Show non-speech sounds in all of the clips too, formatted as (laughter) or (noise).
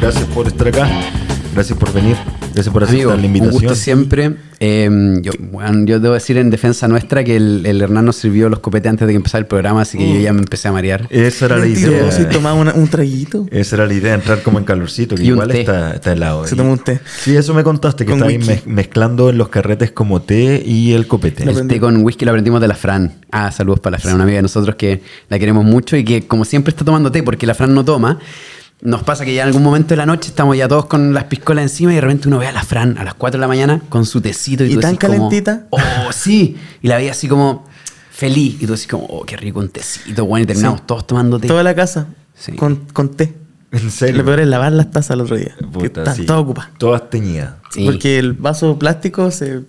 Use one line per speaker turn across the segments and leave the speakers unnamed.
Gracias por estar acá. Gracias por venir. Gracias por aceptar
Amigo,
la
un
invitación.
gusto siempre. Eh, yo, bueno, yo debo decir en defensa nuestra que el, el Hernán nos sirvió los copetes antes de que empezara el programa, así que yo
Mm.
ya me empecé a marear.
Esa era la idea.
Mentiroso, si tomaba una- un traguito.
Eh,
Esa era la idea, entrar como en calorcito, que
Y un
igual
té.
está, está helado.
Se
Y-
tomó un té.
Sí, eso me contaste, que
Con
estabas
whisky.
mez- mezclando en los carretes como té y el copete.
Lo
El
aprendí.
té Este, con whisky lo aprendimos de la Fran. Ah, saludos para la Fran, una amiga de nosotros que la queremos mucho y que como siempre está tomando té porque la Fran no toma. Nos pasa que ya en algún momento de la noche estamos ya todos con las piscolas encima y de repente uno ve a la Fran a las 4 de la mañana con su tecito y,
¿Y
tú
tan
decís como,
calentita?
oh, sí. Y la veía así como feliz y tú decís como, oh, qué rico un tecito, bueno, y terminamos
Sí.
todos tomando té.
Toda la casa.
Sí.
Con, con té.
En
Lo
serio.
peor es lavar las tazas al otro día. que
Puta,
están
sí.
todas ocupadas.
Todas teñidas.
Sí.
Porque el vaso plástico se,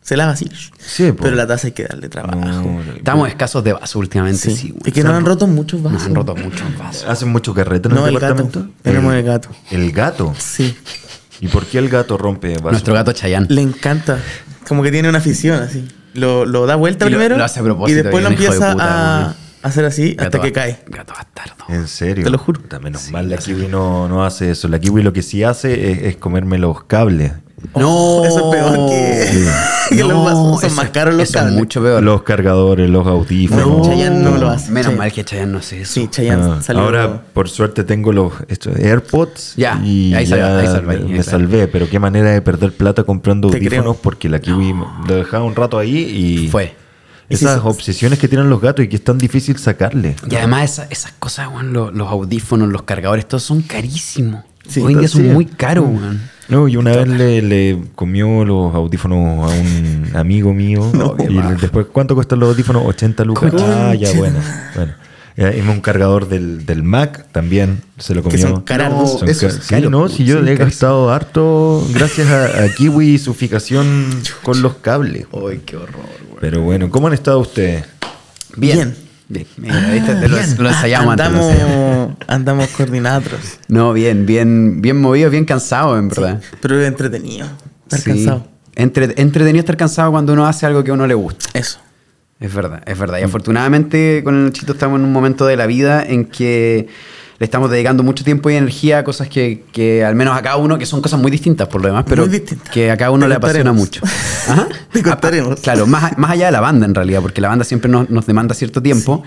se lava así.
Sí, po.
Pero la taza hay que darle trabajo.
No,
Estamos escasos de vaso últimamente,
Sí.
sí. güey.
es que nos han roto Ah, muchos vasos.
Nos han roto muchos vasos.
¿Hacen mucho carrete en
No,
el
el gato.
departamento?
Tenemos el gato.
¿El gato?
Sí.
¿Y por qué el gato rompe vasos?
Nuestro gato Chayán.
Le encanta. Como que tiene una afición así. Lo, lo da vuelta
Y lo-
primero.
lo hace a propósito,
Y después lo
bien hijo de
empieza
puta,
a
weón.
hacer así
Gato
hasta que
ba-
cae. Eh,
Gato bastardo.
¿En serio?
Te lo juro.
Puta, menos mal la kiwi no, no hace eso. La kiwi lo que sí hace es, es comerme los cables.
No,
oh, eso es peor
(laughs)
que- que los vasos, son
eso
más
es-
caros los
eso
cables.
Es mucho peor.
Los cargadores, los audífonos.
No,
Chayanne
no lo hace.
Menos
Chayanne.
mal que Chayanne no hace eso.
Sí, Chayanne
Ah,
salió.
Ahora, por suerte, tengo los estos AirPods.
Ya,
y
ahí salva-
ya
ahí salva, ahí
me
salva.
salvé. Pero qué manera de perder plata comprando
Te
audífonos
creo.
porque la kiwi me- lo dejaba un rato ahí y.
Fue.
Esas
Y si-
obsesiones que tienen los gatos y que es tan difícil sacarle.
Y además esa- esas cosas, weón, lo- los, audífonos, los cargadores, todos son carísimos.
Sí, Mm.
Hoy en día
está- sí.
son muy caros, weón.
No, y una vez le, le comió los audífonos a un amigo mío. y le- después, ¿cuánto cuestan los audífonos? 80 lucas.
Concha.
Ah, ya, bueno. bueno. Eh, Es un cargador del, del Mac también se lo comió.
son carardos.
Son
Eso
ca-
es
sí,
caro.
no, si yo he gastado harto gracias a, a Kiwi y su fijación con los cables.
Ay, qué horror,
Pero bueno, ¿cómo han estado ustedes?
Bien. Bien. Mira, viste, te lo, lo ensayamos antes, lo
Ah, andamos,
ensayamos.
andamos coordinados.
No, bien, bien, bien movido, bien cansado, en verdad.
Pero entretenido. Estar
Sí.
cansado.
Entre- entretenido estar cansado cuando uno hace algo que a uno le gusta.
Eso.
Es verdad, es
Mm.
verdad. Y afortunadamente con el Nachito estamos en un momento de la vida en que le estamos dedicando mucho tiempo y energía a cosas que, que al menos a cada uno, que son cosas muy distintas por lo demás, pero
Muy distintas.
que a cada uno
Te
le apasiona mucho.
contaremos.
Ajá.
(laughs) Te contaremos.
Claro, más, más allá de la banda en realidad, porque la banda siempre nos, nos demanda cierto tiempo.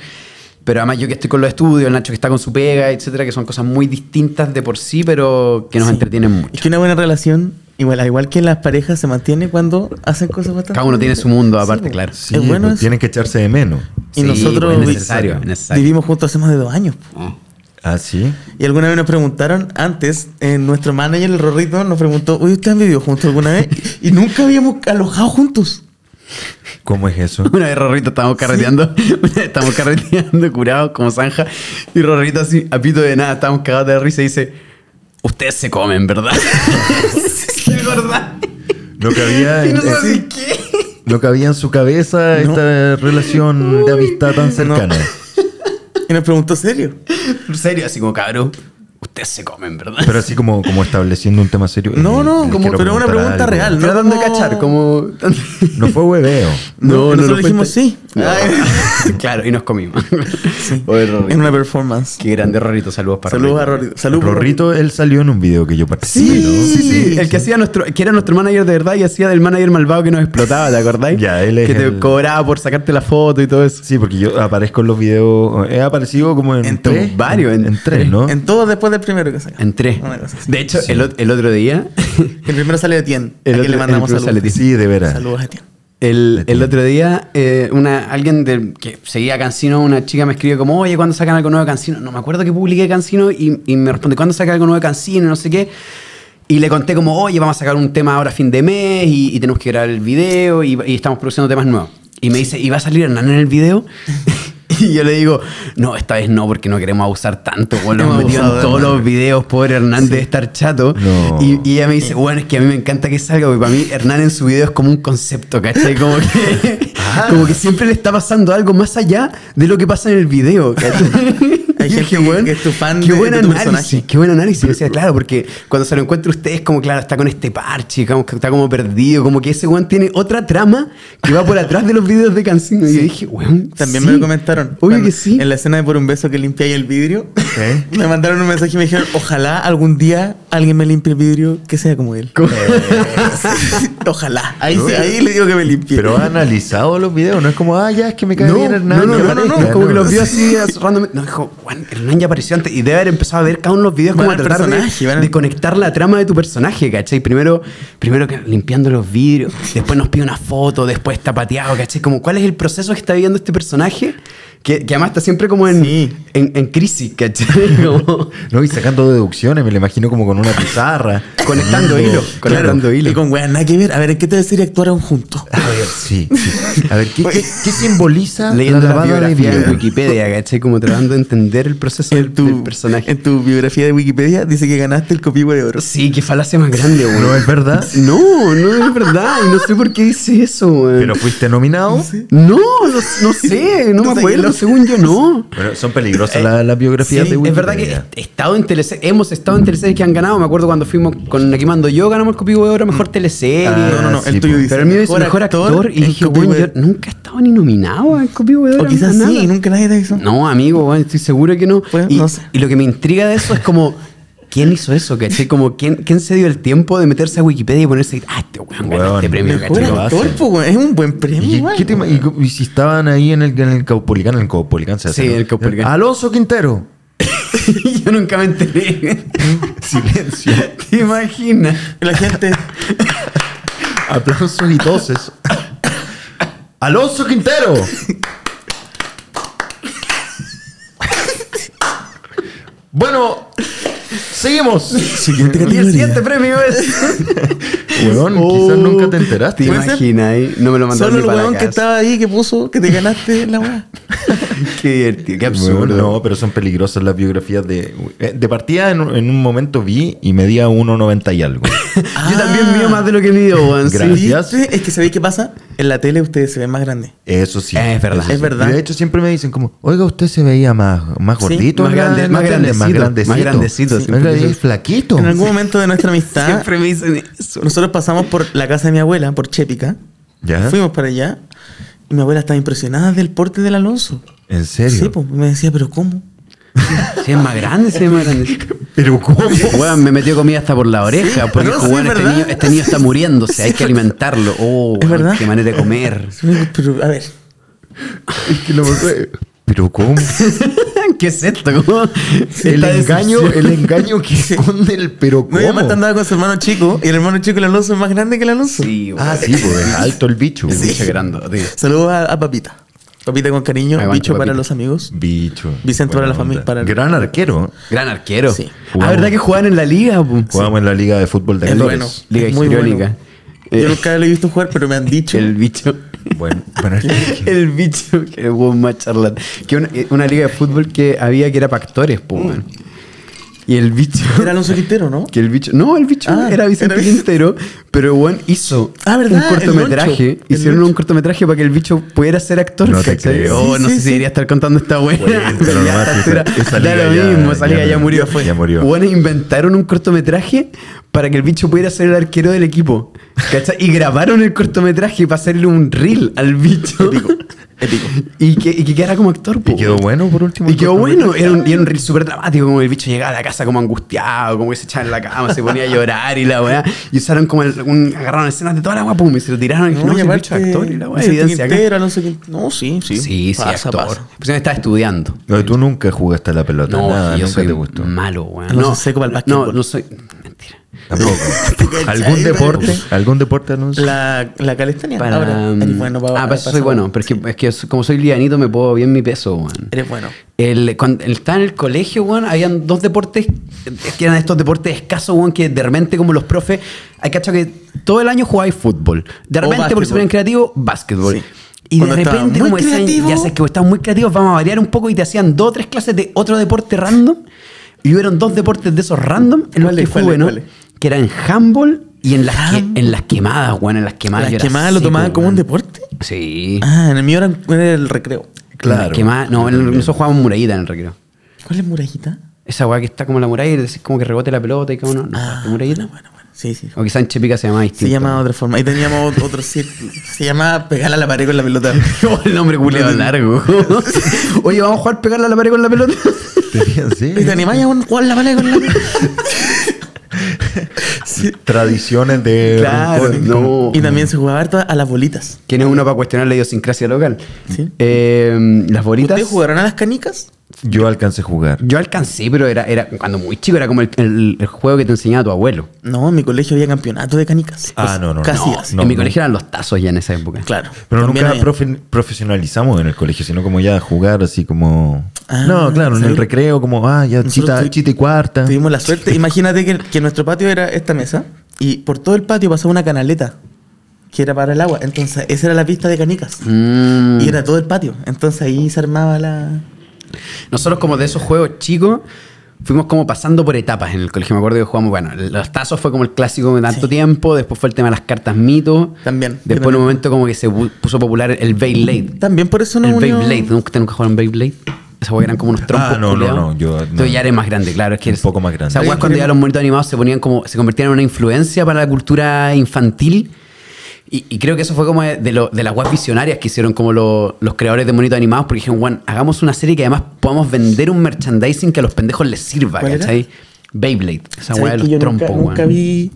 Pero además yo que estoy con los estudios, el Nacho que está con su pega, etcétera, que son cosas muy distintas de por sí, pero que nos
Sí.
entretienen mucho.
Es que una buena relación, igual, al igual que en las parejas, se mantiene cuando hacen cosas bastante.
Cada uno tiene su mundo aparte,
pues.
claro.
Sí,
es bueno
pues,
eso.
tienen que echarse de menos.
Y
Sí,
nosotros
pues, es necesario, es necesario.
vivimos juntos hace más de dos años. po.
Ah, sí.
Y alguna vez nos preguntaron, antes, eh, nuestro manager, el Rorrito, nos preguntó, oye, ¿ustedes han vivido juntos alguna vez?
(laughs)
Y nunca habíamos alojado juntos.
¿Cómo es eso?
(laughs) Una vez Rorrito estábamos carreteando, (laughs) una vez estábamos carreteando curados como zanja y Rorrito así, a pito de nada, estábamos cagados de risa y dice, ustedes se comen, ¿verdad? (laughs) ¿Qué verdad?
Lo que había
Y
en,
nosotros
en-
así, ¿qué?
lo que había en su cabeza
No.
esta relación de amistad tan cercana.
Y nos preguntó, ¿serio?
En serio, así como cabrón, ustedes se comen, ¿verdad? (laughs)
Pero así como, como estableciendo un tema serio.
No, no,
Les
como-
quiero
pero una
preguntar
pregunta real. no
Tratando de
como-
cachar, como... (laughs)
No fue hueveo.
No, nosotros
lo
dijimos
cuentes.
sí. Ay.
(laughs) claro, y nos comimos.
Sí.
Oye, Rorrito,
en una performance.
Qué grande Rorrito, saludos para
Saludos a
Rorrito.
Rorrito. Saludos.
Rorrito, él salió en un video que yo participé.
Sí,
¿no?
sí, sí. El que hacía nuestro, que era nuestro manager de verdad y hacía del manager malvado que nos explotaba, ¿te acordáis?
Ya, él es
Que te
el-
cobraba por sacarte la foto y todo eso.
Sí, porque yo aparezco en los videos. eh, He aparecido como en,
En
tres.
tu- varios, en-
en, tres, ¿no?
En todo después del primero que sacamos.
En tres.
Una cosa así.
De hecho, el, ot- el otro día,
El primero sale de Tien.
El
El
otro-
le mandamos
el primero sale
saludos.
de
Sí, de veras.
Saludos a Tien.
el, el otro día, eh, una, alguien del- que seguía a Cancino, una chica me escribió como, oye, ¿cuándo sacan algo nuevo de Cancino? No me acuerdo que publiqué Cancino y, y me responde, ¿cuándo sacan algo nuevo de Cancino? No sé qué. Y le conté como, oye, vamos a sacar un tema ahora a fin de mes y, y tenemos que grabar el video y, y estamos produciendo temas nuevos. Y me dice, ¿y va a salir Hernán en el video? (laughs) y yo le digo, no, esta vez no, porque no queremos abusar tanto. Bueno, lo
Hemos
hemos metido en
abusado de
todos
Hernán.
los videos, pobre Hernán debe estar chato.
No.
Y, y ella me dice, bueno, es que a mí me encanta que salga, porque para mí Hernán en su video es como un concepto, ¿cachai? Como que,
(laughs) Ah.
como que siempre le está pasando algo más allá de lo que pasa en el video, ¿cachai?
(laughs) Hay
Y yo
gente
dije,
que-
"Weón,
que es tu fan
qué
de-
buen
de tu
análisis,
personaje".
Qué buen análisis. Decía, claro, porque cuando se lo encuentra usted es como, claro, está con este parche, como que está como perdido, como que ese weón tiene otra trama que va por atrás de los videos de Cancino. Y yo dije, weón.
También
sí.
me lo comentaron.
Obvio
Cuando-
que sí.
En la escena de por un beso que limpiáis el vidrio. (laughs) Me mandaron un mensaje y me dijeron, ojalá algún día alguien me limpie el vidrio que sea como él. (laughs) ojalá. Ahí, sí, ahí le digo que me limpie.
Pero ha analizado los videos, no es como, ah, ya es que me cae
No,
bien
no,
Hernán.
no, no,
que
no, no,
aparezca,
como que los vio así as- random. No, dijo, Juan, Hernán ya apareció antes. Y debe haber empezado a ver cada uno de los videos
Van
como
al
tratar
personaje,
de,
van al-
de conectar la trama de tu personaje, ¿cachai? Primero, primero que- limpiando los vidrios, después nos pide una foto, después está pateado, ¿cachai? Como cuál es el proceso que está viviendo este personaje, que, que además está siempre como en,
Sí.
en, en crisis, ¿cachai? (laughs) Como
No, y sacando deducciones, me lo imagino como con una
(laughs)
pizarra.
conectando hilos,
Claro,
conectando hilos.
Y con weas, nada que ver. A ver, ¿en qué te serie actuaron juntos?
A ver, sí. sí. A ver, ¿qué, qué, qué
Ah.
simboliza
Leyendo la
lavada de
biografía en
dinero?
Wikipedia, ¿cachai? Como tratando de entender el proceso del,
(laughs) En tu,
del personaje.
en tu biografía de Wikipedia dice que ganaste el copihue de oro.
Sí, qué falacia más grande, weón.
No es verdad,
No, no es verdad. Y no sé por qué dice eso, weón.
pero fuiste nominado.
No, no, no sé, no
No
me
sé,
acuerdo,
no-
según yo no.
Bueno, son peligrosas las las biografías de
Eh, es verdad
Wikipedia.
que he estado en teleseries, hemos estado en teleseries que han ganado. Me acuerdo cuando fuimos con Aquí Mando Yo, ganamos el Copigo de Oro, mejor teleserie.
Ah,
no, no, no.
sí,
el tuyo
po.
dice.
Pero el mío dice mejor actor, y
en
dije,
Copihue
bueno, yo
de Oro.
nunca he estado ni nominado en Copigo de Oro.
O quizás
a
sí,
nada.
y nunca nadie te hizo.
No, amigo, bueno, estoy seguro que no.
Bueno,
y,
no sé.
y lo que me intriga de eso es como, ¿quién hizo eso, caché? Como, ¿quién, ¿quién se dio el tiempo de meterse a Wikipedia y ponerse, ah, este weón ganó
Weón,
este premio,
mejor
caché?
Mejor
lo
actor,
hacen.
po, weón. Es un buen premio.
¿Y,
weón.
qué te ima- y co- y si estaban ahí en el, en el Caupolicán, en el Caupolicán se hace,
Sí,
¿no?
el Caupolicán.
Alonso Quintero.
(laughs) yo nunca me enteré.
(laughs) Silencio.
¿Te imaginas?
La gente.
Aplausos y toses. Alonso Quintero. bueno, seguimos.
Siguiente
Y el siguiente premio
categoría.
es...
(laughs) Weón, quizás nunca te enteraste.
¿Te
Puede ser.
imaginas? eh? No me lo mandaron
Solo
ni
el
para la
weón que
casa.
estaba ahí que puso que te ganaste la weá.
(laughs) Qué divertido, qué absurdo.
Weón, no, pero son peligrosas las biografías de... eh, De partida en, un- en un momento vi y medía 1,90 y algo.
Yo también
Ah.
mío más de lo que mido, weón. sí.
Gracias.
¿Viste? Es que sabéis qué pasa. En la tele ustedes se ven más grandes.
Eso sí.
Es verdad.
Eso sí.
Es verdad.
Y de hecho siempre me dicen como, oiga, usted se veía más, más
Sí,
gordito.
más
acá
grande-
en
más
la tele, más
grandecito,
grandecito.
más grandecito,
Sí.
siempre
Oiga,
dicen.
es flaquito.
En algún momento
(laughs)
de nuestra amistad,
Siempre me dicen eso.
nosotros pasamos por la casa de mi abuela, por Chépica.
¿Ya?
Fuimos para allá. Y mi abuela estaba impresionada del porte del Alonso.
¿En serio?
Sí, pues me decía, pero ¿cómo?
Sí, es más grande, sí, es más grande.
(laughs) Pero ¿cómo?
Weón, me metió comida hasta por la oreja. porque
no,
dijo,
sí,
weón, este,
¿verdad?
niño, este niño está muriéndose, hay que alimentarlo. Oh,
Es
weón,
verdad.
qué manera de comer.
(laughs)
Pero, a ver.
Es que lo más- Pero ¿cómo?
¿Qué es esto? ¿Cómo?
El
Esta
engaño,
decepción.
el engaño
(laughs)
que esconde el pero
No, y además
¿cómo?
andaba con su hermano chico. Y el hermano chico, el Alonso, es más grande que el Alonso.
Sí, weón.
Ah, sí, pues es alto el bicho.
Es mucho grande. sí.
Saludos a, a Papita. Papita con cariño,
Aguante,
bicho para
Papita.
los amigos.
Bicho.
Vicente para
Buena
la fami-
onda.
para-
Gran arquero. ¿eh?
Gran arquero.
Sí.
Ah, ¿verdad que juegan en la liga? po?
Jugamos en la Liga de Fútbol de
Es
Actores.
bueno.
Liga
Muy
histriónica.
Yo
Eh,
nunca lo he visto jugar, pero me han
(laughs)
dicho.
el
(laughs)
bicho.
Bueno, bueno, es que-
El bicho que es un más charlatán. Que una, eh, una liga de fútbol que había que era para actores, po,
Mm.
weón. Y el bicho.
Era Alonso Quintero, ¿no?
Que el bicho. No, el bicho
Ah,
era Vicente
era-
Quintero, pero weón hizo
Ah, ¿verdad?
un
El
cortometraje.
Loncho. El
Hicieron un
Loncho.
cortometraje para que el bicho pudiera ser actor.
No te
¿cachai?
creo.
Oh,
Sí,
no
sí,
sé si
sí.
debería estar contando esta weá.
Bueno,
(laughs) pero
no
ya a
más, esa-
esta altura
esa
da
liga
lo
ya-
mismo, esa
ya
liga ya,
no-
murió.
ya murió.
Weón, inventaron un cortometraje para que el bicho pudiera ser el arquero del equipo. ¿cachai? Y grabaron el cortometraje para hacerle un reel al bicho.
Épico.
y, que, y que quedara como actor, po,
Y quedó
weón.
bueno por último.
Y quedó bueno, era un, era un reel súper dramático, como el bicho llegaba a la casa como angustiado, como que se echaba en la cama, se ponía a llorar y la weá. Y usaron como el- un, agarraron escenas de toda la weá, pum, y se lo tiraron. Y dije, no,
y
si el
aparte,
bicho es actor y la weá,
Vicente
evidencia acá.
Quintero, Alonso Quintero. No, sí, sí.
Sí, sí,
Pasa,
actor. (laughs)
pasa.
Pues yo estaba estudiando.
No, tú nunca jugaste a la pelota.
No,
nada,
yo
nunca
soy
te gustó.
malo, weá.
Alonso seco para el
no,
básquetbol.
no soy... Mentira.
Tampoco.
(laughs)
¿Algún deporte? ¿Algún deporte, Alonso?
La, la calistenia.
Para...
Ahora, eres bueno para-
ah, para eso soy
pasar-
bueno, pero es que, es que como soy lianito me puedo bien mi peso, weón.
Eres bueno.
El, cuando estaba en el colegio, weón, habían dos deportes eh, que eran estos deportes escasos, weón, que de repente, como los profes, hay cacho que todo el año jugáis fútbol. De
O
repente, porque se
básquetbol.
ponían creativos, básquetbol.
Sí.
Y
Cuando
de
estaban
repente,
muy
como decían,
creativos.
ya sabes que estaban muy creativos, vamos a variar un poco y te hacían dos o tres clases de otro deporte random. Y hubieron dos deportes de esos random en los
¿Cuáles,
que fui
cuáles,
bueno,
cuáles?
que eran handball y en las, que-
Handball.
en las quemadas, weón, en las quemadas. yo
¿Las
era
quemadas lo
seco,
tomaban como un
pues, weón.
deporte?
Sí.
Ah, en el mío era, era el recreo.
En las quemadas- no, en- nosotros jugábamos murallita en el recreo.
¿Cuál es murallita?
Esa weá que está como la muralla y decís como que rebote la pelota y que uno. No,
Ah,
la murallita.
bueno, bueno. Sí, sí.
O quizá en Chepica se llamaba distinto.
Se
(laughs)
llamaba de otra forma. Y teníamos ot- otro círculo. Se llamaba pegarle a la pared con
(laughs)
la pelota.
Oh, el nombre culiado largo.
(laughs)
Oye, vamos a jugar pegarle a la pared con la pelota.
Tenían, (laughs) sí.
¿Y te animáis a un- jugar la
(laughs)
pared con la pelota?
Tradiciones de.
Claro, no.
Y también se jugaba harto a las bolitas.
¿Quién es uno para cuestionar la idiosincrasia local?
Sí.
Eh, las bolitas.
¿Ustedes jugaron a las canicas?
Yo alcancé a jugar.
Yo alcancé, pero era, era cuando muy chico, era como el, el- el juego que te enseñaba tu abuelo.
No, en mi colegio había campeonato de canicas. Pues,
Ah, no, no,
Casi
no.
así.
No,
en mi
no.
colegio eran los tazos ya en esa época.
Claro.
Pero
También
nunca
había.
profe- profesionalizamos en el colegio, sino como ya jugar así como.
Ah,
no, claro, en
¿sí?
el recreo, como, ah, ya
Nosotros
chita,
tuvi-
chita y cuarta.
Tuvimos la suerte. Imagínate que, que nuestro patio era esta mesa y por todo el patio pasaba una canaleta que era para el agua. Entonces, esa era la pista de canicas.
Mm.
Y era todo el patio. Entonces ahí se armaba la.
Nosotros como de esos juegos chicos fuimos como pasando por etapas en el colegio. Me acuerdo que jugamos, bueno, los tazos fue como el clásico de tanto
Sí.
tiempo, después fue el tema de las cartas mito.
También.
Después en un momento como que se bu- puso popular el Beyblade.
También por eso no.
el
unió-
Beyblade, ¿nunca, nunca jugaron Beyblade? Esas weas eran como unos trompos.
Ah, no, no,
culeados.
no, yo- no.
Entonces ya eres más grande, claro. Es que
Un
eres-
poco más grande.
Esas weas cuando ya los monitos animados se ponían como, se convertían en una influencia para la cultura infantil. Y, y creo que eso fue como de, de lo- de las weas visionarias que hicieron como lo- los creadores de monitos animados, porque dijeron, bueno, hagamos una serie que además podamos vender un merchandising que a los pendejos les sirva,
¿Cuál era?
¿cachai? Beyblade, esa
¿Sabes
wea de
que
los
yo
trompos,
nunca, nunca
weón.
vi.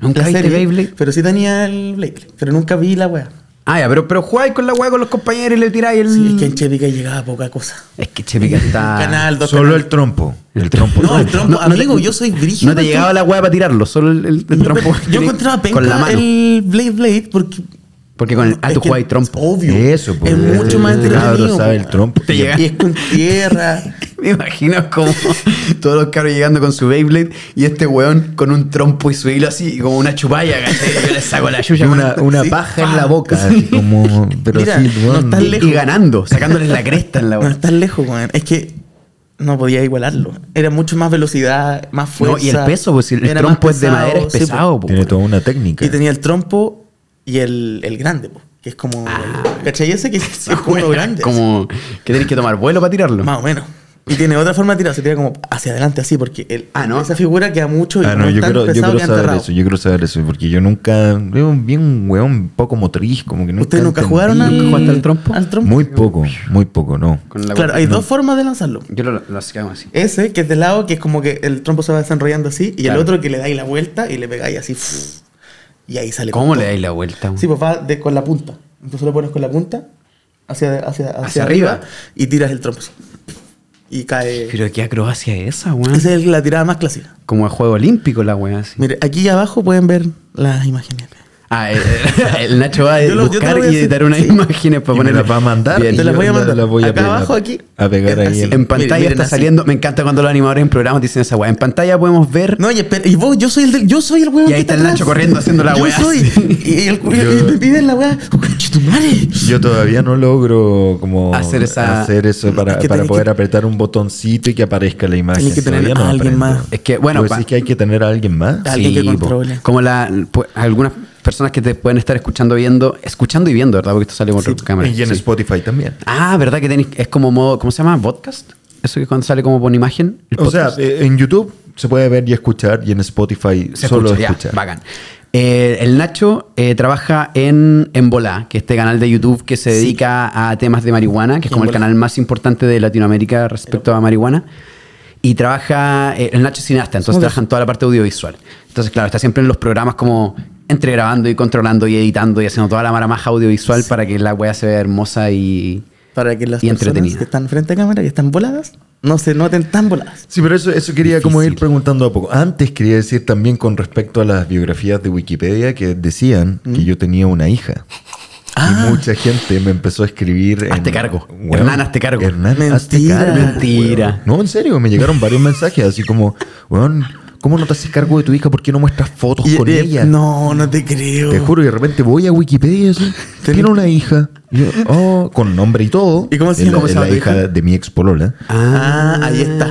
¿Nunca
la
viste
serie,
Beyblade?
Pero sí tenía el Blade. Pero nunca vi la wea.
Ah, ya, pero, pero jugáis con la wea con los compañeros y le tiráis el...
Sí, es que en Chepica llegaba poca cosa.
(laughs) es que
(laughs)
Chepica está...
Un canal, dos
Solo
canales.
el trompo. El trompo.
No, el trompo.
No, no te-
amigo, yo soy brígido.
No te llegaba la hueá para tirarlo, solo el, el- el
Yo
trompo.
encont- Yo encontraba penca
Con la mano.
el Blade Blade porque.
Porque con el. Ah,
es
tú
que
jugabas trompo.
Obvio.
Eso,
(laughs)
pues.
Es mucho más
el
entretenido. pues.
cabro sabe
po.
el trompo.
Te llega-
Y
(laughs)
es con tierra.
Me imagino como (laughs) todos los cabros llegando con su Beyblade y este weón con un trompo y su hilo así, y como una chupalla, ¿cachai? Yo le saco la
Y
yuya.
una,
con-
una
Sí.
paja en
Ah.
la boca, así como. Pero
Mira,
así,
no
weón.
estás
y,
lejos.
y ganando, (laughs) sacándoles la cresta en la
No
weón.
estás lejos, weón. Es que no podía igualarlo. Era mucho más velocidad, más fuerza.
No, y el peso, pues si el
Era
trompo
más
es de
pesado,
madera, es
sí,
pesado,
po.
po.
Tiene toda una técnica.
pues. Y tenía el trompo y el, el grande, po, que es como. el- ¿Cachai? Ese
(laughs)
que es como uno grande.
Ah. Como que tenés que tomar vuelo para tirarlo.
Más o menos. Y tiene otra forma de tirar, se tira como hacia adelante así, porque el,
Ah, ¿no?
esa figura queda mucho y
Ah, no,
como
yo
es tan
quiero, yo
pesado
quiero
que
saber
enterrado.
eso, yo quiero saber eso, porque yo nunca, veo bien un weón poco motriz, como que nunca.
¿Ustedes nunca
entendí.
jugaron al,
¿Nunca jugaste al trompo?
Al trompo.
Muy poco, muy poco, no.
Con la
claro,
weá.
hay dos formas de lanzarlo.
Yo lo, lo hago así.
Ese, que es de lado, que es como que el trompo se va desenrollando así, y
Claro.
el otro que le dais la vuelta y le pegáis así. ¡fuu! Y ahí sale.
¿Cómo
con
le
todo.
dais la vuelta? weón?
Sí, pues va de- con la punta. Entonces lo pones con la punta hacia, hacia, hacia,
Hacia
arriba,
arriba.
y tiras el trompo así. Y cae.
Pero qué acrobacia es esa, weón.
Esa es la tirada más clásica.
Como el juego olímpico la weá, así.
Mire, aquí abajo pueden ver las imágenes.
Ah, el, (laughs) el Nacho va a
Yo lo- yo te
buscar
lo voy a
y editar
hacer,
unas
sí.
imágenes para
Y me
ponerla
la va a mandar
Bien.
y
Te las
yo
voy a
la-
mandar.
la voy a
Acá
pegar-
abajo, aquí.
a pegar
Es
ahí
así.
en-
En pantalla
Miren, miren
está
así.
saliendo. Me encanta cuando los animadores en programas dicen esa weá. En pantalla podemos ver.
No, y, espera, y vos, yo soy el del, yo soy el weón
Y ahí
que
está el Nacho corriendo haciendo la
yo
weá. (laughs)
Soy, y, el, y
Yo-
me piden la weá. tu madre!
Yo todavía no logro como
Hacer esa-
hacer eso para,
Es que
para
tenés
poder
que-
apretar un botoncito y que aparezca la imagen.
Tenés que tener
Todavía
a alguien
aprendo.
más.
Es que, bueno,
¿Tú
pa-
decís que hay que tener a alguien más?
Ah. alguien que
po.
controle.
Como la, pues, algunas personas que te pueden estar escuchando, viendo, escuchando y viendo, ¿verdad? Porque esto sale por otra cámara.
Y en
Sí.
Spotify también.
Ah, ¿verdad? Que tenéis, es como modo, ¿cómo se llama? ¿Podcast? Eso que cuando sale como por imagen. el
O sea,
podcast.
eh, en YouTube se puede ver y escuchar y en Spotify
Se
solo
escucha, ya,
escuchar.
bacán. Eh, el Nacho eh, trabaja en En Volá, que es este canal de YouTube que se dedica a temas de marihuana, que es como el
Volá.
canal más importante de Latinoamérica respecto a marihuana. Y trabaja, eh, el Nacho es cineasta, entonces
Ok.
trabaja en toda la parte audiovisual. Entonces, claro, está siempre en los programas como entre grabando y controlando y editando y haciendo toda la maramaja audiovisual para que la wea se vea hermosa y...
Para que las
Y
personas
entretenida.
que están frente a cámara y están voladas, no se noten tan voladas.
Sí, pero eso, eso quería como ir
Difícil.
preguntando a poco. Antes quería decir también con respecto a las biografías de Wikipedia que decían
¿Mm?
que yo tenía una hija.
Ah.
Y mucha gente me empezó a escribir. en-
Hazte cargo.
Weón,
Hernán, hazte cargo.
Hernán, hazte
Mentira.
cargo. weón.
Mentira.
No, en serio, me llegaron varios mensajes así como, weón, ¿cómo no te haces cargo de tu hija? ¿Por qué no muestras fotos
Y-
con
eh,
ella?
No, no te creo.
Te juro, y de repente voy a Wikipedia y así, tiene una hija, y yo, oh, con nombre y todo.
¿Y cómo se
Es la-
llama?
es
¿Cómo
la
se llama tu
hija de mi ex polola.
Ah, ahí está.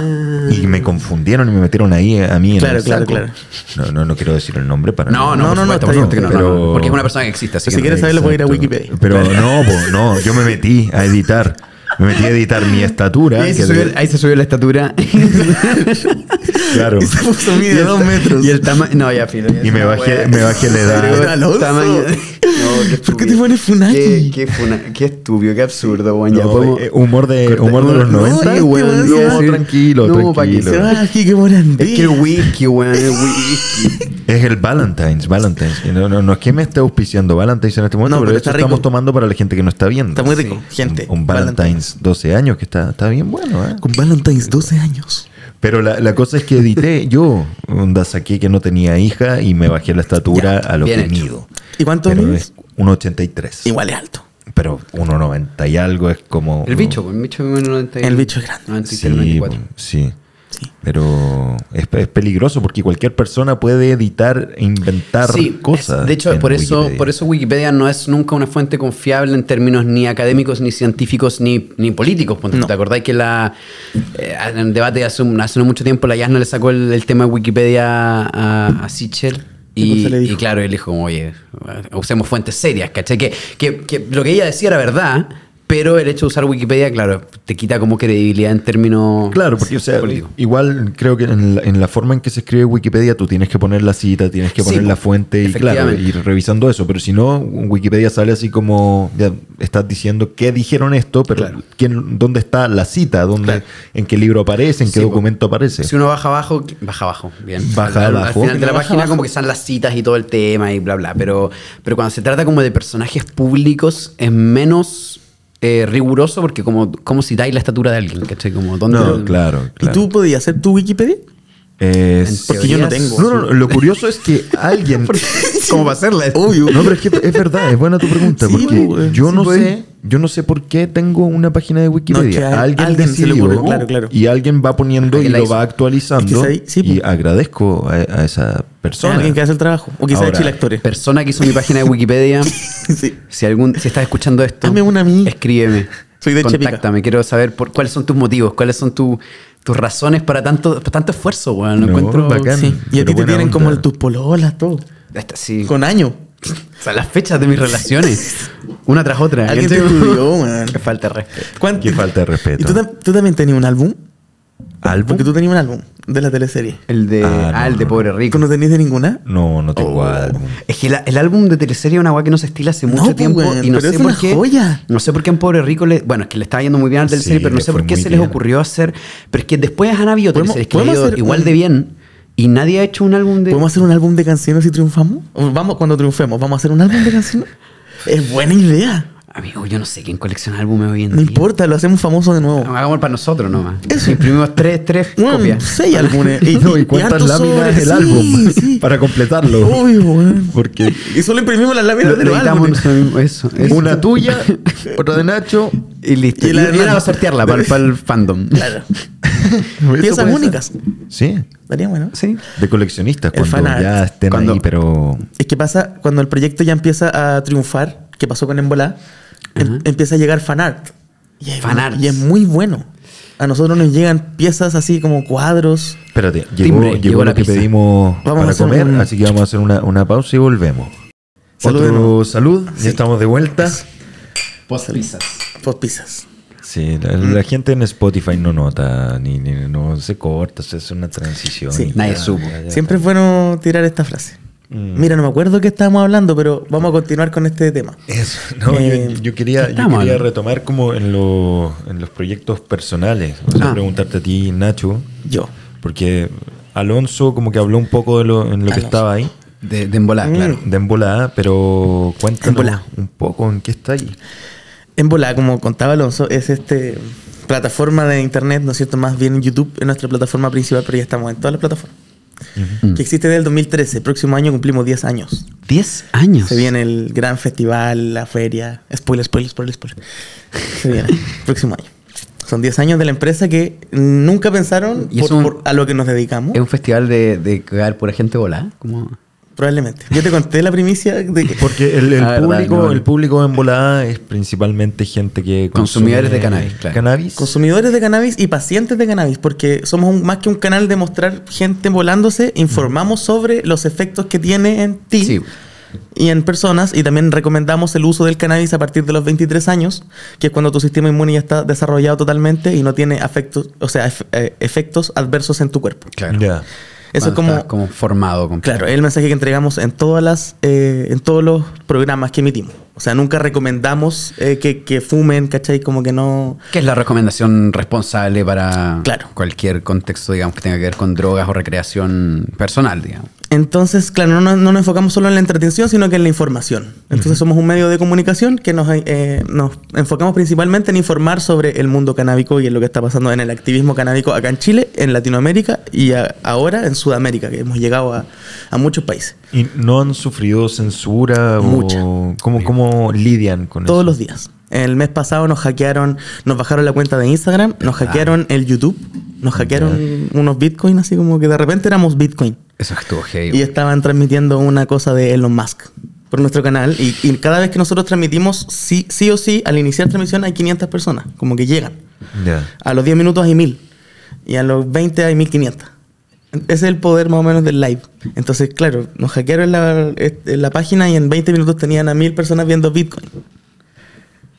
Y me confundieron y me metieron ahí a mí en
Claro,
el
claro,
saco.
claro.
No, no, no quiero decir el nombre para
No, no,
No,
no,
no, no,
no,
está bien,
que no,
pero-
no, no, porque es una persona que existe. Así
Si
que no.
quieres saberlo, puedes ir a
Exacto.
Wikipedia.
Pero no, po, no, yo me metí a editar. Me metí a editar mi
Y
estatura.
ahí,
que
se subió,
de-
ahí se subió la estatura.
Claro.
(laughs) Y se puso mide dos metros. (laughs)
Y el tamaño. No, ya filo. ya
Y me
no,
bajé-
wea.
me bajé la edad.
Pero el
Alonso.
tamaño- (laughs) No, qué
¿Por qué te
estúpido.
pones Funaki?
Qué, qué, funa- qué estúpido, qué absurdo, weón. Ya
No,
podemos-
eh, humor de, humor de los
No,
90.
este weón se va a
no,
decir-
tranquilo,
No, pa' que
tranquilo.
Se va aquí que moran
Es que el whisky, weón, el whisky.
Es el Valentine's, Valentine's. No, no, no es que me esté auspiciando Valentine's en este momento,
No,
pero,
pero
esto
está rico.
estamos tomando para la gente que no está viendo.
Está muy rico, gente.
Un, un Valentine's 12 años que está, está bien bueno, ¿eh?
Con Valentine's, 12 años.
Pero la, la cosa es que edité yo, onda, saqué que no tenía hija y me bajé la estatura
Ya,
a lo
bien
que
hecho.
mido.
¿Y cuánto
Pero
mides?
es 1,83.
Igual es alto.
Pero 1,90 y algo es como...
El bicho, weón. El bicho es 90 y-
El bicho es grande.
93,
Sí,
94.
sí.
Sí.
Pero es, es peligroso porque cualquier persona puede editar e inventar
Sí,
cosas.
De hecho,
en
por eso,
Wikipedia.
por eso Wikipedia no es nunca una fuente confiable en términos ni académicos, ni científicos, ni, ni políticos. Ponte tú,
No.
¿Te acordáis que la, eh, en el debate hace, un- hace no mucho tiempo la Yasna le sacó el, el tema de Wikipedia a, a Sichel?
Sí, pues,
Y,
se le dijo.
y claro, él dijo, como, oye, usemos fuentes serias, ¿cachai? Que, que- que lo que ella decía era verdad, pero el hecho de usar Wikipedia, claro, te quita como credibilidad en términos
Claro, porque o sea,
políticos.
igual creo que en la, en la forma en que se escribe Wikipedia tú tienes que poner la cita, tienes que
Sí,
poner
po.
la fuente y claro,
Efectivamente.
ir revisando eso, pero si no Wikipedia sale así como ya estás diciendo qué dijeron esto, pero
Claro.
quién- dónde está la cita, dónde
Claro.
en qué libro aparece, en qué
Sí, po.
documento aparece.
Si uno baja abajo, baja abajo, bien.
Baja
al, al
abajo.
final de la
Baja
página
abajo.
como que están las citas y todo el tema y bla, bla. Pero, pero cuando se trata como de personajes públicos es menos eh, riguroso porque como, como citáis la estatura de alguien, ¿cachai? Como dónde...
No, claro,
¿Y
claro.
tú podías hacer tu Wikipedia?
Eh,
En
sí.
Porque yo no tengo.
No, no, no, lo curioso es
(laughs)
que alguien
¿Cómo va a hacerla?
(laughs)
Obvio.
No, pero es que es verdad, es buena tu pregunta.
Sí,
porque
pues,
yo
sí,
no
pues.
sé, yo no sé por qué tengo una página de Wikipedia.
No, es que a
alguien,
alguien se le
decidió
ocurrió, claro, claro.
y alguien va poniendo y
Alguien la
lo
hizo.
va actualizando.
Es que sabe- sí,
y
pues.
agradezco a, a esa persona.
Alguien que hace el trabajo. O quizás
Ahora,
Chile Actores.
Persona que hizo mi página de Wikipedia,
(laughs) sí.
si algún si estás escuchando esto,
Hazme una a mí.
escríbeme.
Soy de Chepica.
Contáctame, quiero saber por, cuáles son tus motivos, cuáles son tu- tus razones para tanto, tanto esfuerzo, weón. Lo
No,
encuentro...
Oh, bacán.
Sí. Y
Pero
a ti te
buena
tienen
onda.
como el- tus pololas, todo.
Esta- sí.
Con año.
O sea, las fechas de mis relaciones. (laughs) Una tras otra.
Alguien te
(laughs) ¿cachai?
estudió, man.
Qué falta de respeto.
¿Cuánto-
Qué falta de respeto.
¿Y tú, tam- tú también tenías un álbum?
¿Álbum?
Porque tú tenías un álbum de la teleserie.
El de.
Ah,
Ah,
no,
el de
no,
Pobre
¿Y tú
Rico.
no tenías de ninguna?
No, no
Oh.
tengo álbum.
Es que la- el álbum de teleserie es una weá que no se estila hace
No,
mucho
pues,
tiempo.
weón,
y no
pero
sé
es
por
una
qué.
joya.
No sé por qué en Pobre Rico le. Bueno, es que le estaba yendo muy bien al teleserie,
Sí,
pero no
le
sé
fue
por qué
muy
se les
bien.
ocurrió hacer. Pero es que después han habido
¿Podemos-
teleseries que le ha
podemos
ido
hacer
igual
un-
de bien. Y nadie ha hecho un álbum de.
¿Podemos hacer un álbum de canciones si triunfamos? O Vamos, cuando triunfemos, ¿vamos a hacer un álbum de canciones? es buena idea.
Amigo, yo no sé quién colecciona álbumes hoy en
No
día.
importa, lo hacemos famoso de nuevo.
Hagamos para nosotros nomás.
Eso.
Imprimimos tres, tres
Bueno,
copias. (laughs)
seis álbumes.
No, ¿y cuántas
hartos
láminas
sobres,
del
sí,
álbum?
sí.
(laughs) Para completarlo.
Obvio, weón.
Porque
Y solo imprimimos las láminas
Lo
de los
editamos
álbumes.
nosotros mismos, eso, eso.
una tuya, otra de Nacho.
Y listo.
Y
Y,
la
la,
de Hernán.
a sortearla para
(laughs)
el fandom.
Claro.
Eso
Piezas
puede
únicas.
ser. Sí,
Daría bueno.
Sí.
de coleccionistas.
El
Cuando
fanart.
ya estén
Cuando-
ahí, pero
Es que pasa cuando el proyecto ya empieza a triunfar, que pasó con Embolá, em- empieza a llegar fanart. Y es,
Fanarts.
Y es muy bueno. A nosotros nos llegan piezas así como cuadros.
Espérate, llegó,
Timbre,
llegó
llegó
lo
la
que
pizza.
pedimos
Vamos a
para
hacer
comer,
un-
así que vamos a hacer una, una pausa y volvemos.
Salud de
Otro
nuevo.
salud, ya estamos de vuelta.
Post pizzas.
Post pizzas.
Sí, la,
Mm.
la gente en Spotify no nota, ni, ni- no se corta, se hace una transición.
Sí,
y
nadie
ya,
supo.
ya, ya.
Siempre es bueno tirar esta frase.
Mm.
Mira, no me acuerdo qué estábamos hablando, pero vamos a continuar con este tema.
Eso, no,
Eh,
yo, yo quería, yo
está mal.
quería retomar como en, lo- en los proyectos personales, o sea,
Ah.
preguntarte a ti, Nacho,
Yo.
porque Alonso como que habló un poco de lo, en lo que
Alonso.
estaba ahí,
De, de
Mm.
embolada, claro.
de embolada, pero cuéntanos
Embolada.
un poco en qué está ahí.
En volada, como contaba Alonso, es este plataforma de internet, ¿no es cierto? Más bien YouTube es nuestra plataforma principal, pero ya estamos en todas las plataformas.
Mm.
Que existe desde el 2013. El próximo año cumplimos 10 años.
10 años.
Se viene el gran festival, la feria. Spoiler, spoiler, spoiler, spoiler. Se viene.
(laughs)
próximo año. Son 10 años de la empresa que nunca pensaron
Y es
por-
un-
por- a lo que nos dedicamos.
Es un festival de, de cagar pura gente volada. Como...
Probablemente. Yo te conté la primicia de que.
Porque el, el
Ah, verdad,
público,
no.
el público en volada es principalmente gente que
Consumidores
consume
de cannabis, claro.
cannabis.
Consumidores de cannabis y pacientes de cannabis, porque somos un- más que un canal de mostrar gente volándose, informamos sobre los efectos que tiene en ti.
Mm. Sí.
y en personas, y también recomendamos el uso del cannabis a partir de los 23 años, que es cuando tu sistema inmune ya está desarrollado totalmente y no tiene afectos, o sea, ef- eh, efectos adversos en tu cuerpo.
Claro.
Ya.
Eso es
Cuando estás
como,
como formado. completo.
claro, es el mensaje que entregamos en todas las, eh, en todos los programas que emitimos. O sea, nunca recomendamos eh, que, que fumen, ¿cachai? Como que no...
Que es la recomendación responsable para
Claro.
cualquier contexto, digamos, que tenga que ver con drogas o recreación personal, digamos.
Entonces, claro, no, nos- no nos enfocamos solo en la entretención, sino que en la información. Entonces, somos un medio de comunicación que nos, eh, nos enfocamos principalmente en informar sobre el mundo canábico y en lo que está pasando en el activismo canábico acá en Chile, en Latinoamérica y a- ahora en Sudamérica, que hemos llegado a, a muchos países.
¿Y no han sufrido censura
Mucha.
o cómo, cómo lidian con
Todos
eso?
los días. El mes pasado nos hackearon, nos bajaron la cuenta de Instagram, nos hackearon el YouTube, nos hackearon unos bitcoins, así como que de repente éramos bitcoin.
Eso estuvo heavy.
Y estaban transmitiendo una cosa de Elon Musk por nuestro canal. Y, y cada vez que nosotros transmitimos, sí, sí o sí, al iniciar transmisión hay 500 personas, como que llegan.
Ya.
A los 10 minutos hay 1000. Y a los 20 hay 1500. Ese es el poder más o menos del live. Entonces, claro, nos hackearon la, este, la página y en 20 minutos tenían a 1000 personas viendo Bitcoin.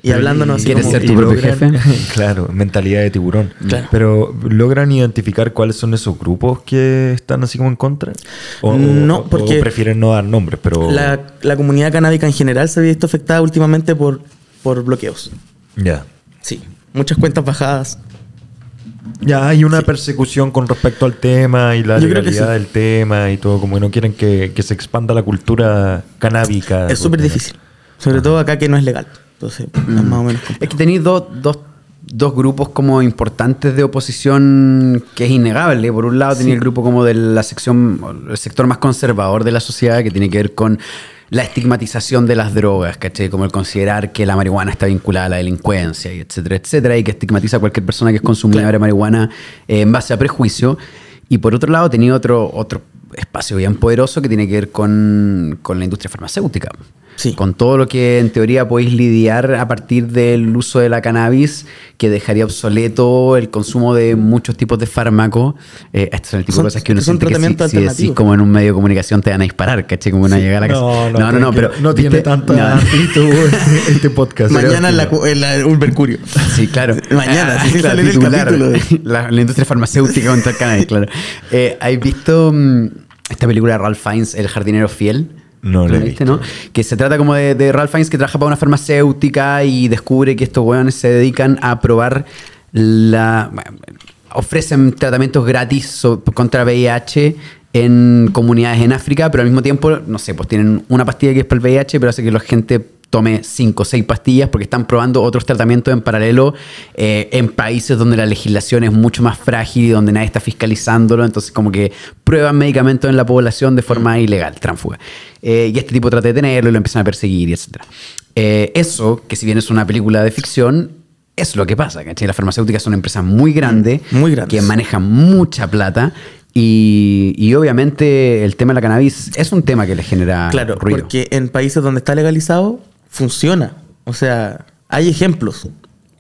Y hablándonos así
¿Quieres
como...
ser tu propio jefe?
(laughs) claro, mentalidad de tiburón.
Claro.
Pero ¿logran identificar cuáles son esos grupos que están así como en contra? O, o-
No,
o
porque-
prefieren no dar nombres, pero...
La, la comunidad canábica en general se ha visto afectada últimamente por, por bloqueos.
Ya.
Sí. Muchas cuentas bajadas.
Ya hay una persecución con respecto al tema y la
Yo creo que
legalidad
sí.
del tema y todo, como que no quieren que, que se expanda la cultura
Ah,
canábica.
Es súper difícil. Sobre todo acá que no es legal. Entonces,
Mm.
es más o menos. complicado.
Es que tenéis dos, dos, dos grupos como importantes de oposición que es innegable. Por un lado tenía el grupo como de la sección, o el sector más conservador de la sociedad que tiene que ver con la estigmatización de las drogas, ¿cachai? Como el considerar que la marihuana está vinculada a la delincuencia, y etcétera, etcétera, y que estigmatiza a cualquier persona que es consumidora de marihuana eh, en base a prejuicio. Y por otro lado tenía otro, otro espacio bien poderoso que tiene que ver con, con la industria farmacéutica.
Sí.
Con todo lo que en teoría podéis lidiar a partir del uso de la cannabis, que dejaría obsoleto el consumo de muchos tipos de fármacos. Eh, estas son el tipo
Son-
de cosas que uno
son
siente que si,
tratamientos
si decís
alternativos.
como en un medio de comunicación te van a disparar, ¿caché? Como una llegada a la
No,
casa.
no,
pero...
No tiene
¿viste? No.
tanta amplitud este podcast.
Mañana la, cu- en la- un
(laughs)
mercurio.
Sí, claro.
(laughs) Mañana, sí, sí, sale en el capítulo de-
La, la industria farmacéutica contra el cannabis, claro. Eh, ¿Has visto mm, esta película de Ralph Fiennes, El jardinero fiel?
No la he
¿La viste, ¿no? Que se trata como de, de Ralph Fiennes que trabaja para una farmacéutica y descubre que estos hueones se dedican a probar la... bueno, ofrecen tratamientos gratis so- contra VIH en comunidades en África, pero al mismo tiempo, no sé, pues tienen una pastilla que es para el VIH, pero hace que la gente tome cinco o seis pastillas porque están probando otros tratamientos en paralelo eh, en países donde la legislación es mucho más frágil y donde nadie está fiscalizándolo, entonces como que prueban medicamentos en la población de
Mm.
forma ilegal, tránsfuga. Eh, y este tipo trata de tenerlo y lo empiezan a perseguir, etc. eso, que si bien es una película de ficción, es lo que pasa, ¿cachai? Las farmacéuticas son empresas muy grandes,
Mm, Muy grandes.
que manejan mucha plata y, y obviamente el tema de la cannabis es un tema que les genera
Claro,
ruido.
porque en países donde está legalizado, funciona. O sea, hay ejemplos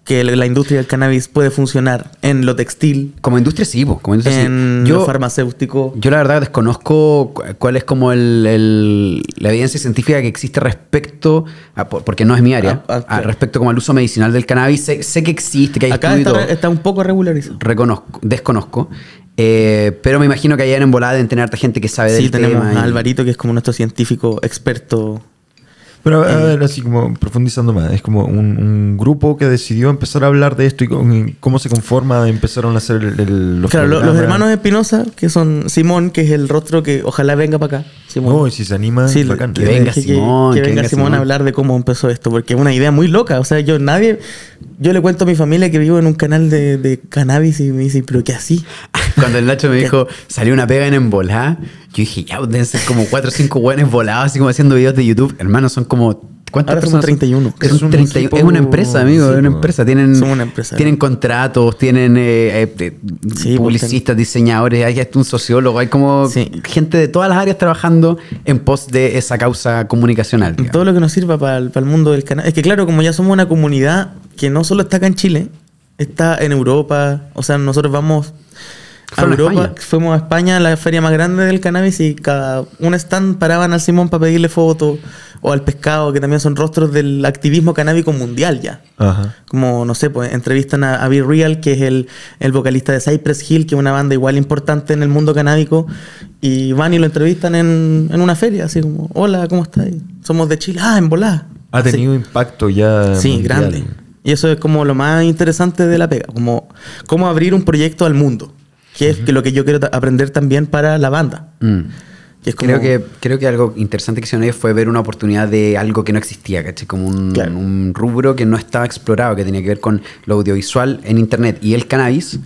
que la la industria del cannabis puede funcionar en lo textil,
Como industria sí, po, como industria sí.
en
Yo-
lo farmacéutico.
Yo la verdad desconozco cu- cuál es como el, el- la evidencia científica que existe respecto, a- por- porque no es mi área,
Ah, ah,
a-
claro.
respecto como al uso medicinal del cannabis. Sé, sé que existe, que hay
Acá
estudios y
está,
todo.
está un poco regularizado.
Reconozco, desconozco. Eh, pero me imagino que allá en Embolada deben tener harta gente que sabe
Sí,
del
tenemos
tema.
a
y-
Alvarito, que es como nuestro científico experto.
Pero a ver, así como profundizando más, es como un, un grupo que decidió empezar a hablar de esto y con- cómo se conforma, empezaron a hacer el- el- los
claro, lo- los
programas.
hermanos Espinosa, que son Simón, que es el rostro que ojalá venga para acá. Simón.
Oh, y si se anima,
Sí,
bacán.
que
Que venga
venga que,
Simón,
que
que
venga
venga
Simón
Simón.
a hablar de cómo empezó esto, porque es una idea muy loca. O sea, yo nadie, yo le cuento a mi familia que vivo en un canal de, de cannabis y me dicen, pero ¿qué así?
Cuando el Nacho me dijo, salió una pega en Embolada, yo dije, ya, deben ser como 4 o 5 hueones volados, así como haciendo videos de YouTube. Hermano, son como. ¿Cuántas
Ahora somos
personas? son?
31.
Son
Es un
30
equipo-
es una empresa, amigo,
sí,
es una
po.
empresa. Tienen,
Somos una empresa,
tienen contratos, tienen eh, eh, eh,
Sí, po,
publicistas, diseñadores, hay hasta un sociólogo, hay como
Sí.
gente de todas las áreas trabajando en pos de esa causa comunicacional. digamos.
Todo lo que nos sirva para el, para el mundo del canal. Es que claro, como ya somos una comunidad que no solo está acá en Chile, está en Europa, o sea, nosotros vamos a
Fueron a
Europa,
España.
fuimos a España, a la feria más grande del cannabis, y cada un stand paraban al Simón para pedirle fotos o al pescado, que también son rostros del activismo canábico mundial ya.
Ajá.
Como, no sé, pues entrevistan a, a Be Real, que es el, el vocalista de Cypress Hill, que es una banda igual importante en el mundo canábico, y van y lo entrevistan en, en una feria, así como, hola, ¿cómo estás? Somos de Chile, ah, en volá.
Ha
Así.
tenido impacto ya.
Sí,
mundial.
grande. Y eso es como lo más interesante de la pega, como cómo abrir un proyecto al mundo, que es que lo que yo quiero ta- aprender también para la banda.
Mm.
Que es como-
Creo, que, creo que algo interesante que hicieron ellos fue ver una oportunidad de algo que no existía, ¿cachai? Como un,
Claro.
un rubro que no estaba explorado, que tenía que ver con lo audiovisual en Internet y el cannabis.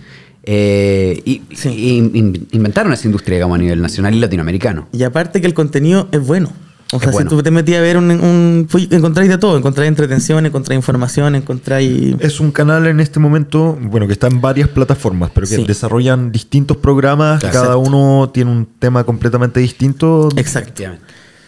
eh, y,
Sí.
y in- inventaron esa industria, digamos, a nivel nacional y latinoamericano.
Y aparte que el contenido es bueno. O
Es
sea,
bueno.
si tú te metías a ver un... un fui- encontráis de todo, encontráis entretención, encontráis información, encontráis...
Es un canal en este momento, bueno, que está en varias plataformas, pero que
Sí.
desarrollan distintos programas,
Claro.
cada uno tiene un tema completamente distinto.
Exacto.
Efectivamente.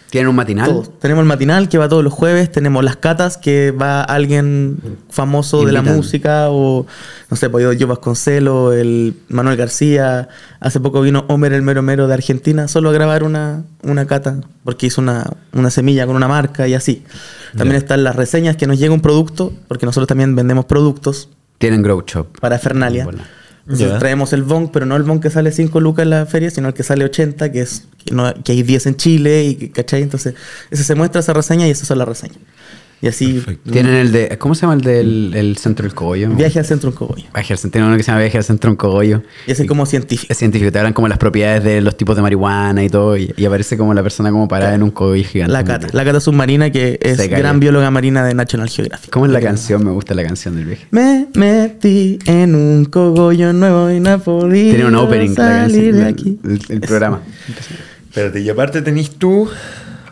Tienen un matinal.
Todos. Tenemos el matinal que va todos los jueves, tenemos las catas que va alguien famoso de la
Invitado.
música o no sé, pues yo, yo Vasconcelo, el Manuel García, hace poco vino Homer el mero mero de Argentina solo a grabar una, una cata porque hizo una, una semilla con una marca y así. También están las reseñas que nos llega un producto porque nosotros también vendemos productos
Tienen Grow Shop.
para Fernalia.
Bueno.
Entonces
Ya.
traemos el bong, pero no el bong que sale 5 lucas en la feria, sino el que sale 80, que es que, no- que hay 10 en Chile, y que- ¿cachai? Entonces, ese se muestra esa reseña y esas son las reseñas. Y así,
Perfecto.
Tienen el de. ¿Cómo se llama el del el centro del cogollo?
viaje al centro en Cogollo.
Viaje al centro. Tienen uno que se llama Viaje al centro del cogollo.
Y así como científico.
Es científico, te hablan como las propiedades de los tipos de marihuana y todo, y, y aparece como la persona como parada en un cogollo gigante.
La cata, la cata submarina, que es
Se cayó.
gran bióloga marina de National Geographic.
¿Cómo es la canción? Me gusta la canción del viaje.
Me metí en un cogollo nuevo y no podía
Tiene un opening la
salir
canción,
de
el-
aquí.
El, el programa.
Espérate, y aparte tenés tú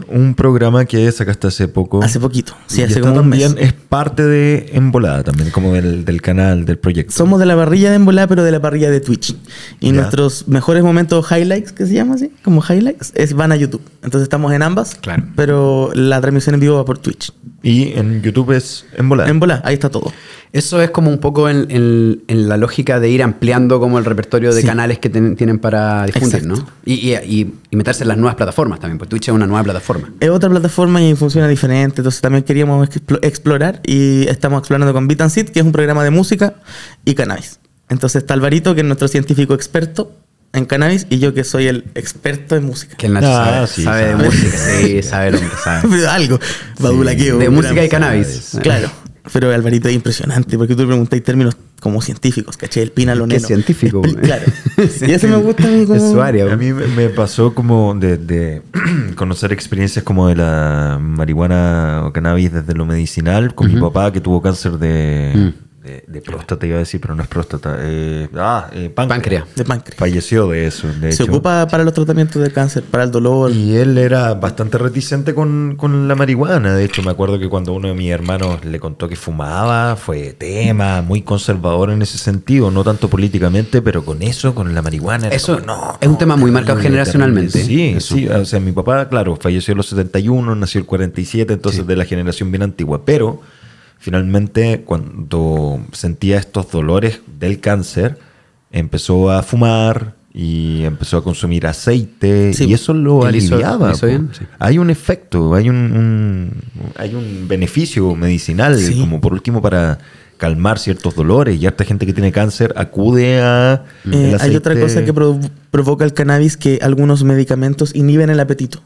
un programa que sacaste hace poco.
Hace poquito, sí,
Y
hace
está
como un mes.
también es parte de Embolada también, como del, del canal, del proyecto.
Somos de la parrilla de Embolá, pero de la parrilla de Twitch. Y
Ya.
nuestros mejores momentos highlights, que se llama así, como highlights, es van a YouTube. Entonces estamos en ambas,
Claro.
pero la transmisión en vivo va por Twitch.
Y en YouTube es Embolada.
Embolá, ahí está todo.
Eso es como un poco en, en- en la lógica de ir ampliando como el repertorio de
Sí.
canales que ten- tienen para difundir,
Exacto.
¿no? Y, y- y- y meterse en las nuevas plataformas también, porque Twitch es una nueva plataforma.
Es otra plataforma y funciona diferente, entonces también queríamos explo- explorar y estamos explorando con Beat and Seed, que es un programa de música y cannabis. Entonces está Alvarito, que es nuestro científico experto en cannabis, y yo que soy el experto en música.
Que el Nacho
Ah,
sabe,
sí,
sabe de
sabe. (laughs)
música, sí, sabe el hombre, sabe.
Pero (laughs) algo, badulaqueo.
de música y
gran-
cannabis.
Claro. Eh, Pero Alvarito es impresionante, porque tú le preguntáis términos como científicos, ¿caché? El pinaloneno.
Es científico,
Expli-
güey.
Claro. y eso me gusta a mí como...
Es su área.
A mí me- me pasó como de, de (clears throat) conocer experiencias como de la marihuana o cannabis desde lo medicinal con mi papá que tuvo cáncer de, de- de próstata, iba a decir, pero no es próstata. eh, ah, eh, páncreas.
Páncreas.
De páncreas.
Falleció de eso, de
Se
hecho.
ocupa para los tratamientos del cáncer, para el dolor.
Y él era bastante reticente con, con la marihuana. De hecho, me acuerdo que cuando uno de mis hermanos le contó que fumaba, fue tema, muy conservador en ese sentido, no tanto políticamente, pero con eso, con la marihuana. era
Eso
como, no,
es un tema muy
terrible,
marcado generacionalmente.
terrible.
Eso.
Sí, sí. O sea, mi papá, claro, falleció en los 71, nació el 47, entonces de la generación bien antigua. Pero finalmente, cuando sentía estos dolores del cáncer, empezó a fumar y empezó a consumir aceite
Sí.
y eso lo
¿Y le hizo-
aliviaba.
le hizo
po.
bien? Sí.
Hay un efecto, hay un, un- hay un beneficio medicinal,
Sí.
como por último para calmar ciertos dolores. Y harta gente que tiene cáncer acude a... Mm, el
Eh, hay otra
aceite.
cosa que prov- provoca el cannabis que algunos medicamentos inhiben el apetito.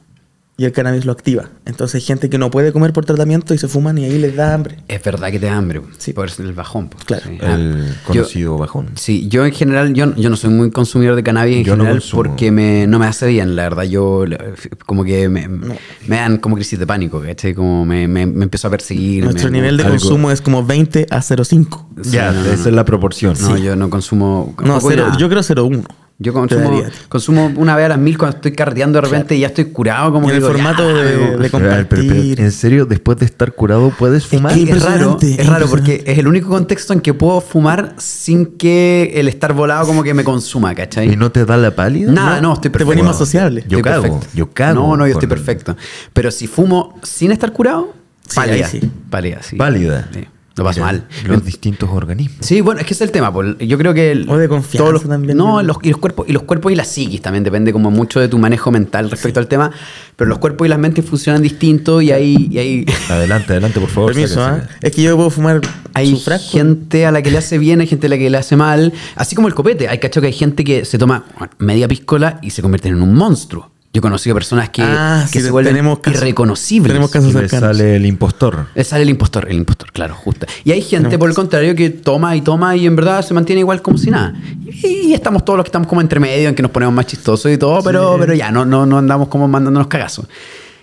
Y el cannabis lo activa. Entonces hay gente que no puede comer por tratamiento y se fuman y ahí les da hambre.
Es verdad que te da hambre, sí.
Sí.
por el bajón. pues.
Claro.
Sí.
El
Ah, yo-
conocido bajón.
Sí, yo en general, yo, yo no soy muy consumidor de cannabis en
Yo no
general
consumo.
porque me, no me hace bien, la verdad. Yo la- f- como que me, me dan como crisis de pánico, ¿cachai? Como me, me, me empiezo a perseguir.
Nuestro
me-
nivel de
algo-
consumo es como 20 a 0,5.
Sí,
ya,
no, no,
esa
no.
es la proporción.
No,
Sí.
yo no consumo...
No,
poco y
cero-
nada.
yo creo 0,1.
Yo
Te
consumo,
daría.
consumo una vez a las mil cuando estoy carreteando de repente y ya estoy curado. Como
Y en el
que digo,
formato
ya,
de-
digo,
de
Pero, pero, pero,
compartir.
en serio, después de estar curado, puedes fumar.
que-
Y es raro,
Impresionante,
es raro porque es el único contexto en que puedo fumar sin que el estar volado como que me consuma, ¿cachai?
¿Y no te da la pálida?
Nada, no, estoy
te
perfecto.
pones más sociable.
Yo cago, yo cago
No, no, yo estoy
con-
perfecto. Pero si fumo sin estar curado,
Sí,
pálida.
ahí sí.
Pálida, sí.
Pálida.
Sí. Lo paso mal.
Los distintos organismos.
Sí, bueno, es que ese es el tema. Paul. Yo creo que. el-
O de confianza
todos los-
también.
No, los, y los, cuerpos, y los cuerpos y las psiquis también depende como mucho de tu manejo mental respecto al tema. Pero los cuerpos y las mentes funcionan distinto y hay, y hay,
Adelante, adelante, por favor.
Permiso,
sáquense.
¿ah? Es que yo puedo fumar
hay
su frasco.
gente a la que le hace bien, hay gente a la que le hace mal. Así como el copete. Hay cacho que hay gente que se toma bueno, media piscola y se convierte en un monstruo. Yo he conocido personas que,
Ah,
que
sí,
se vuelven
tenemos casos-
irreconocibles.
tenemos casos-
Y me
cercanos.
sale el impostor.
Eh, Sale el impostor, el impostor, claro, justa. Y hay gente, por el contrario, que toma y toma y en verdad se mantiene igual como si nada. Y, y estamos todos los que estamos como entre medio, en que nos ponemos más chistosos y todo, pero, pero ya, no, no, no andamos como mandándonos cagazos.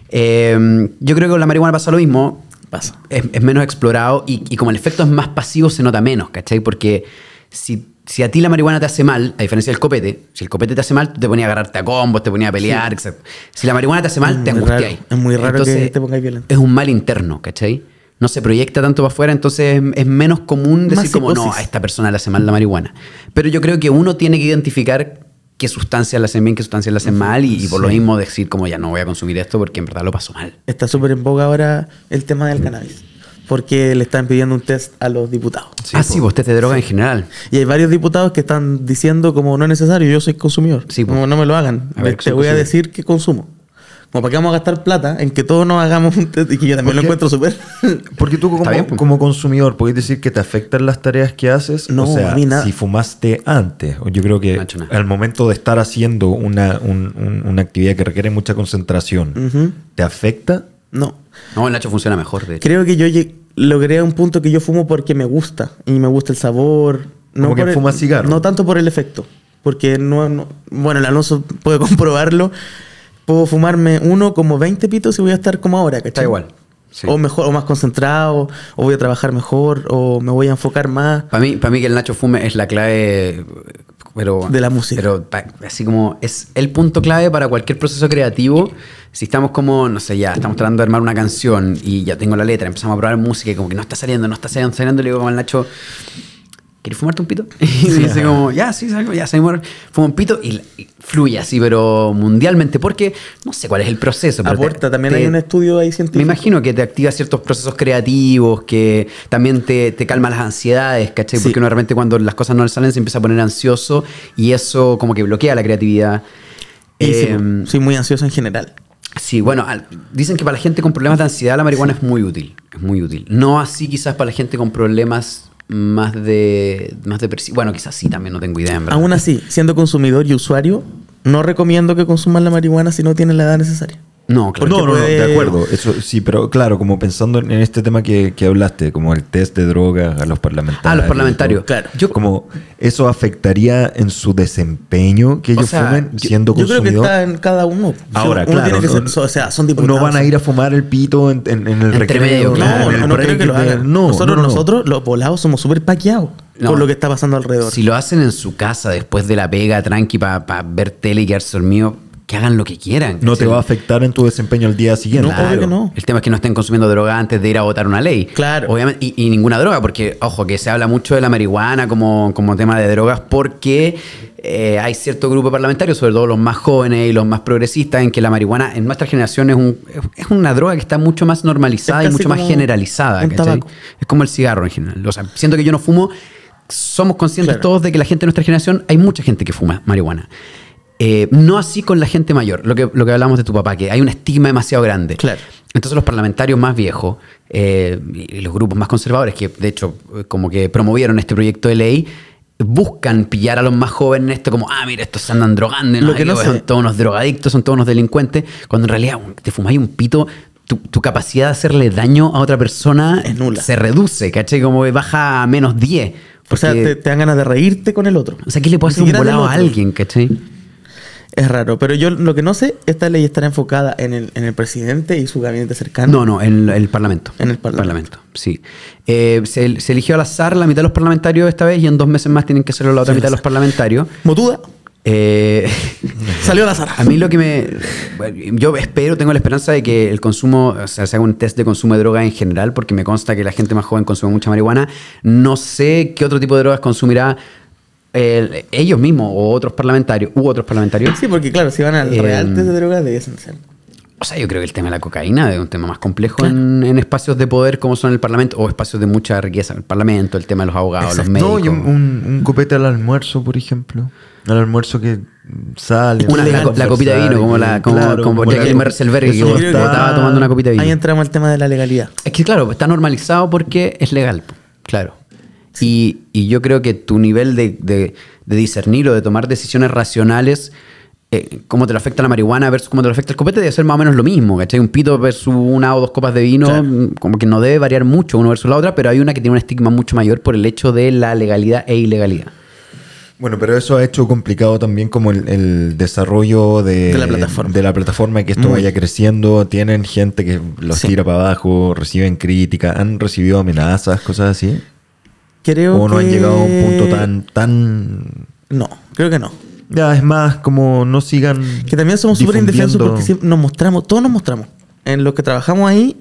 Eh, yo creo que con la marihuana pasa lo mismo.
Pasa.
Es, es menos explorado y, y como el efecto es más pasivo, se nota menos, ¿cachai? Porque si, si a ti la marihuana te hace mal, a diferencia del copete, si el copete te hace mal, tú te ponía a agarrarte a combos, te ponía a pelear, etc. Si la marihuana te hace mal,
Es
te
muy
angustiáis.
raro- es muy raro que te pongáis violento.
Es un mal interno, ¿cachai? No se proyecta tanto para afuera, entonces es- es menos común decir
Más
como, no,
psicosis.
a esta persona le hace mal la marihuana. Pero yo creo que uno tiene que identificar qué sustancias le hacen bien, qué sustancias le hacen mal, y, y por lo mismo decir como, ya no voy a consumir esto porque en verdad lo paso mal.
Está súper en boga ahora el tema del cannabis. Porque le están pidiendo un test a los diputados.
ah, sí, vos te te drogas en general.
Y hay varios diputados que están diciendo como no es necesario, yo soy consumidor.
Sí, po.
como no me lo hagan.
A ver,
te
soy
voy a
consumidor.
decir que consumo. Como para qué vamos a gastar plata en que todos nos hagamos un test y que yo también lo
Porque-
(laughs)
encuentro súper.
Porque tú como,
Está bien, pues.
como consumidor puedes decir que te afectan las tareas que haces.
No,
o sea,
a mí nada.
si fumaste antes. Yo creo que
Nacho, nada.
al momento de estar haciendo una, un- un- una actividad que requiere mucha concentración,
Ujú.
¿te afecta?
No.
No, el Nacho funciona mejor, de hecho.
Creo que yo lleg- logré a un punto que yo fumo porque me gusta. Y me gusta el sabor. No
Como que
por el-
fumas cigarro.
No tanto por el efecto. Porque no, no- Bueno, el Alonso puede (laughs) comprobarlo. Puedo fumarme uno como 20 pitos y voy a estar como ahora, ¿cachai?
Está igual. Sí.
O mejor, o más concentrado, o voy a trabajar mejor, o me voy a enfocar más.
Para mí, para mí que el Nacho fume es la clave, pero...
De la música.
Pero pa- así como es el punto clave para cualquier proceso creativo. Si estamos como, no sé, ya estamos tratando de armar una canción y ya tengo la letra, empezamos a probar música y como que no está saliendo, no está saliendo, saliendo, le digo como al Nacho... ¿Quieres fumarte un pito? (laughs) Y dice como, ya, sí, salgo, ya, salimos, fumo un pito y, y fluye así, pero mundialmente, porque no sé cuál es el proceso. pero te-
Aporta, también
te-
hay un estudio ahí científico.
Me imagino que te activa ciertos procesos creativos, que también te, te calma las ansiedades, ¿cachai?
Sí.
Porque uno de repente cuando las cosas no le salen se empieza a poner ansioso y eso como que bloquea la creatividad.
Y sí,
Em,
soy muy ansioso en general.
Sí, bueno, al- dicen que para la gente con problemas de ansiedad la marihuana es muy útil, es muy útil. No así quizás para la gente con problemas más de más depresi- Bueno, quizás sí, también no tengo idea, en verdad.
Aún así, siendo consumidor y usuario, no recomiendo que consuman la marihuana si no tienen la edad necesaria.
No, claro.
Porque
no, no, no,
puede-
de acuerdo. Eso, sí, pero claro, como pensando en este tema que, que hablaste, como el test de drogas a los parlamentarios.
Ah, los parlamentarios.
Claro.
Yo-
como eso afectaría en su desempeño que
O
ellos
sea,
fumen
yo-
siendo
Yo creo que
consumidor.
está en cada uno.
Ahora,
uno
claro,
tiene que
no-
ser- o sea, son diputados.
no van a ir a fumar el pito en, en- en el
Entre
recreo.
medio,
en
claro.
el
No, no
break
creo que lo
de-
hagan.
No,
nosotros,
no, no.
nosotros, los volados, somos súper paqueados
No.
por lo que está pasando alrededor.
Si lo hacen en su casa después de la pega, tranqui, para ver tele y quedarse dormido, que hagan lo que quieran.
No te
¿cachai?
va a afectar en tu desempeño el día siguiente.
No, obvio que no.
El tema es que no estén consumiendo droga antes de ir a votar una ley.
Claro.
Obviamente, y, y ninguna droga, porque, ojo, que se habla mucho de la marihuana como, como tema de drogas, porque eh, hay cierto grupo parlamentario, sobre todo los más jóvenes y los más progresistas, en que la marihuana en nuestra generación es, un, es una droga que está mucho más normalizada
Es
y
casi
mucho más
como
generalizada.
un
¿cachai?
tabaco.
Es como el cigarro en general. O sea, siento que yo no fumo. Somos conscientes
Claro.
todos de que la gente de nuestra generación, hay mucha gente que fuma marihuana. Eh, no así con la gente mayor, lo que, lo que hablamos de tu papá, que hay un estigma demasiado grande.
Claro.
Entonces los parlamentarios más viejos eh, y los grupos más conservadores, que de hecho eh, como que promovieron este proyecto de ley, buscan pillar a los más jóvenes en esto como, ah, mira, estos se andan drogando, y
Lo
nada
que no
son
sé.
todos unos drogadictos, son todos unos delincuentes, cuando en realidad bueno, te fumáis un pito, tu, tu capacidad de hacerle daño a otra persona
Es nula.
se reduce, ¿cachai? Como que baja a menos 10.
o sea,
porque-
te, te dan ganas de reírte con el otro.
o sea, ¿qué le puede
Ni
hacer un
siquiera del
volado a
otro.
alguien, cachai?
Es raro, pero yo lo que no sé, esta ley estará enfocada en el, en el presidente y su gabinete cercano.
No, no, en el Parlamento.
¿Ah? En el Parlamento.
sí. Eh, se, se eligió al azar la mitad de los parlamentarios esta vez y en dos meses más tienen que hacerlo la otra
Sí,
mitad de los parlamentarios.
Motuda
Eh,
salió a la Sara.
a mí lo que me... bueno, Yo espero, tengo la esperanza de que el consumo, o sea, se haga un test de consumo de droga en general, porque me consta que la gente más joven consume mucha marihuana. No sé qué otro tipo de drogas consumirá eh, ellos mismos o otros parlamentarios, u otros parlamentarios.
Sí, porque claro, si van al
Eh,
real test de drogas, debes ser.
O sea, yo creo que el tema de la cocaína es un tema más complejo en, en espacios de poder como son el Parlamento o espacios de mucha riqueza. El Parlamento, el tema de los abogados, los
No,
médicos.
y un, un- un copete al almuerzo, por ejemplo. Al almuerzo que sale.
Una- la- la copita de vino, como la- como- como Jack
Em,
Elmer Selberg, que
eso
vos
está-
estaba tomando una copita de vino.
Ahí entramos al tema de la legalidad.
Es que claro, está normalizado porque es legal, po, claro. Y, y yo creo que tu nivel de, de- de discernir o de tomar decisiones racionales, eh, cómo te lo afecta la marihuana versus cómo te lo afecta el copete, debe ser más o menos lo mismo, ¿cachai? Un pito versus una o dos copas de vino,
Claro.
mm, como que no debe variar mucho uno versus la otra, pero hay una que tiene un estigma mucho mayor por el hecho de la legalidad e ilegalidad.
Bueno, pero eso ha hecho complicado también como el, el desarrollo de,
De la plataforma.
de la plataforma, que esto
Muy.
vaya creciendo. Tienen gente que los
Sí.
tira para abajo, reciben críticas, han recibido amenazas, cosas así.
Creo
o no han
que-
llegado a un punto tan, tan...
No, creo que no.
Ya, es más, como no sigan...
Que también somos súper indefensos
difundiendo-
porque siempre nos mostramos, todos nos mostramos. En los que trabajamos ahí,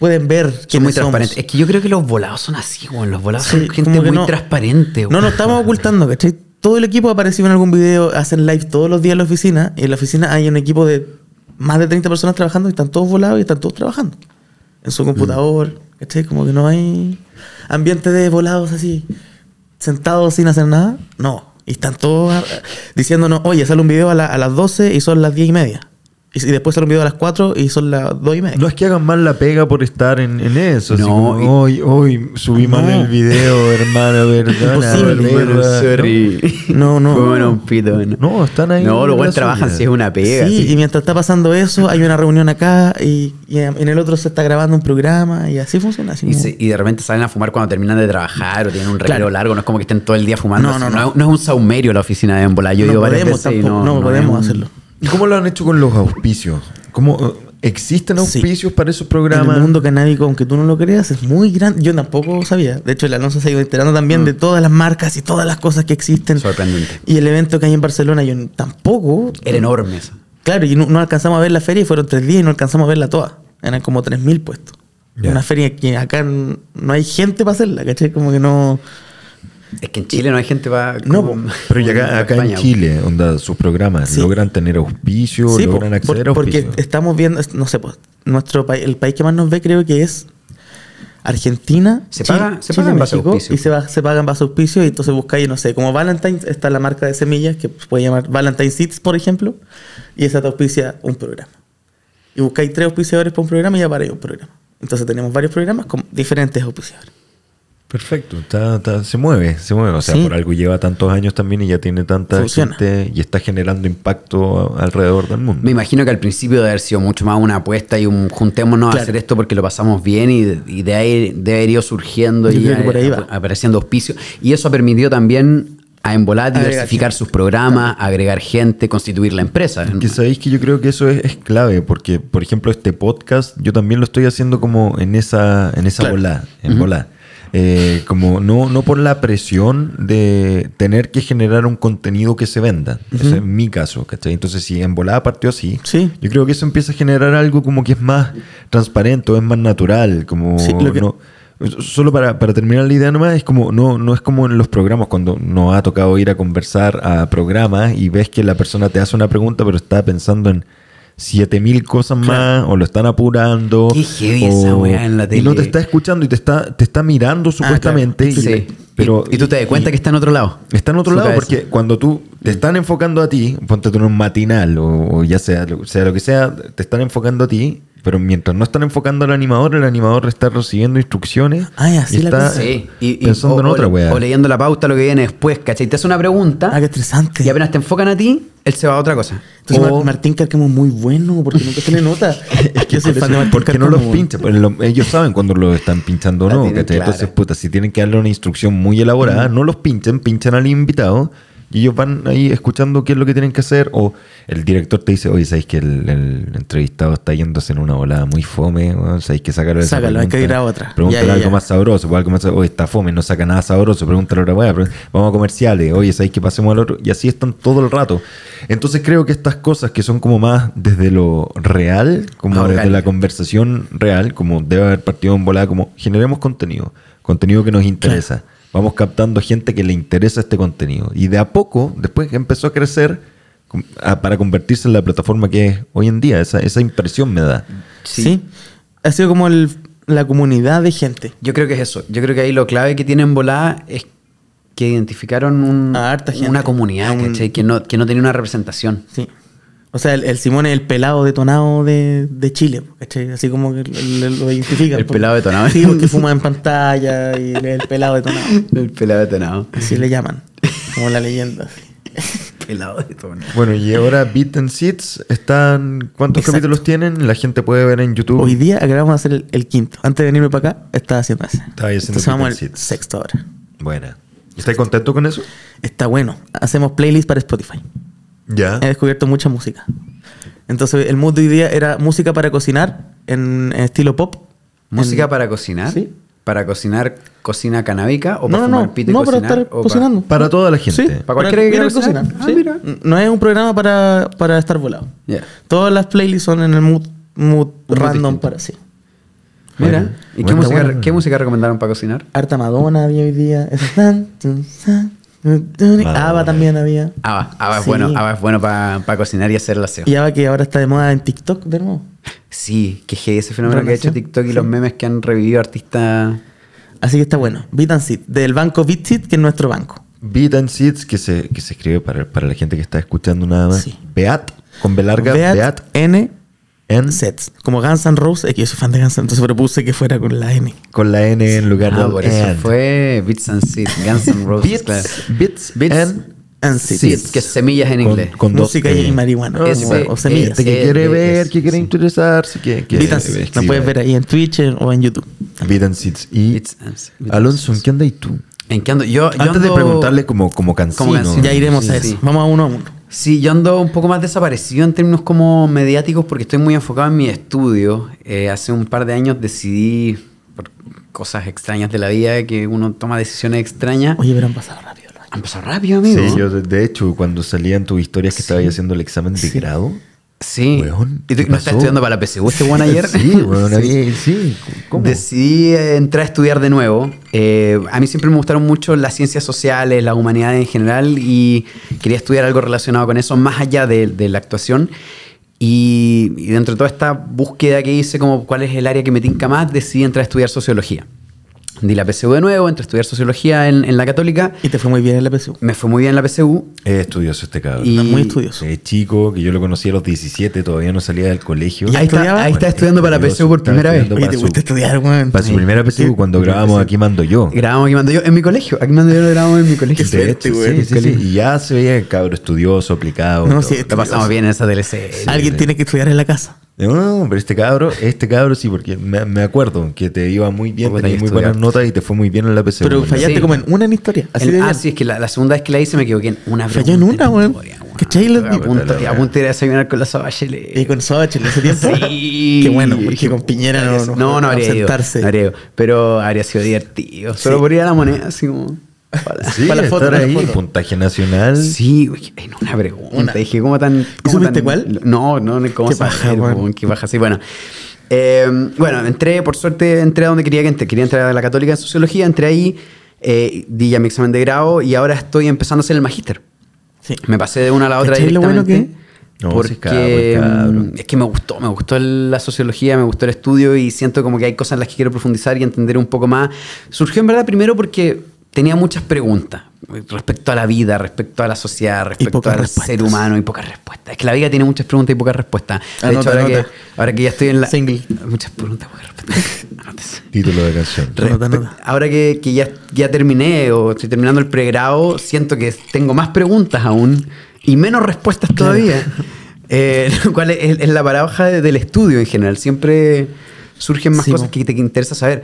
pueden ver que
Son muy transparentes. Es que yo creo que los volados son así, weón. Los volados son gente muy transparente,
No
weón.
nos estamos ocultando, ¿cachai? Todo el equipo ha aparecido en algún video, hacen live todos los días en la oficina. Y en la oficina hay un equipo de más de 30 personas trabajando y están todos volados y están todos trabajando. En
Mm.
su computador, ¿cachai? Como que no hay ambiente de volados así, sentados sin hacer nada. No. Y están todos ah, diciéndonos, oye, sale un video a, la- a las 12 y son las 10 y media. Y, y después sale un video a las 4 y son las 2 y media.
No es que hagan mal la pega por estar en, en eso. así
No,
como,
y-
hoy, hoy subí mal
No.
el video, (laughs) hermano, verdad.
Imposible, No, no.
Bueno, un pito, no.
No, están ahí
No, los
en
buenos
la
trabajan
suya.
si es una pega.
Sí,
sí.
y mientras está pasando eso, hay una reunión acá y, y en el otro se está grabando un programa y así funciona. Así
Y,
como-
se- y de repente salen a fumar cuando terminan de trabajar o tienen un recreo
Claro.
largo. No es como que estén todo el día fumando.
No,
así.
no,
no.
no.
es- no es un saumerio la oficina de Embola. Yo he
no
ido varias
podemos,
veces y
tampoco- no
es
podemos
un-
hacerlo.
¿Y cómo lo han hecho con los auspicios? ¿Cómo, eh, ¿Existen
Sí.
auspicios para esos
En
programas?
el mundo canábico, aunque tú no lo creas, es muy grande. Yo tampoco sabía. De hecho, el Alonso se ha ido enterando también de todas las marcas y todas las cosas que existen.
Mm. Sorprendente.
Y el evento que hay en Barcelona, yo tampoco. eh,
Era enorme esa.
Claro, y no, no alcanzamos a ver la feria y fueron tres días y no alcanzamos a verla toda. Eran como 3.000 puestos.
Ya.
Una feria que acá n- no hay gente para hacerla, ¿cachai? Como que no.
Es que en Chile no hay gente para.
No, po.
Pero ya acá, acá en Chile, onda, sus programas
Sí.
logran tener auspicio,
Sí, po,
logran acceder
por-
a
porque
auspicio.
estamos viendo, es- no sé, pues, nuestro país, el país que más nos ve creo que es Argentina,
Se
Chi-
paga- se paga en base a
México,
auspicio.
y se, va- se paga en base a auspicio y entonces buscáis, no sé, como Valentine está la marca de semillas que se puede llamar Valentine Seeds, por ejemplo, y esa te auspicia un programa. Y buscáis tres auspiciadores por un programa y ya para ahí un programa. Entonces tenemos varios programas con diferentes auspiciadores.
Perfecto, está- está- se mueve, se mueve. O sea,
Sí.
por algo lleva tantos años también y ya tiene tanta
Funciona.
gente y está generando impacto a- alrededor del mundo.
Me imagino que al principio debe haber sido mucho más una apuesta y un juntémonos a
Claro.
hacer esto porque lo pasamos bien y, y de ahí debe haber ido surgiendo
Yo
y
creo que por ahí
a-
va.
apareciendo auspicios. Y eso ha permitido también a Embolá
Agregar
diversificar
gente.
sus programas, agregar gente, constituir la empresa.
Que sabéis que yo creo que eso es, es clave, porque, por ejemplo, este podcast yo también lo estoy haciendo como en esa, en esa
Claro.
bola, en bola. Eh, como no, no por la presión de tener que generar un contenido que se venda. Ese es mi caso, ¿cachai? Entonces, si en volada partió así,
Sí.
yo creo que eso empieza a generar algo como que es más transparente, o es más natural, como
Sí, lo que-
no- Solo para, para terminar la idea nomás, es como, no, no es como en los programas, cuando nos ha tocado ir a conversar a programas y ves que la persona te hace una pregunta, pero está pensando en 7000 cosas más, o lo están apurando.
Qué heavy esa
o-
weá en la
Y no
tele.
te está escuchando y te está, te está mirando supuestamente.
Sí.
y,
Sí.
Pero,
y, y tú te das cuenta
y-
que está en otro lado.
Está en otro
Su
lado
cabeza.
porque cuando tú te están enfocando a ti, ponte tú en un matinal o, o ya sea lo, sea lo que sea, te están enfocando a ti, pero mientras no están enfocando al animador, el animador está recibiendo instrucciones
Ay, así
y
la
está
cosa.
Ah, Sí, y- y-
pensando
o-
en
o
otra
le-
weá.
O leyendo la pauta, lo que viene después, ¿cachai? Te hace una pregunta
Ah, qué estresante.
y apenas te enfocan a ti, él se va a otra cosa.
Entonces,
O-
Mar- Martín Cárcamo es muy bueno porque nunca se le nota.
Oh. (laughs)
(laughs)
Es que
Yo soy
por
fan
eso-
de Martín
porque no los
Cárcamo, weón.
pincha, pues, lo- ellos saben cuando los están pinchando o
La
no.
tienen
¿cachai?
clara.
Entonces, puta, si tienen que darle una instrucción muy elaborada, no los pinchen, pinchan al invitado y ellos van ahí escuchando qué es lo que tienen que hacer. O el director te dice, oye, sabéis que el, el entrevistado está yéndose en una volada muy fome, weón, sabéis que sacarlo de esa
Sácalo, hay que
pregunta.
ir a otra.
Pregúntale
Ya, ya,
algo
ya.
más sabroso, o algo más sabroso. Oye, está fome, no saca nada sabroso, pregúntale otra weá, pero vamos a comerciales, oye, sabéis que pasemos al otro, y así están todo el rato. Entonces creo que estas cosas que son como más desde lo real, como
Más
desde
orgánico.
la conversación real, como debe haber partido en volada, como generemos contenido, contenido que nos interesa. Vamos captando gente que le interesa este contenido. Y de a poco, después que empezó a crecer, com- a- para convertirse en la plataforma que es hoy en día. Esa, esa impresión me da.
Sí.
Sí. Ha sido como el- la comunidad de gente.
Yo creo que es eso. Yo creo que ahí lo clave que tienen volada es que identificaron un-
A harta gente.
una comunidad,
A un-
¿cachai? Que no, que no tenía una
(laughs)
representación.
Sí. O sea, el, el Simón es el pelado detonado de, de Chile, ¿cachai? Así como que lo- lo- lo identifican.
El
porque-
pelado detonado.
Sí, porque fuma en pantalla y el pelado detonado.
El pelado detonado.
Así le llaman. Como la leyenda. así.
Pelado detonado.
(laughs)
Bueno, y ahora Beat and Seeds están. ¿Cuántos
Exacto.
capítulos tienen? La gente puede ver en YouTube.
Hoy día acabamos de hacer el, el quinto. Antes de venirme para acá, estaba haciendo ese.
Estaba haciendo
Entonces
Beat
vamos
and
al
Seeds.
sexto ahora.
Buena. ¿Estás contento con eso?
Está bueno. Hacemos playlist para Spotify.
Ya.
He descubierto mucha música. Entonces, el mood de hoy día era música para cocinar en, en estilo pop.
¿Música
En-
para cocinar?
Sí.
¿Para cocinar cocina canábica? ¿O
No,
para
no,
fumar
no.
pito y
No, para
cocinar?
estar
¿O
cocinando.
Para toda la gente.
Sí.
¿Para cualquiera que quiera
quiera
cocinar? Ah,
sí.
mira.
N- No es un programa para, para estar volado.
Ya.
Todas las playlists son en el mood,
mood
mood random
distinto.
para sí.
Mira.
Bueno,
¿Y qué
bueno,
música,
bueno.
qué música recomendaron para cocinar?
Harta Madonna había hoy día. Esa- tan, tun, san, tun, tun.
Madonna.
Ava también había.
Ava. Ava ah, es
Sí.
bueno. Ava es bueno para cocinar y hacer el aseo.
Y Ava que ahora está de moda en TikTok de nuevo.
Sí, que heavy ese fenómeno que ha hecho
Relación.
TikTok y
Sí.
los memes que han revivido artistas.
Así que está bueno. Beat and Seed, del banco BitSeed, que es nuestro banco.
Beat and Seeds, que se, que se escribe para, para la gente que está escuchando nada más.
Sí.
Beat, con B larga, Beat,
Beat N
and
Sets. Como Guns N' Roses, es que yo soy fan de Guns N' Entonces propuse que fuera con la N.
con la N en lugar
Ah,
de
por eso fue Beats and Seeds, Guns N' Roses,
Beats,
claro.
Beats,
Beats
and
And
Seeds.
Seeds.
Seeds, que es semillas en
Con-
inglés.
con dos
Ah, Música
N.
y marihuana.
Ah,
Ese-
bueno.
o semillas.
Gente que quiere
L,
ver,
S.
que quiere interesarse, que, que
Beat and
eh,
Seeds. Lo
escriba.
puedes ver ahí en Twitch eh, o en YouTube.
Beat and Seeds. Y
Beats and Seeds, Beat and
Alonso, ¿en qué andas tú?
¿En qué ando? Yo, yo
Antes de
ando-
preguntarle como, como cancino.
Como cancino.
Ya iremos
Sí,
a eso.
sí.
Vamos a uno a uno.
Sí, yo ando un poco más desaparecido en términos como mediáticos porque estoy muy enfocado en mi estudio. Eh, hace un par de años decidí, por cosas extrañas de la vida, que uno toma decisiones extrañas.
Oye, pero han pasado rápido los años.
Han pasado rápido, amigo.
Sí, yo de- de hecho, cuando salían tus historias que estabas haciendo el examen de grado.
Sí.
Weón, ¿qué
¿Y tú no estás
pasó?
estudiando para la PSU
(laughs)
este buen ayer?
Sí,
(laughs)
(laughs)
weón, había- sí. ¿Cómo?
Decidí eh, entrar a estudiar de nuevo. Eh, a mí siempre me gustaron mucho las ciencias sociales, las humanidades en general y quería estudiar algo relacionado con eso, más allá de, de la actuación. Y, y dentro de toda esta búsqueda que hice, como cuál es el área que me tinca más, decidí entrar a estudiar sociología. Di la PSU de nuevo, entré a estudiar sociología en, en la Católica.
Y te fue muy bien en la PSU.
Me fue muy bien en la PSU.
Es estudioso este cabrón.
Y-
Andas muy estudioso.
Eh, chico, que yo lo conocí a los 17, todavía no salía del colegio.
¿Y
Ahí está,
estudiaba?
ahí está estudiando para la PSU por primera vez.
Estudiando
Oye,
para
te
su-
gusta estudiar, weón.
Para su primera PSU, cuando grabamos Aquí Mando Yo.
Grabamos aquí mando yo en mi colegio. Aquí mando yo lo grabamos en mi colegio.
De hecho, sí, sí, sí, Y ya se veía el cabro estudioso, aplicado.
No,
todo.
sí,
Lo pasamos bien en esa DLC.
Alguien tiene que estudiar en la casa.
No, pero este cabro, este cabro sí, porque me, me acuerdo que te iba muy bien,
Puta,
tenías
que
muy
estudiar.
buenas notas y te fue muy bien en la PSU.
Pero
¿no?
fallaste
Sí.
como en una en historia. Así
En-
de
ah,
bien.
sí, es que la, la segunda vez que la hice me equivoqué en una
Falló en
pregunta
una, weón.
historia, weón.
¿Cachai? Lo-
Estuve A punto,
Puta la
a
weá.
punto de ir a desayunar con la Sobachelet.
Y con Sochi en ese tiempo.
Sí.
Qué bueno, porque con Piñera no,
no, no, habría ido,
sentarse.
no habría ido. Pero habría sido divertido. Solo por ir a la moneda, así como.
Sí,
para la foto,
estar
para la
ahí,
foto.
puntaje nacional.
Sí, güey, en una pregunta.
Una.
Dije, ¿cómo tan. cómo
supiste
tan-
cuál?
No, no, no, ¿cómo
Qué
saber,
paja, weón.
weón, Qué baja, sí, bueno. Eh, bueno, entré, por suerte, entré a donde quería que entre. Quería entrar a la Católica en Sociología, entré ahí, eh, di ya mi examen de grado y ahora estoy empezando a hacer el magíster.
Sí.
Me pasé de una a la otra
¿Cachai lo bueno
directamente.
que es? No, sí,
porque
cabro, cabro.
mm, es que me gustó, me gustó el- la sociología, me gustó el estudio y siento como que hay cosas en las que quiero profundizar y entender un poco más. Surgió en verdad primero porque tenía muchas preguntas respecto a la vida, respecto a la sociedad, respecto
pocas
al
respuestas.
ser humano y pocas respuestas. Es que la vida tiene muchas preguntas y pocas respuestas. De
Anota,
hecho, ahora que,
anota.
ahora que ya estoy en la...
Single.
Muchas preguntas, pocas
(laughs)
respuestas. Anótese.
Título de canción.
Re- Anota, anota.
Ahora que, que ya, ya terminé o estoy terminando el pregrado, siento que tengo más preguntas aún y menos respuestas
(laughs)
todavía. Eh, (laughs) lo cual es, es la paradoja de- del estudio en general. Siempre surgen más
Sí,
cosas
po.
que te interesa saber.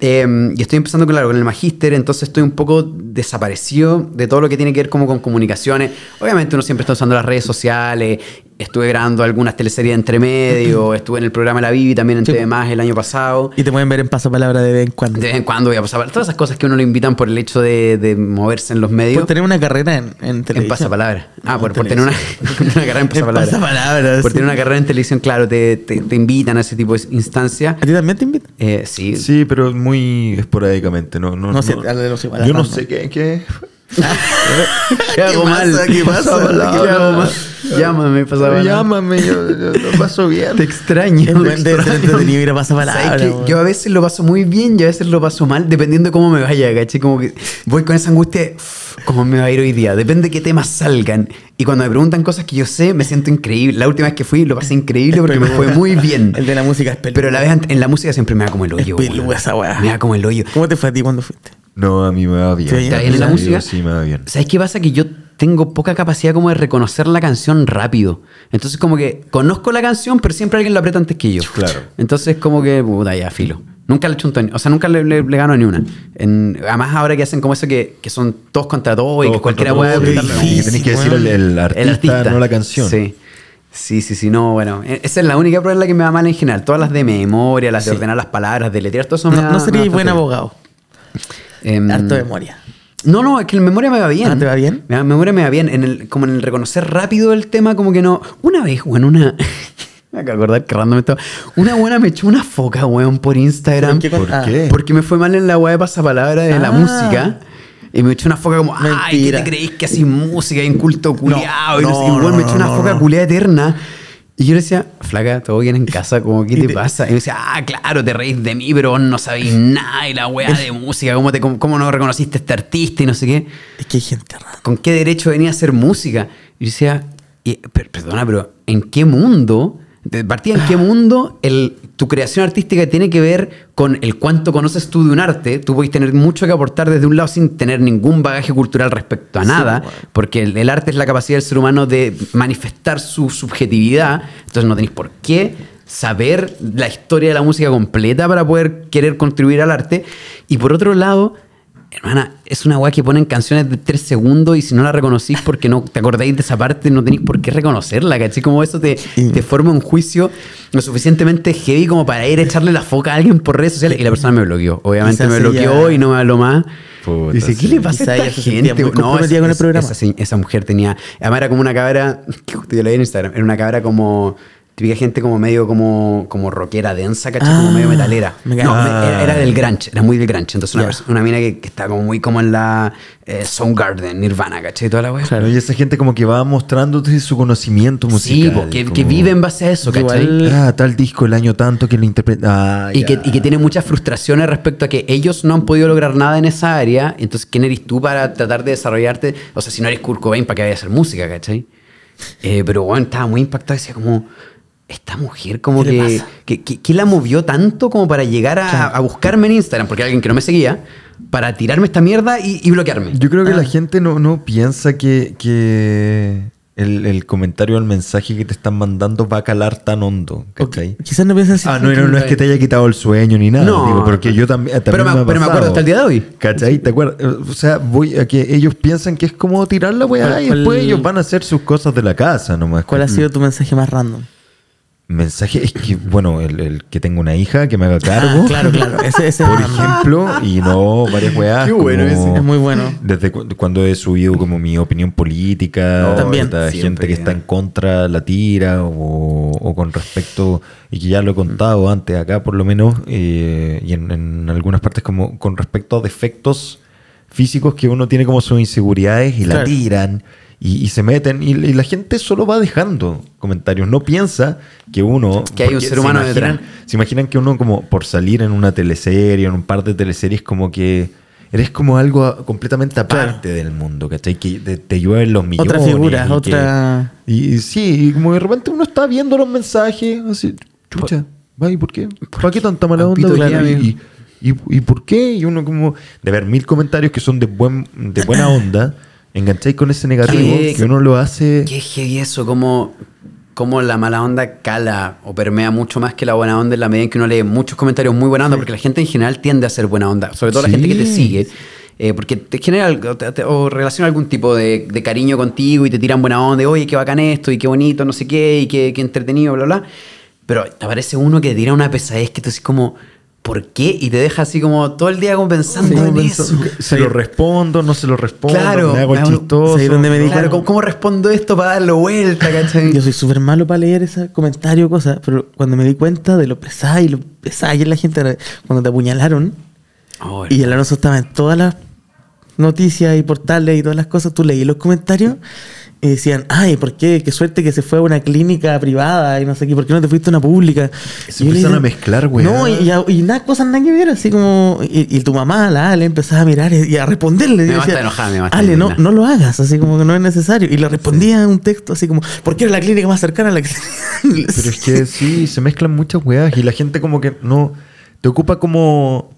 Eh, y estoy empezando, claro, con el magíster, entonces estoy un poco desaparecido de todo lo que tiene que ver como con comunicaciones. Obviamente uno siempre está usando las redes sociales, estuve grabando algunas teleseries de entre
(clears throat)
medio, estuve en el programa La Vivi también en
Sí, po.
TV Más el año pasado.
Y te pueden ver en pasapalabra de vez en cuando.
De vez en cuando voy a pasar. Todas esas cosas que uno le invitan por el hecho de, de moverse en los medios.
Por tener una carrera en, en
En
televisión.
pasapalabra. Ah,
No,
por,
en
por tener una,
televisión.
(laughs) por tener una carrera en
(laughs) En
pasapalabra.
pasapalabra,
Por
sí.
tener una carrera en televisión, claro, te, te- te invitan a ese tipo de instancias.
¿A ti también te invitan?
Eh, sí. (laughs)
Sí, pero muy esporádicamente. No, no,
No sé, a la de los igual,
Yo
a
no
Juan,
sé
¿no?
qué, qué-
¿Qué hago (laughs)
pasa?
mal?
¿Qué pasa?
Pasaba la
¿Qué
hora.
hago mal?
Llámame, pasaba la-
yo, lo paso bien.
Te extraño.
Es
te
buen- debe ser
extraño.
entretenido ir a pasapalabra,
¿Sabes qué?
weón.
Yo a veces lo paso muy bien y a veces lo paso mal, dependiendo de cómo me vaya, ¿cachai? Como que voy con esa angustia, uff, cómo me va a ir hoy día, depende de qué temas salgan. Y cuando me preguntan cosas que yo sé, me siento increíble. La última vez que fui lo pasé increíble porque me fue muy bien.
El de la música es peludo.
Pero a la vez ant- en la música siempre me da como el
Es
hoyo.
peludo
weón.
esa weá.
Me da como el hoyo.
¿Cómo te fue a ti cuando fuiste?
No, a mí me va bien.
Sí, ¿Está
bien en la
Sí,
música?
Sí, me va bien.
¿Sabes qué pasa? Que yo tengo poca capacidad como de reconocer la canción rápido. Entonces como que conozco la canción, pero siempre alguien la aprieta antes que yo.
Claro.
Entonces como que, puta, ya, filo. Nunca le chunto, a ni- o sea, nunca le, le- le gano a ni una. En- además ahora que hacen como eso que, que son todos contra todos y que
Todos
cualquiera
contra
puede
todos,
apretar
sí,
la
como que
música.
Tenés que decir el, el artista, no la canción.
Sí. Sí, sí, sí, no, bueno, e- esa es la única prueba en la que me va mal en general. Todas las de memoria, las de
Sí.
ordenar las palabras, de letrear, todo eso
No,
me da-
no
me da
sería buen
bastante bien.
abogado.
Em,
Harto memoria.
no, no, es que en memoria me va bien.
Ah, ¿te va bien?
Me va- En memoria me va bien. En el, como en el reconocer rápido el tema, como que no. Una vez, weón, una. (laughs) me acabo de acordar que random estaba. Una buena me echó una foca, weón, por Instagram.
¿Por qué?
¿Por
Ah.
qué?
Porque me fue mal en la weá de pasapalabra de la
Ah.
música. Y me echó una foca como, ay, ¿qué
Mentira.
te creís que así música y un culto culiado? y no,
no,
sé, y, weón,
no,
me echó una
no,
foca
no.
culiada eterna. Y yo le decía, flaca, todo bien en casa, como, ¿qué
(laughs) Y
te,
te-
pasa? Y me decía, ah, claro, te reís de mí, pero vos no sabéis nada y la weá
(laughs)
de música, ¿cómo, te, cómo, cómo no reconociste a este artista y no sé qué?
Es que hay gente rara.
¿Con qué derecho venía a hacer música? Y yo decía, y- per- perdona, pero ¿en qué mundo, de partida en qué mundo, el, tu creación artística tiene que ver con el cuánto conoces tú de un arte? Tú podés tener mucho que aportar desde un lado sin tener ningún bagaje cultural respecto a nada, porque el, el arte es la capacidad del ser humano de manifestar su subjetividad, entonces no tenéis por qué saber la historia de la música completa para poder querer contribuir al arte. Y por otro lado, Hermana, es una weá que ponen canciones de tres segundos y si no la reconocís porque no te acordáis de esa parte, no tenéis por qué reconocerla, ¿cachai? Como eso te, te forma un juicio lo suficientemente heavy como para ir a echarle la foca a alguien por redes sociales. Y la persona me bloqueó. Obviamente
Quizás
me
ella-
bloqueó y no me habló más.
Puta,
Dice, ¿qué
sí.
le pasa a
Quizás
esta
ella se sentía
gente?
muy comprometida con el programa.
esa, sí- esa mujer tenía... Además era como una cabra... (laughs) Yo la vi en Instagram. Era una cabra como... Típica gente como medio como, como rockera densa, ¿cachai? como
Ah,
medio metalera.
me
no,
cago.
me- era, era del grunge, era muy del grunge. Entonces una,
Ya.
persona- una mina que, que está como muy como en la eh, Soundgarden, Nirvana, ¿cachai? Toda la wea.
Claro, y esa gente como que va mostrándote su conocimiento
Sí,
musical.
po, que,
como-
que vive en base a eso, ¿cachai?
Igual-
Ah, tal disco el año tanto que lo interpreta. Ah,
Y
ya.
que, y que tiene muchas frustraciones respecto a que ellos no han podido lograr nada en esa área. Entonces, ¿quién eres tú para tratar de desarrollarte? O sea, si no eres Kurt Cobain, ¿para qué vayas a hacer música, cachai? Eh, pero bueno, estaba muy impactado. Decía como, esta mujer como
¿Qué le
que,
pasa?
que, que- que la movió tanto como para llegar a, a buscarme en Instagram, porque era alguien que no me seguía, para tirarme esta mierda y, y bloquearme.
Yo creo que
Ah.
la gente no, no piensa que, que el, el comentario, el mensaje que te están mandando va a calar tan hondo.
O
¿cachai?
qui- Quizás no piensas
Ah, no, no, no es que te haya quitado el sueño ni nada.
No.
digo, porque yo también.
Pero
también
me- pero me
ha
acuerdo
pasado.
hasta el día de hoy.
¿Cachai? ¿Te acuerdas? Eh, O sea, voy a que ellos piensan que es como tirar la weá
¿Cuál-
y
cuál-
después ellos van a hacer sus cosas de la casa nomás.
¿Cuál ha sido tu mensaje más random?
Mensaje es que, bueno, el, el que tengo una hija que me haga cargo.
Ah, claro, claro. Ese, ese
Por
es random.
ejemplo, y no, varias weas.
Qué bueno
como-
ese. Es muy bueno.
Desde cu- cuando he subido como mi opinión política,
No, También.
esta gente
siempre.
que está en contra la tira, o, o con respecto, y que ya lo he contado antes acá por lo menos, eh, y en, en algunas partes como con respecto a defectos físicos que uno tiene como sus inseguridades y la
Claro.
tiran. Y, y se meten, y, y la gente solo va dejando comentarios. No piensa que uno.
Que hay un
porque
ser
se
humano
imaginan-
detrás.
¿Se imaginan que uno como por salir en una teleserie, en un par de teleseries, como que eres como algo a- completamente aparte del mundo, ¿cachai? Que te, te llueven los millones.
Otra figura,
y que-
otra-
y, y sí, y como de repente uno está viendo los mensajes, así, chucha, vaya, ¿por qué? ¿Para qué tanta mala onda?
Papito,
¿Y-
claro,
y-
amigo.
y, y, y por qué? Y uno como, de ver mil comentarios que son de, buen, de buena onda, engancháis con ese negativo,
¿Qué?
que uno lo hace...
Qué heavy eso, como, como la mala onda cala o permea mucho más que la buena onda en la medida en que uno lee muchos comentarios muy buena onda, porque la gente en general tiende a ser buena onda, sobre todo la gente que te
Sí.
sigue. eh, porque te genera algo, te- te- o relaciona algún tipo de, de cariño contigo y te tiran buena onda, de, oye, qué bacán esto y qué bonito, no sé qué, y qué, qué entretenido, bla, bla. Pero te aparece uno que te tira una pesadez que tú así como, ¿por qué? Y te deja así como todo el día como pensando en eso.
Se lo respondo, no se lo respondo,
Claro,
me hago el
me hago-
chistoso.
Sí, donde me di
Claro, ¿cómo, cómo respondo esto para darlo vuelta, cachai?
Yo soy súper malo para leer esos comentarios, cosas, pero cuando me di cuenta de lo pesada y lo pesada que es la gente, cuando te apuñalaron,
Oh,
y el Alonso estaba en todas las noticias y portales y todas las cosas, tú leí los comentarios y decían, ay, ¿por qué? Qué suerte que se fue a una clínica privada y no sé qué, ¿por qué no te fuiste a una pública?
Se
Y yo le
empiezan
dije,
a mezclar, güey. ¿eh?
No, y, y, a- y nada, cosas nada que ver, así como, y, y tu mamá, la Ale, empezaba a mirar y, y a responderle.
Mi
y
mamá está enojada, mi mamá está
Ale, no,
indignada".
no lo hagas, así como que no es necesario. Y le respondía un texto así como, ¿por qué era la clínica más cercana a la que...
Pero
(laughs)
es que (laughs) sí, se mezclan muchas weas y la gente como que no... Te ocupa como...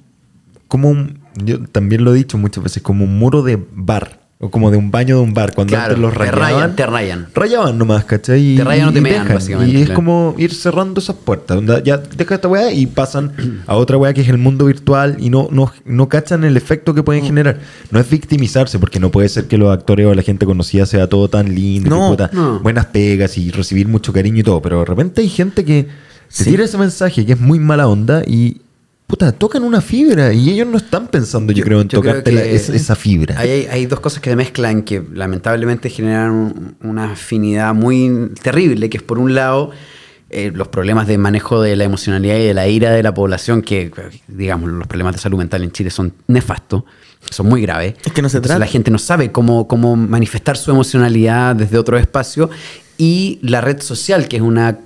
Como un... Yo también lo he dicho muchas veces, como un muro de bar. O como de un baño de un bar. Cuando
Claro,
antes los
te rayan,
rayaban...
te rayan.
Rayaban nomás, ¿cachai? Y-
Te rayan o te
y
mean,
dejan.
básicamente,
Y es
claro.
como ir cerrando esas puertas. onda, ya deja esta wea y pasan a otra wea que es el mundo virtual y no, no, no cachan el efecto que
Mm.
pueden generar. No es victimizarse, porque no puede ser que los actores o la gente conocida sea todo tan lindo.
No,
que puta,
no.
buenas pegas y recibir mucho cariño y todo, pero de repente hay gente que te
Sí.
tira ese mensaje que es muy mala onda y puta, tocan una fibra y ellos no están pensando, yo, creo, en
yo creo
tocarte la-
que
es- esa fibra.
Hay, hay- hay dos cosas que se mezclan que lamentablemente generan un- una afinidad muy terrible, que es por un lado eh, los problemas de manejo de la emocionalidad y de la ira de la población, que digamos, los problemas de salud mental en Chile son nefastos, son muy graves.
Es que no se
Entonces,
trata.
La gente no sabe cómo, cómo manifestar su emocionalidad desde otro espacio y la red social, que es una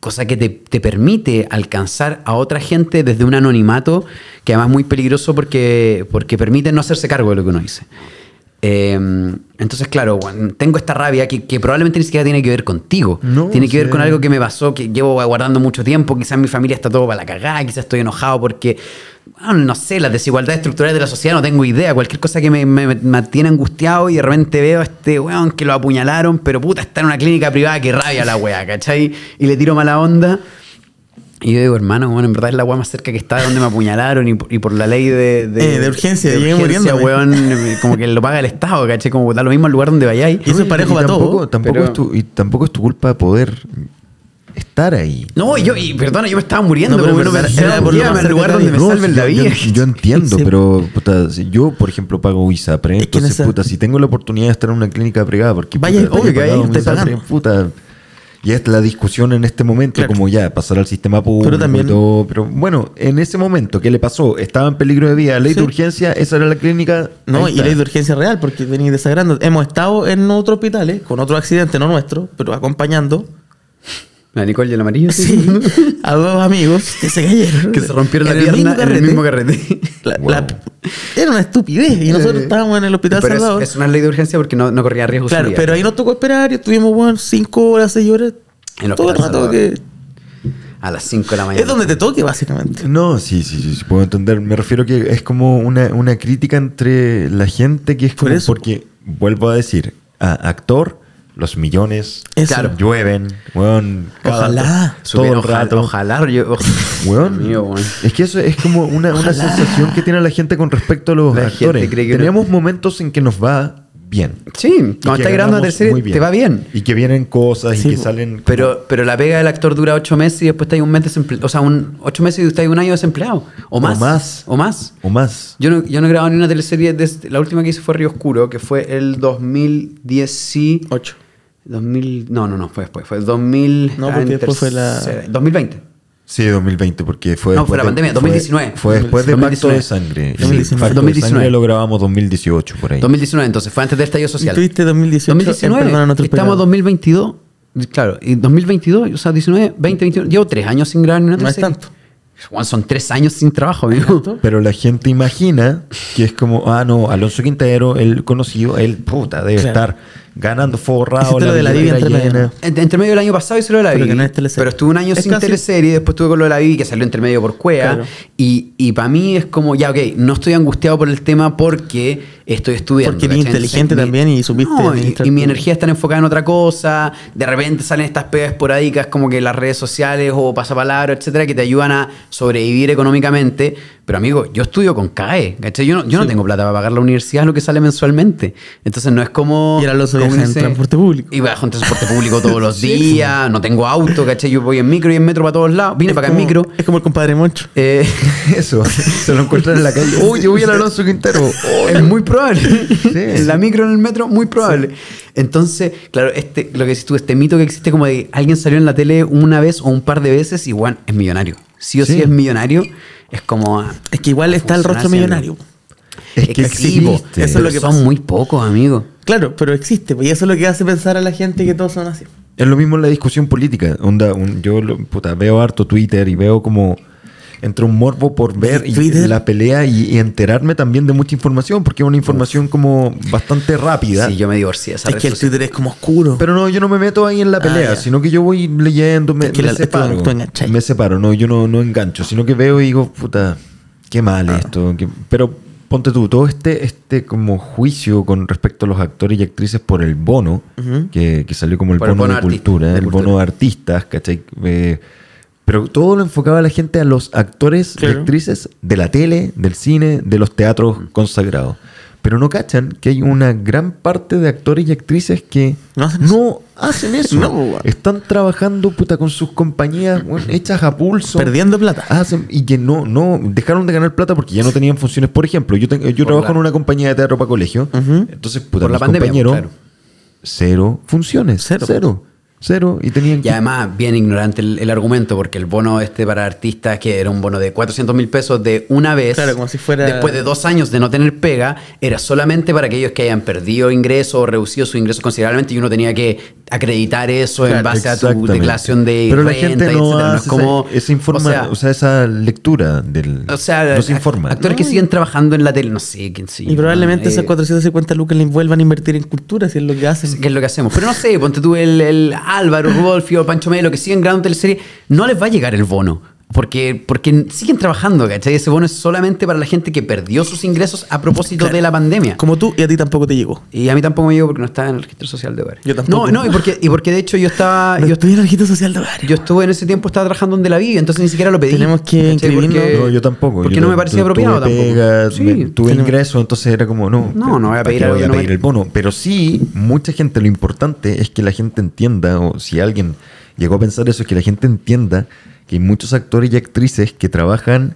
cosa que te, te permite alcanzar a otra gente desde un anonimato, que además es muy peligroso porque, porque permite no hacerse cargo de lo que uno dice. Eh, entonces, claro, bueno, tengo esta rabia que, que probablemente ni siquiera tiene que ver contigo.
No,
tiene que ver
sí.
con algo que me pasó, que llevo guardando mucho tiempo. Quizás mi familia está todo para la cagada, quizás estoy enojado porque, bueno, no sé, las desigualdades estructurales de la sociedad, no tengo idea. Cualquier cosa que me, me- me mantiene angustiado y de repente veo a este weón que lo apuñalaron, pero puta, está en una clínica privada, que rabia la weá, ¿cachai? Y le tiro mala onda. Y yo digo, hermano, bueno, en verdad es la weá más cerca que está de donde me apuñalaron y, por- y por la ley de,
Eh, de urgencia, llegué muriéndome.
weón, (laughs) como que lo paga el Estado, ¿cachai? Como da lo mismo al lugar donde vayáis.
Y eso es parejo
Y
para
tampoco,
todo.
Tampoco
pero-
es tu, y tampoco es tu culpa poder estar ahí.
No, y yo, y perdona, yo me estaba muriendo,
No, pero
pero, bueno,
era-
pensaba,
era por lo
llévame
más
al lugar
cerca de
donde me
No,
salven
sí,
la
yo,
vida.
yo- yo entiendo,
Sí.
pero puta, si yo, por ejemplo, pago Wisapre,
Es que en
entonces,
esa-
puta, si tengo la oportunidad de estar en una clínica privada, porque
Vaya,
puta,
obvio
yo
que
pagaba
vaya, usted
Wisapre,
pagando.
puta, y es la discusión en este momento,
Claro.
como ya, pasar al sistema público
Pero también-
y todo, pero bueno, en ese momento, ¿qué le pasó? Estaba en peligro de vida, ley de
Sí.
urgencia, esa era la clínica.
No,
ahí
y
está.
ley de urgencia real, porque venís desagrando. Hemos estado en otros hospitales, con otro accidente, no nuestro, pero acompañando
La Nicole y el amarillo,
sí, a dos amigos que se
(laughs)
cayeron.
que se rompieron la
En el mismo
pierna en el
carrete.
mismo carrete.
La-
Wow.
la- era una estupidez. Y nosotros
Eh.
estábamos en el hospital
Pero
Salvador.
es, es una ley de urgencia porque no, no corría riesgo su
claro,
vida.
pero ahí nos tocó esperar y estuvimos, bueno, cinco horas, seis horas.
En el
todo el
hospital Salvador.
rato que.
A las 5 de la mañana.
Es donde te toque, básicamente.
No, sí, sí, sí, sí, puedo entender. Me refiero que es como una, una crítica entre la gente que es
Por
como
eso.
porque, vuelvo a decir, a actor, los millones
Eso.
Claro.
llueven, weón, cada-
Ojalá.
(laughs) todo
Supe-
el
ojalá-
rato.
Ojalá, yo.
Weón,
Mío, weón.
es que eso es como una, una
Ojalá.
sensación que tiene la gente con respecto a los
La gente
actores.
cree que-
Tenemos momentos en que nos va bien.
Sí,
Y
cuando
que
estás grabando
ganamos
la tercera,
muy bien.
te va bien.
Y que vienen cosas
Sí,
y que
po.
salen... como-
Pero, pero la pega del actor dura ocho meses y después está ahí un mes desempleado. O sea, un, ocho meses y está ahí un año desempleado. O más.
más.
O más.
O más.
Yo no, yo no he grabado ni una teleserie. desde- la última que hice fue Río Oscuro, que fue el 2018.
Ocho.
2000, no, no, no, fue después. Fue 2000.
No,
ah,
porque
en
después fue la-
tercera- 2020.
Sí, 2020, porque fue...
No,
después
fue la
de-
pandemia,
fue-
2019.
Fue después de Pacto
2019.
de Sangre. Y
2019.
Pacto de
2019.
Sangre lo grabamos 2018, por ahí.
2019, entonces, fue antes del estallido social.
Tuviste 2018.
2019.
eh, perdón, en otro
estamos en
periodo.
2022. Claro, y 2022, o sea, 19, 20, 21. Llevo tres años sin grabar ni una
No es
teleserie.
tanto.
Juan, son tres años sin trabajo, amigo.
Pero la gente imagina que es como, ah, no, Alonso Quintero, el conocido, él, puta, debe
Claro.
estar ganando forrado,
Hiciste lo de la
billetera
Vivi entre
llena.
medio.
Ent- Entre medio del año pasado hice lo de la
Pero
Vivi,
que no es teleserie.
Pero estuve un año
Es
sin
casi-
teleserie, después estuve con lo de la Vivi, que salió entre medio por Cueva.
Claro.
Y, y para mí es como, ya, ok, no estoy angustiado por el tema porque estoy estudiando.
Porque eres
¿cachai?
inteligente
mi-
también y supiste
No, y,
administrar
y mi
tu-
energía está enfocada en otra cosa. De repente salen estas pegas esporádicas como que las redes sociales o pasapalabras, etcétera, que te ayudan a sobrevivir económicamente. Pero amigo, yo estudio con CAE, ¿cachai? Yo no, yo no tengo plata para pagar la universidad, es lo que sale mensualmente. Entonces no es como...
Y el Alonso
como
viaja en
dice-
transporte público.
y bajo en transporte público
(laughs)
todos los días, no tengo auto, ¿cachai? Yo voy en micro y en metro para todos lados. Vine
Es
para acá
como-
en micro.
Es como el compadre Moncho.
Eh,
(laughs) Eso, se lo encuentran en la calle.
(laughs)
Uy, yo voy al Alonso Quintero. Oh,
es muy probable.
(laughs)
En la micro, en el metro, muy probable. Entonces, claro, este, lo que dices tú, este mito que existe como de alguien salió en la tele una vez o un par de veces y, bueno, es millonario. Sí o sí,
Sí.
es millonario. Es como... ah,
Es que igual está el
funciona
rostro
hacia
millonario.
algo.
Es que
Sí, po.
existe.
Eso es lo que
son
pasa.
muy pocos, amigo.
Claro, pero existe, pues, y eso es lo que hace pensar a la gente que todos son así.
Es lo mismo en la discusión política. Onda, un- yo lo- puta, veo harto Twitter y veo como entre un morbo por ver y
Twitter.
la pelea y, y enterarme también de mucha información, porque es una información como bastante rápida.
Sí, yo me divorcié de esa
Es
red
que el
social.
Twitter es como oscuro.
Pero no, yo no me meto ahí en la
Ah,
pelea,
ya.
sino que yo voy leyendo, me,
Es que
me
la- tú-
separo.
tú enganchas.
me separo, no, yo no, no engancho, sino que veo y digo, puta, qué mal
Ah.
esto. qué- Pero ponte tú, todo este, este como juicio con respecto a los actores y actrices por el bono,
Ujú.
que, que salió como el
Por
bono,
el bono
de
artista,
cultura,
de
el
cultura.
bono de artistas, ¿cachai? Eh, pero todo lo enfocaba la gente a los actores y
Claro.
actrices de la tele, del cine, de los teatros
Mm.
consagrados. Pero no cachan que hay una gran parte de actores y actrices que
No hacen
no hacen eso.
No, weón.
Están trabajando puta con sus compañías
(clears throat)
weón, hechas a pulso.
Perdiendo plata.
Hacen- y que no, no, dejaron de ganar plata porque ya no tenían funciones. Por ejemplo, yo, tengo- yo trabajo
la-
en una compañía de teatro para colegio.
Ujú.
Entonces, puta,
Por la
mis
pandemia, pues,
compañeros,
claro.
cero funciones. Cero.
Cero.
Cero. Y tenían
Y
que
además, bien ignorante el, el argumento, porque el bono este para artistas, que era un bono de 400 mil pesos de una vez,
Claro, como si fuera-
después de dos años de no tener pega, era solamente para aquellos que hayan perdido ingreso o reducido su ingreso considerablemente y uno tenía que acreditar eso en
Claro,
base a tu
Exactamente.
declaración de
Pero la
renta,
gente no
etcétera. No es
hace
como-
esa, esa informa-
o sea,
o sea, esa lectura del
o sea,
no se
ac-
informa.
actores que
No,
siguen trabajando en la tele, no sé quién sí.
y probablemente
no,
esas
eh,
450 lucas le vuelvan a invertir en cultura, si es lo que hacen.
que es lo que hacemos. Pero no sé, ponte tú el, el Álvaro, Rudolfio, Pancho Melo, que siguen grabando teleserie, no les va a llegar el bono. Porque, porque siguen trabajando, ¿cachai? Ese bono es solamente para la gente que perdió sus ingresos a propósito de la pandemia.
Como tú, y a ti tampoco te llegó.
Y a mí tampoco me llegó porque no estaba en el registro social de hogares.
Yo tampoco.
No, no, y porque, y porque de hecho yo estaba.
(laughs) No
Ah, Yo,
estoy en el registro social de hogares.
yo estuve en ese tiempo, estaba trabajando donde la vi, entonces ni siquiera lo pedí.
Tenemos que
¿cachai?
inscribirnos.
Porque-
No, yo tampoco.
Porque
Yo
no me
tu-
parecía apropiado
tuve
tampoco.
pega,
Sí.
me- tuve
Tenemos-
ingreso, entonces era como, no.
No,
pero
no voy a
¿para
pedir
qué
algo
voy
que
a
no me-
pedir el bono. Pero sí, mucha gente, lo importante es que la gente entienda, o si alguien llegó a pensar eso, es que la gente entienda que hay muchos actores y actrices que trabajan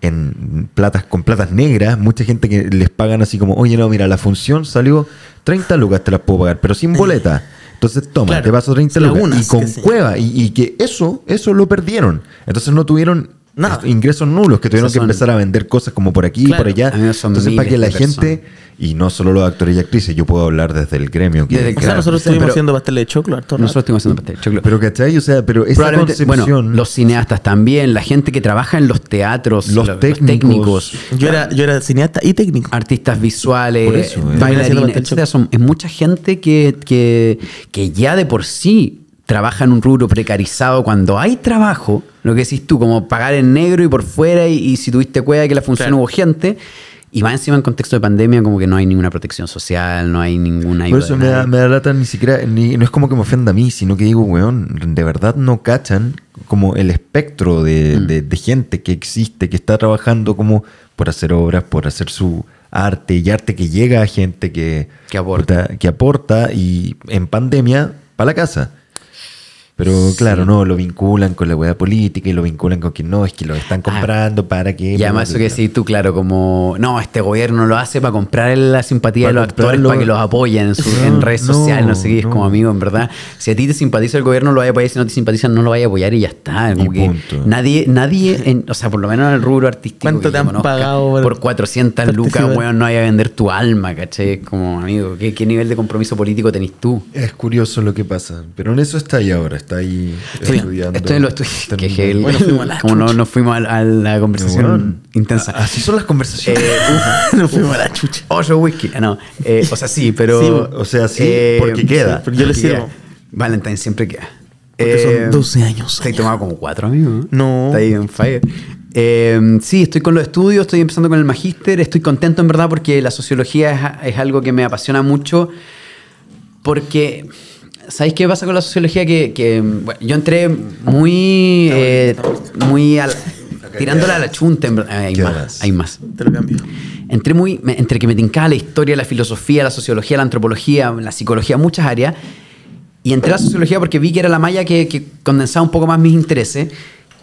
en platas con platas negras, mucha gente que les pagan así como, oye, no, mira, la función salió 30 lucas, te las puedo pagar, pero sin boleta. Entonces, toma,
Claro.
te paso 30 lucas.
Lagunas,
y con
que sí.
cueva, y, y que eso, eso lo perdieron. Entonces no tuvieron
Nada.
est- ingresos nulos, que tuvieron
Esas
que
son-
empezar a vender cosas como por aquí y
Claro.
por allá.
Amigos, son
Entonces, para que la
miles de
gente, y no solo los actores y actrices, yo puedo hablar desde el gremio. Que,
Desde el
o sea,
Claro,
nosotros
sí,
estuvimos
pero-
haciendo pastel de choclo harto rato.
Nosotros estuvimos haciendo pastel de choclo.
Pero, ¿cachai? O sea, pero esa
Probablemente,
concepción.
bueno, los cineastas también, la gente que trabaja en los teatros,
Los técnicos.
Yo era, yo era cineasta y
(laughs)
técnico.
artistas
Por
visuales,
eso, eh.
Haciendo
bailarines,
pastel
etcétera. Son, es mucha gente que, que, que ya de por sí trabaja en un rubro precarizado cuando hay trabajo, lo que decís tú, como pagar en negro y por fuera, y, y si tuviste cueva que la función
Claro.
hubo gente, y va encima en contexto de pandemia como que no hay ninguna protección social, no hay ninguna ayuda.
Por eso
de
me da,
nadie.
me da lata ni siquiera, ni- no es como que me ofenda a mí, sino que digo, weón, de verdad no cachan como el espectro de,
Mm.
de- de gente que existe, que está trabajando como por hacer obras, por hacer su arte y arte que llega a gente que,
Que aporta.
puta, que aporta y en pandemia para la casa. Pero claro, no, lo vinculan con la weá política y lo vinculan con que no, es que lo están comprando para que...
Ah. Y además eso que sí, tú claro, como, no, este gobierno lo hace para comprar la simpatía
Para
de los actores,
comprarlo.
para que los apoyen en, sus-
No,
Ah,
en redes
no,
sociales, no sé qué, es
no.
como amigo, en verdad. Si a ti te simpatiza el gobierno, lo vaya a apoyar, si no te simpatiza, no lo vaya a apoyar y ya está. Como
Y
que
punto.
Nadie, nadie en- o sea, por lo menos en el rubro artístico
¿Cuánto
que
te
yo
han
conozca,
pagado por
por 400 lucas,
participar?
weón, no vaya a vender tu alma, caché, como amigo, ¿qué, qué nivel de compromiso político tenés tú?
Es curioso lo que pasa, pero en eso está ahí ahora, está ahí
Estoy,
estudiando.
estoy en los estudios. que heavy.
Bueno, fuimos a la Ah,
como no, nos fuimos a, la- a la conversación
Bueno.
intensa.
Así son las
Eh,
conversaciones.
(laughs)
uf,
Nos fuimos a la chucha.
Ocho whisky. Ah, No, eh, o sea, sí, pero.
Sí, o sea, sí, porque queda.
Eh, porque yo le
porque
sirvo.
queda. Valentine siempre queda.
Porque son 12 años.
Estoy tomado como cuatro, amigo.
No.
Está ahí en fire. Eh, sí, estoy con los estudios, estoy empezando con el magíster. Estoy contento, en verdad, porque la sociología es, es algo que me apasiona mucho. Porque. ¿Sabéis qué pasa con la sociología? Que, que, bueno, yo entré muy.
Ah,
eh, muy. al- tirándola a la chunta, en verdad. Hay
¿Qué
más,
más?
hay más.
Te lo cambio.
Entré muy, me- entre que me tincaba la historia, la filosofía, la sociología, la antropología, la psicología, muchas áreas. Y entré a la sociología porque vi que era la malla que, que condensaba un poco más mis intereses.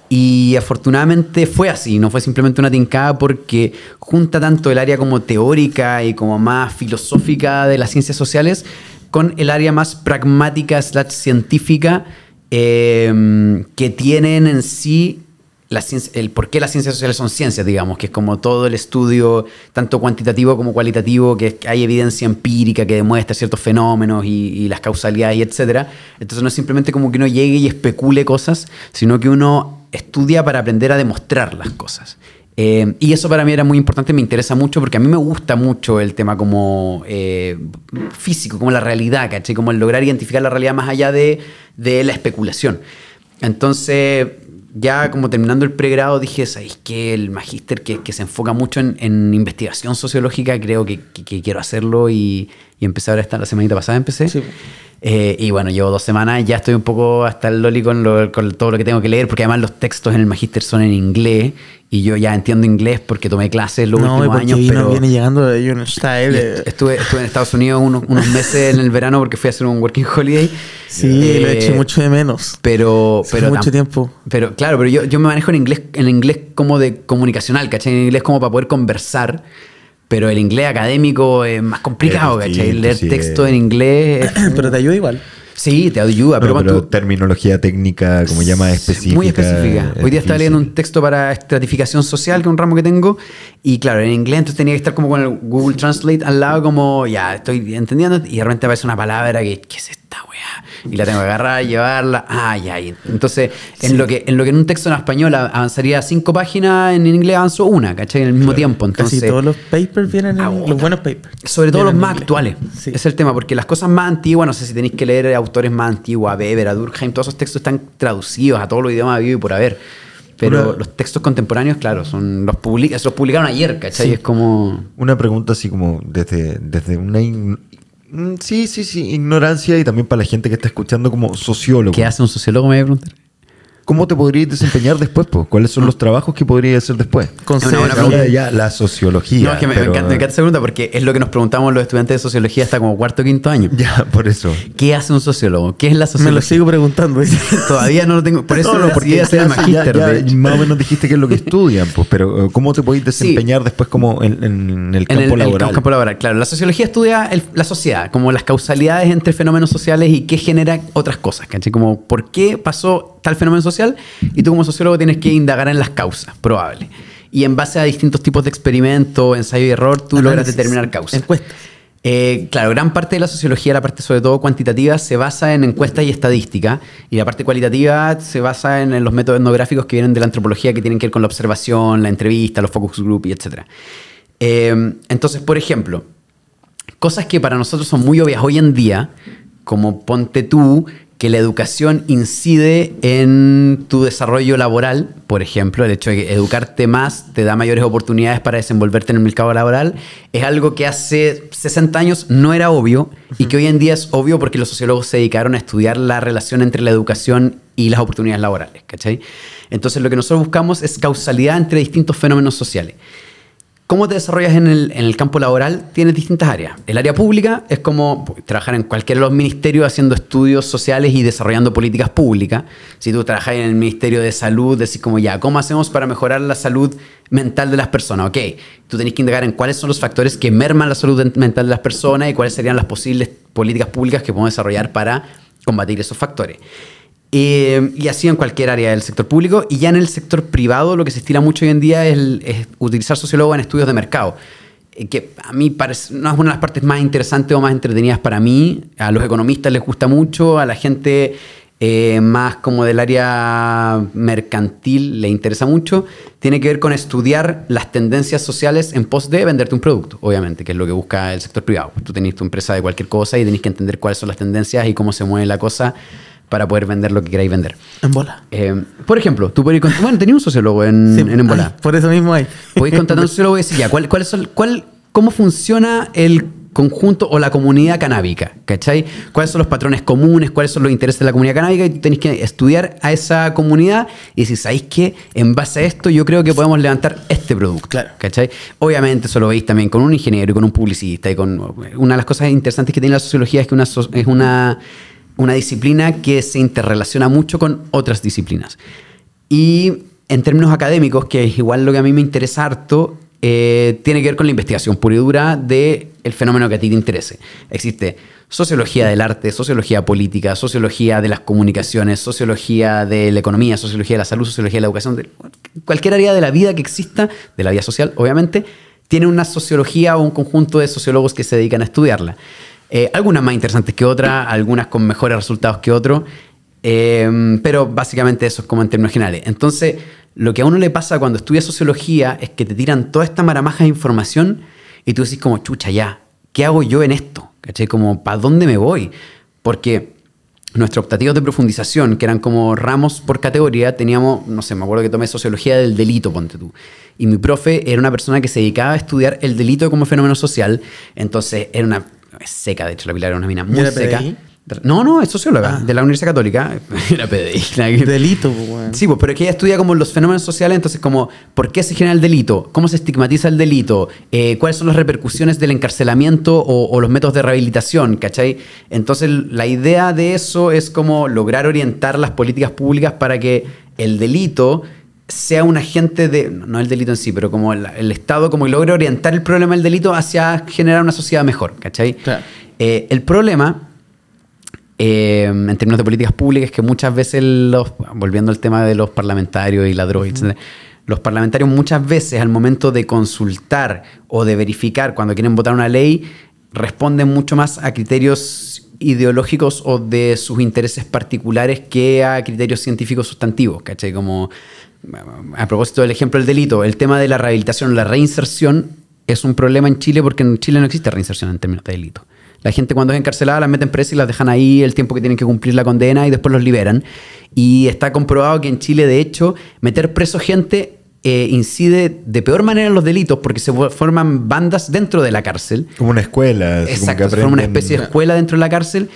Y afortunadamente fue así, no fue simplemente una tincada porque junta tanto el área como teórica y como más filosófica de las ciencias sociales con el área más pragmática slash científica eh, que tienen en sí la ciencia- el por qué las ciencias sociales son ciencias, digamos, que es como todo el estudio, tanto cuantitativo como cualitativo, que es- que hay evidencia empírica que demuestra ciertos fenómenos y, y las causalidades y etcétera. Entonces no es simplemente como que uno llegue y especule cosas, sino que uno estudia para aprender a demostrar las cosas. Eh, y eso para mí era muy importante, me interesa mucho porque a mí me gusta mucho el tema como eh, físico, como la realidad, ¿cachai? Como el lograr identificar la realidad más allá de, de la especulación. Entonces, ya como terminando el pregrado, dije, ¿sabéis qué? El magíster que, que se enfoca mucho en, en investigación sociológica, creo que, que- que quiero hacerlo y, y empecé ahora esta, la semanita pasada empecé.
Sí.
Eh, y bueno, llevo dos semanas, ya estoy un poco hasta el loli con, lo- con todo lo que tengo que leer, porque además los textos en el magíster son en inglés y yo ya entiendo inglés porque tomé clases los
no, y
últimos
porque
años,
vino,
pero...
viene llegando de un
y este-
style.
est-
de-
Estuve, estuve en Estados Unidos unos, unos meses en el verano porque fui a hacer un working holiday.
Sí,
Eh,
lo eché mucho de menos.
pero,
Hace
pero
mucho
tam-
tiempo.
Pero claro, pero yo, yo me manejo en inglés, en inglés como de comunicacional, ¿cachai? En inglés como para poder conversar. Pero el inglés académico es más complicado,
Es
¿cachai?
distinto,
Leer
sí,
texto
es-
en inglés es-
Pero te ayuda igual.
sí te ayuda,
(coughs)
pero,
No, (laughs)
cuando
pero
tú-
terminología técnica, como ya más específica.
muy específica.
es
Hoy día
difícil.
estaba leyendo un texto para estratificación social, que es un ramo que tengo, y claro, en inglés entonces tenía que estar como con el Google Translate al lado, como ya estoy entendiendo, y de repente aparece una palabra que, ¿qué es esta weá? Y la tengo que agarrar, llevarla, ay, ay. Entonces, en, lo que, en lo que en un texto en español avanzaría cinco páginas, en inglés avanzó una, ¿cachai? En el mismo tiempo. Entonces,
Casi todos los papers vienen, en-
Ah, puta.
los buenos papers.
sobre todo los
vienen
más
en
actuales.
inglés. Sí.
Es el tema, porque las cosas más antiguas, no sé si tenéis que leer autores más antiguos, a Weber, a Durkheim, todos esos textos están traducidos a todos los idiomas vivo y por haber. Pero
Una-
los textos contemporáneos, claro, son los publica, se los publicaron ayer, ¿cachai?
Sí.
Es como.
Una pregunta así como desde, desde una... ign- mm, Sí, sí, sí, ignorancia y también para la gente que está escuchando como sociólogo.
¿Qué hace un sociólogo? Me voy a preguntar.
¿Cómo te podrías desempeñar después? po? ¿Cuáles son los trabajos que podrías hacer después? Eh,
Consejos.
Mm. Una buena
Ahora
pregunta.
ya la sociología.
no, es que me, me
pero-
encanta, me encanta esa pregunta porque es lo que nos preguntamos los estudiantes de sociología hasta como cuarto o quinto año.
(laughs) Ya, por eso.
¿Qué hace un sociólogo? ¿Qué es la
Me lo
sociología?
sigo preguntando. dice.
Todavía no lo
(laughs)
tengo. Por eso
No,
lo
no,
partí
sí,
de hacer
ya,
el
sí, ya,
magíster.
ya,
de hecho.
Más o menos dijiste que es lo
(laughs)
que estudian, pues, pero eh, ¿cómo te podéis desempeñar después como en, en el campo
en el, el
laboral?
campo laboral, claro. La sociología estudia el- la sociedad, como las causalidades entre fenómenos sociales y qué genera otras cosas, ¿cachai? Como por qué pasó tal fenómeno social y tú como sociólogo tienes que indagar en las causas probables. Y en base a distintos tipos de experimentos, ensayo y error, tú logras
Análisis,
determinar causas.
Encuestas.
Eh, claro, gran parte de la sociología, la parte sobre todo cuantitativa, se basa en encuestas y estadística, y la parte cualitativa se basa en, en los métodos etnográficos que vienen de la antropología, que tienen que ver con la observación, la entrevista, los focus group y etc. entonces, por ejemplo, cosas que para nosotros son muy obvias hoy en día, como ponte tú que la educación incide en tu desarrollo laboral, por ejemplo, el hecho de que educarte más te da mayores oportunidades para desenvolverte en el mercado laboral, es algo que hace 60 años no era obvio y que hoy en día es obvio porque los sociólogos se dedicaron a estudiar la relación entre la educación y las oportunidades laborales, ¿cachai? Entonces lo que nosotros buscamos es causalidad entre distintos fenómenos sociales. ¿Cómo te desarrollas en el, en el campo laboral? Tienes distintas áreas. El área pública es como pu, trabajar en cualquiera de los ministerios haciendo estudios sociales y desarrollando políticas públicas. Si tú trabajas en el Ministerio de Salud, decís como ya, ¿cómo hacemos para mejorar la salud mental de las personas? Ok, tú tenés que indagar en cuáles son los factores que merman la salud en- mental de las personas y cuáles serían las posibles políticas públicas que podemos desarrollar para combatir esos factores. Eh, y así en cualquier área del sector público. Y ya en el sector privado lo que se estila mucho hoy en día es, el- es utilizar sociólogos en estudios de mercado. eh, Que a mí parece, no es una de las partes más interesantes o más entretenidas para mí. A los economistas les gusta mucho, a la gente eh, más como del área mercantil le interesa mucho. Tiene que ver con estudiar las tendencias sociales en pos de venderte un producto, obviamente, que es lo que busca el sector privado. Tú tenés tu empresa de cualquier cosa y tenés que entender cuáles son las tendencias y cómo se mueve la cosa para poder vender lo que queráis vender.
En bola.
Eh, por ejemplo, tú podés con... Bueno, tenía un sociólogo en,
Sí,
Mm,
Ah,
en Embolá.
ay, Por eso mismo hay.
Podéis contratar a un sociólogo y decir, ya, ¿cuál, cuál es el- cuál, ¿cómo funciona el conjunto o la comunidad canábica? ¿Cachai? ¿Cuáles son los patrones comunes? ¿Cuáles son los intereses de la comunidad canábica? Y tú tenés que estudiar a esa comunidad y decir, ¿sabéis qué? En base a esto yo creo que podemos levantar este producto.
Claro.
¿Cachai? Obviamente eso lo veis también con un ingeniero y con un publicista y con... Una de las cosas interesantes que tiene la sociología es que una so- es una, una disciplina que se interrelaciona mucho con otras disciplinas. Y en términos académicos, que es igual lo que a mí me interesa harto, eh, tiene que ver con la investigación pura y dura del el fenómeno que a ti te interese. Existe sociología del arte, sociología política, sociología de las comunicaciones, sociología de la economía, sociología de la salud, sociología de la educación, de cualquier área de la vida que exista, de la vida social, obviamente, tiene una sociología o un conjunto de sociólogos que se dedican a estudiarla. Eh, algunas más interesantes que otras, algunas con mejores resultados que otros, eh, pero básicamente eso es como en términos generales. Entonces, lo que a uno le pasa cuando estudia sociología es que te tiran toda esta maramaja de información y tú decís como, chucha, ya, ¿qué hago yo en esto? ¿Cachai? Como, ¿para dónde me voy? Porque nuestros optativos de profundización, que eran como ramos por categoría, teníamos, no sé, me acuerdo que tomé sociología del delito, ponte tú. Y mi profe era una persona que se dedicaba a estudiar el delito como fenómeno social, entonces era una es seca, de hecho la Pilar era una mina muy
era
seca.
PDI?
No, no, es socióloga
Ah.
de la Universidad Católica, era PDI. la que-
(laughs) Delito, pues, weón.
Sí, pues, pero es que ella estudia como los fenómenos sociales, entonces como por qué se genera el delito, cómo se estigmatiza el delito, Eh, cuáles son las repercusiones del encarcelamiento o, o los métodos de rehabilitación, ¿cachai? Entonces la idea de eso es como lograr orientar las políticas públicas para que el delito sea un agente de, no el delito en sí, pero como el, el Estado como que logre orientar el problema del delito hacia generar una sociedad mejor, ¿cachai?
Claro.
Eh, el problema eh, en términos de políticas públicas que muchas veces los volviendo al tema de los parlamentarios y la droga etcétera, los parlamentarios muchas veces al momento de consultar o de verificar cuando quieren votar una ley responden mucho más a criterios ideológicos o de sus intereses particulares que a criterios científicos sustantivos, ¿cachai? Como a propósito del ejemplo del delito, el tema de la rehabilitación, la reinserción es un problema en Chile porque en Chile no existe reinserción en términos de delito. La gente cuando es encarcelada la meten presa y las dejan ahí el tiempo que tienen que cumplir la condena y después los liberan. Y está comprobado que en Chile, de hecho, meter preso gente eh, incide de peor manera en los delitos porque se fu- forman bandas dentro de la cárcel.
Como una escuela. así como que
Exacto, se forma una
aprenden-
especie de escuela dentro de la cárcel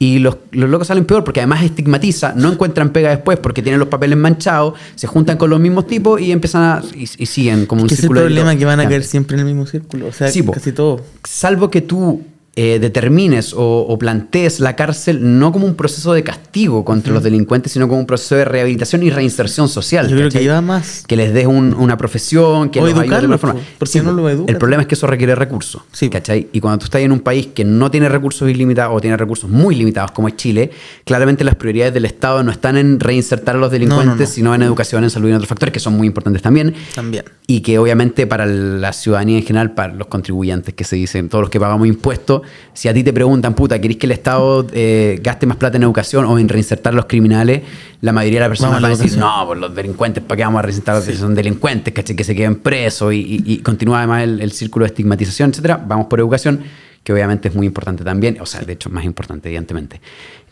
y los, los locos salen peor porque además estigmatiza, no encuentran pega después porque tienen los papeles manchados, se juntan con los mismos tipos y empiezan a, y, y siguen como un
Que es el
círculo de
problema
delitos
que van a caer
gigante.
siempre en el mismo círculo. O sea,
Sí, po.
casi todo.
Salvo que tú eh, determines o, o plantees la cárcel no como un proceso de castigo contra los delincuentes, sino como un proceso de rehabilitación y reinserción social.
Yo creo que
¿cachai?
iba más.
que les des un- una profesión, que
O
los ayude de alguna
educarlos,
forma.
po, porque no
po.
lo educan.
El problema es que eso requiere recursos,
Sí, po.
¿cachai? Y cuando tú estás en un país que no tiene recursos ilimitados o tiene recursos muy limitados como es Chile, claramente las prioridades del Estado no están en reinsertar a los delincuentes,
no.
sino en educación, en salud y en otros factores que son muy importantes también.
También.
Y que obviamente para la ciudadanía en general, para los contribuyentes que se dicen, todos los que pagamos impuestos, si a ti te preguntan, puta, ¿querés que el Estado eh, gaste más plata en educación o en reinsertar a los criminales? La mayoría de las personas
Vamos a la
van a decir,
educación.
no, pues los delincuentes, ¿para qué vamos a reinsertar a los que son delincuentes? ¿Cachai? Que se queden presos y, y- y continúa además el, el círculo de estigmatización, etcétera. Vamos por educación, que obviamente es muy importante también, o sea, de hecho, más importante, evidentemente.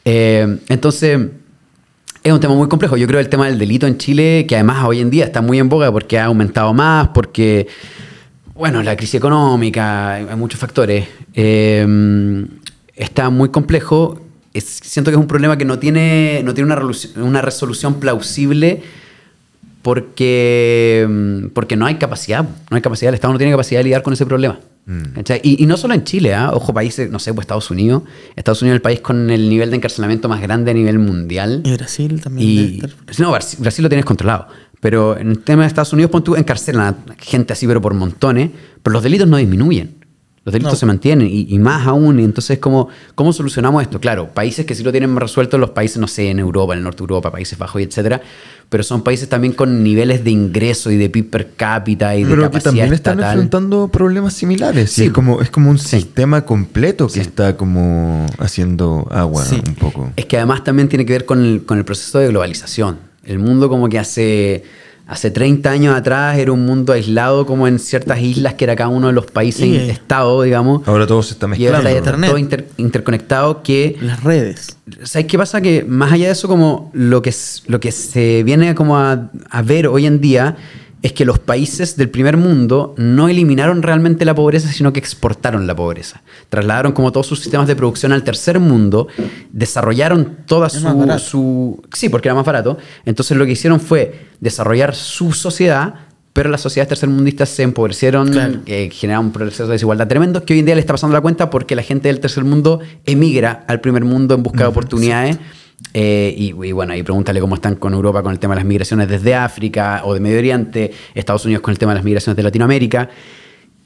Eh, entonces. Es un tema muy complejo. Yo creo el tema del delito en Chile, que además hoy en día está muy en boga porque ha aumentado más, porque, bueno, la crisis económica, hay hay muchos factores. Eh, está muy complejo. Es- siento que es un problema que no tiene, no tiene una, resolu- una resolución plausible porque, mm, porque no hay capacidad. No hay capacidad. El Estado no tiene capacidad de lidiar con ese problema. ¿Cachai? Y, y no solo en Chile, ¿ah? ojo, países, no sé, pues Estados Unidos. Estados Unidos es el país con el nivel de encarcelamiento más grande a nivel mundial.
Y Brasil también.
Y,
debe estar-
no, Brasil, Brasil lo tienes controlado. Pero en el tema de Estados Unidos, pon tú, encarcelan a gente así, pero por montones. Pero los delitos no disminuyen. Los delitos
No.
se mantienen y, y más aún. Y entonces, ¿cómo, ¿cómo solucionamos esto? Claro, países que sí lo tienen más resuelto, los países, no sé, en Europa, en el norte de Europa, Países Bajos, y etcétera. Pero son países también con niveles de ingreso y de PIB per cápita y de
Pero que
capacidad
también están
estatal.
enfrentando problemas similares.
Sí.
Y es como, es como un
Sí.
sistema completo que
Sí.
está como haciendo agua
Sí.
un poco.
Es que además también tiene que ver con el, con el proceso de globalización. El mundo como que hace, hace 30 años atrás era un mundo aislado como en ciertas islas que era cada uno de los países,
Sí.
estado, digamos.
Ahora todo se está
Y ahora
mezclando.
está
Claro, internet.
todo inter- interconectado que...
Las redes.
¿Sabes qué pasa? Que más allá de eso, como lo que, s- lo que se viene como a, a ver hoy en día es que los países del primer mundo no eliminaron realmente la pobreza, sino que exportaron la pobreza. Trasladaron como todos sus sistemas de producción al tercer mundo, desarrollaron toda
Es más
su,
barato.
su... Sí, porque era más barato. Entonces lo que hicieron fue desarrollar su sociedad, pero las sociedades tercermundistas se empobrecieron,
Claro.
que generaron eh, un proceso de desigualdad tremendo, que hoy en día le está pasando la cuenta porque la gente del tercer mundo emigra al primer mundo en busca de oportunidades Eh, y, y bueno, ahí pregúntale cómo están con Europa con el tema de las migraciones desde África o de Medio Oriente, Estados Unidos con el tema de las migraciones de Latinoamérica.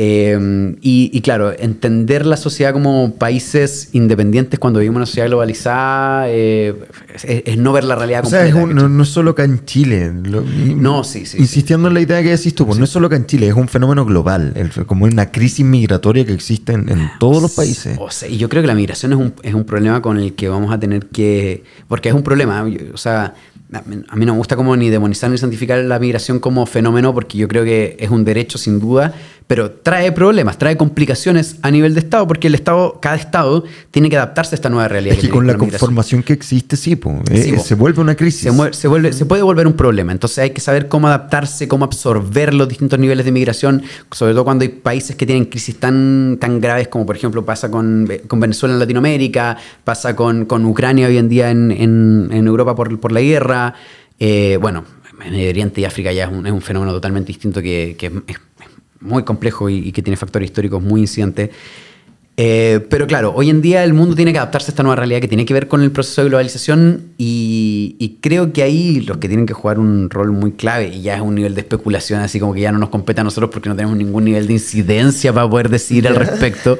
Eh, y, y claro, entender la sociedad como países independientes cuando vivimos en una sociedad globalizada eh, es, es no ver la realidad
O sea, es
completa.
un- no, no es solo acá en Chile. lo-
No, sí, sí,
Insistiendo en la idea que decís tú, pues, no es solo acá en Chile, es un fenómeno global, el- como una crisis migratoria que existe en, en todos los países.
O sea, y yo creo que la migración es un, es un problema con el que vamos a tener que... Porque es un problema. yo- O sea, a mí, a mí no me gusta como ni demonizar ni santificar la migración como fenómeno porque yo creo que es un derecho sin duda, pero trae problemas, trae complicaciones a nivel de Estado porque el Estado, cada Estado tiene que adaptarse a esta nueva realidad.
Es que
tiene
con la
migración.
conformación que existe, sí, pues,
Sí,
eh,
po.
se vuelve una crisis.
Se, mueve- se vuelve, se puede volver un problema. Entonces hay que saber cómo adaptarse, cómo absorber los distintos niveles de migración, sobre todo cuando hay países que tienen crisis tan, tan graves como por ejemplo pasa con, eh, con Venezuela en Latinoamérica, pasa con, con Ucrania hoy en día en, en- en Europa por, por la guerra. Eh, bueno, Medio Oriente y África ya es un, es un fenómeno totalmente distinto que, que es, es muy complejo y, y que tiene factores históricos muy incidentes. Eh, pero claro, hoy en día el mundo tiene que adaptarse a esta nueva realidad que tiene que ver con el proceso de globalización y, y creo que ahí los que tienen que jugar un rol muy clave y ya es un nivel de especulación así como que ya no nos compete a nosotros porque no tenemos ningún nivel de incidencia para poder decidir al respecto,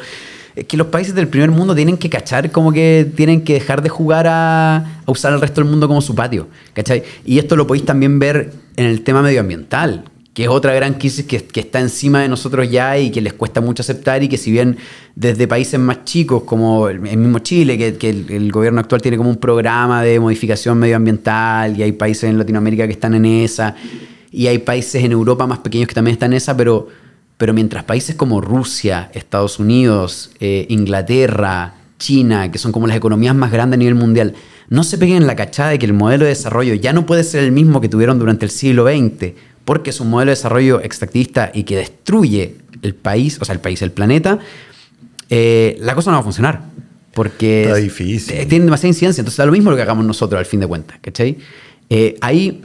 es que los países del primer mundo tienen que cachar como que tienen que dejar de jugar a, a usar al resto del mundo como su patio, ¿cachai? Y esto lo podéis también ver en el tema medioambiental, que es otra gran crisis que, que está encima de nosotros ya y que les cuesta mucho aceptar y que si bien desde países más chicos como el, el mismo Chile, que, que el, el gobierno actual tiene como un programa de modificación medioambiental y hay países en Latinoamérica que están en esa y hay países en Europa más pequeños que también están en esa, pero, pero mientras países como Rusia, Estados Unidos, eh, Inglaterra, China, que son como las economías más grandes a nivel mundial, no se peguen en la cachada de que el modelo de desarrollo ya no puede ser el mismo que tuvieron durante el siglo XX, porque es un modelo de desarrollo extractivista y que destruye el país, o sea, el país, el planeta, eh, la cosa no va a funcionar. Porque
Está difícil.
t- tienen demasiada incidencia, entonces da lo mismo lo que hagamos nosotros al fin de cuentas, ¿cachai? Eh, ahí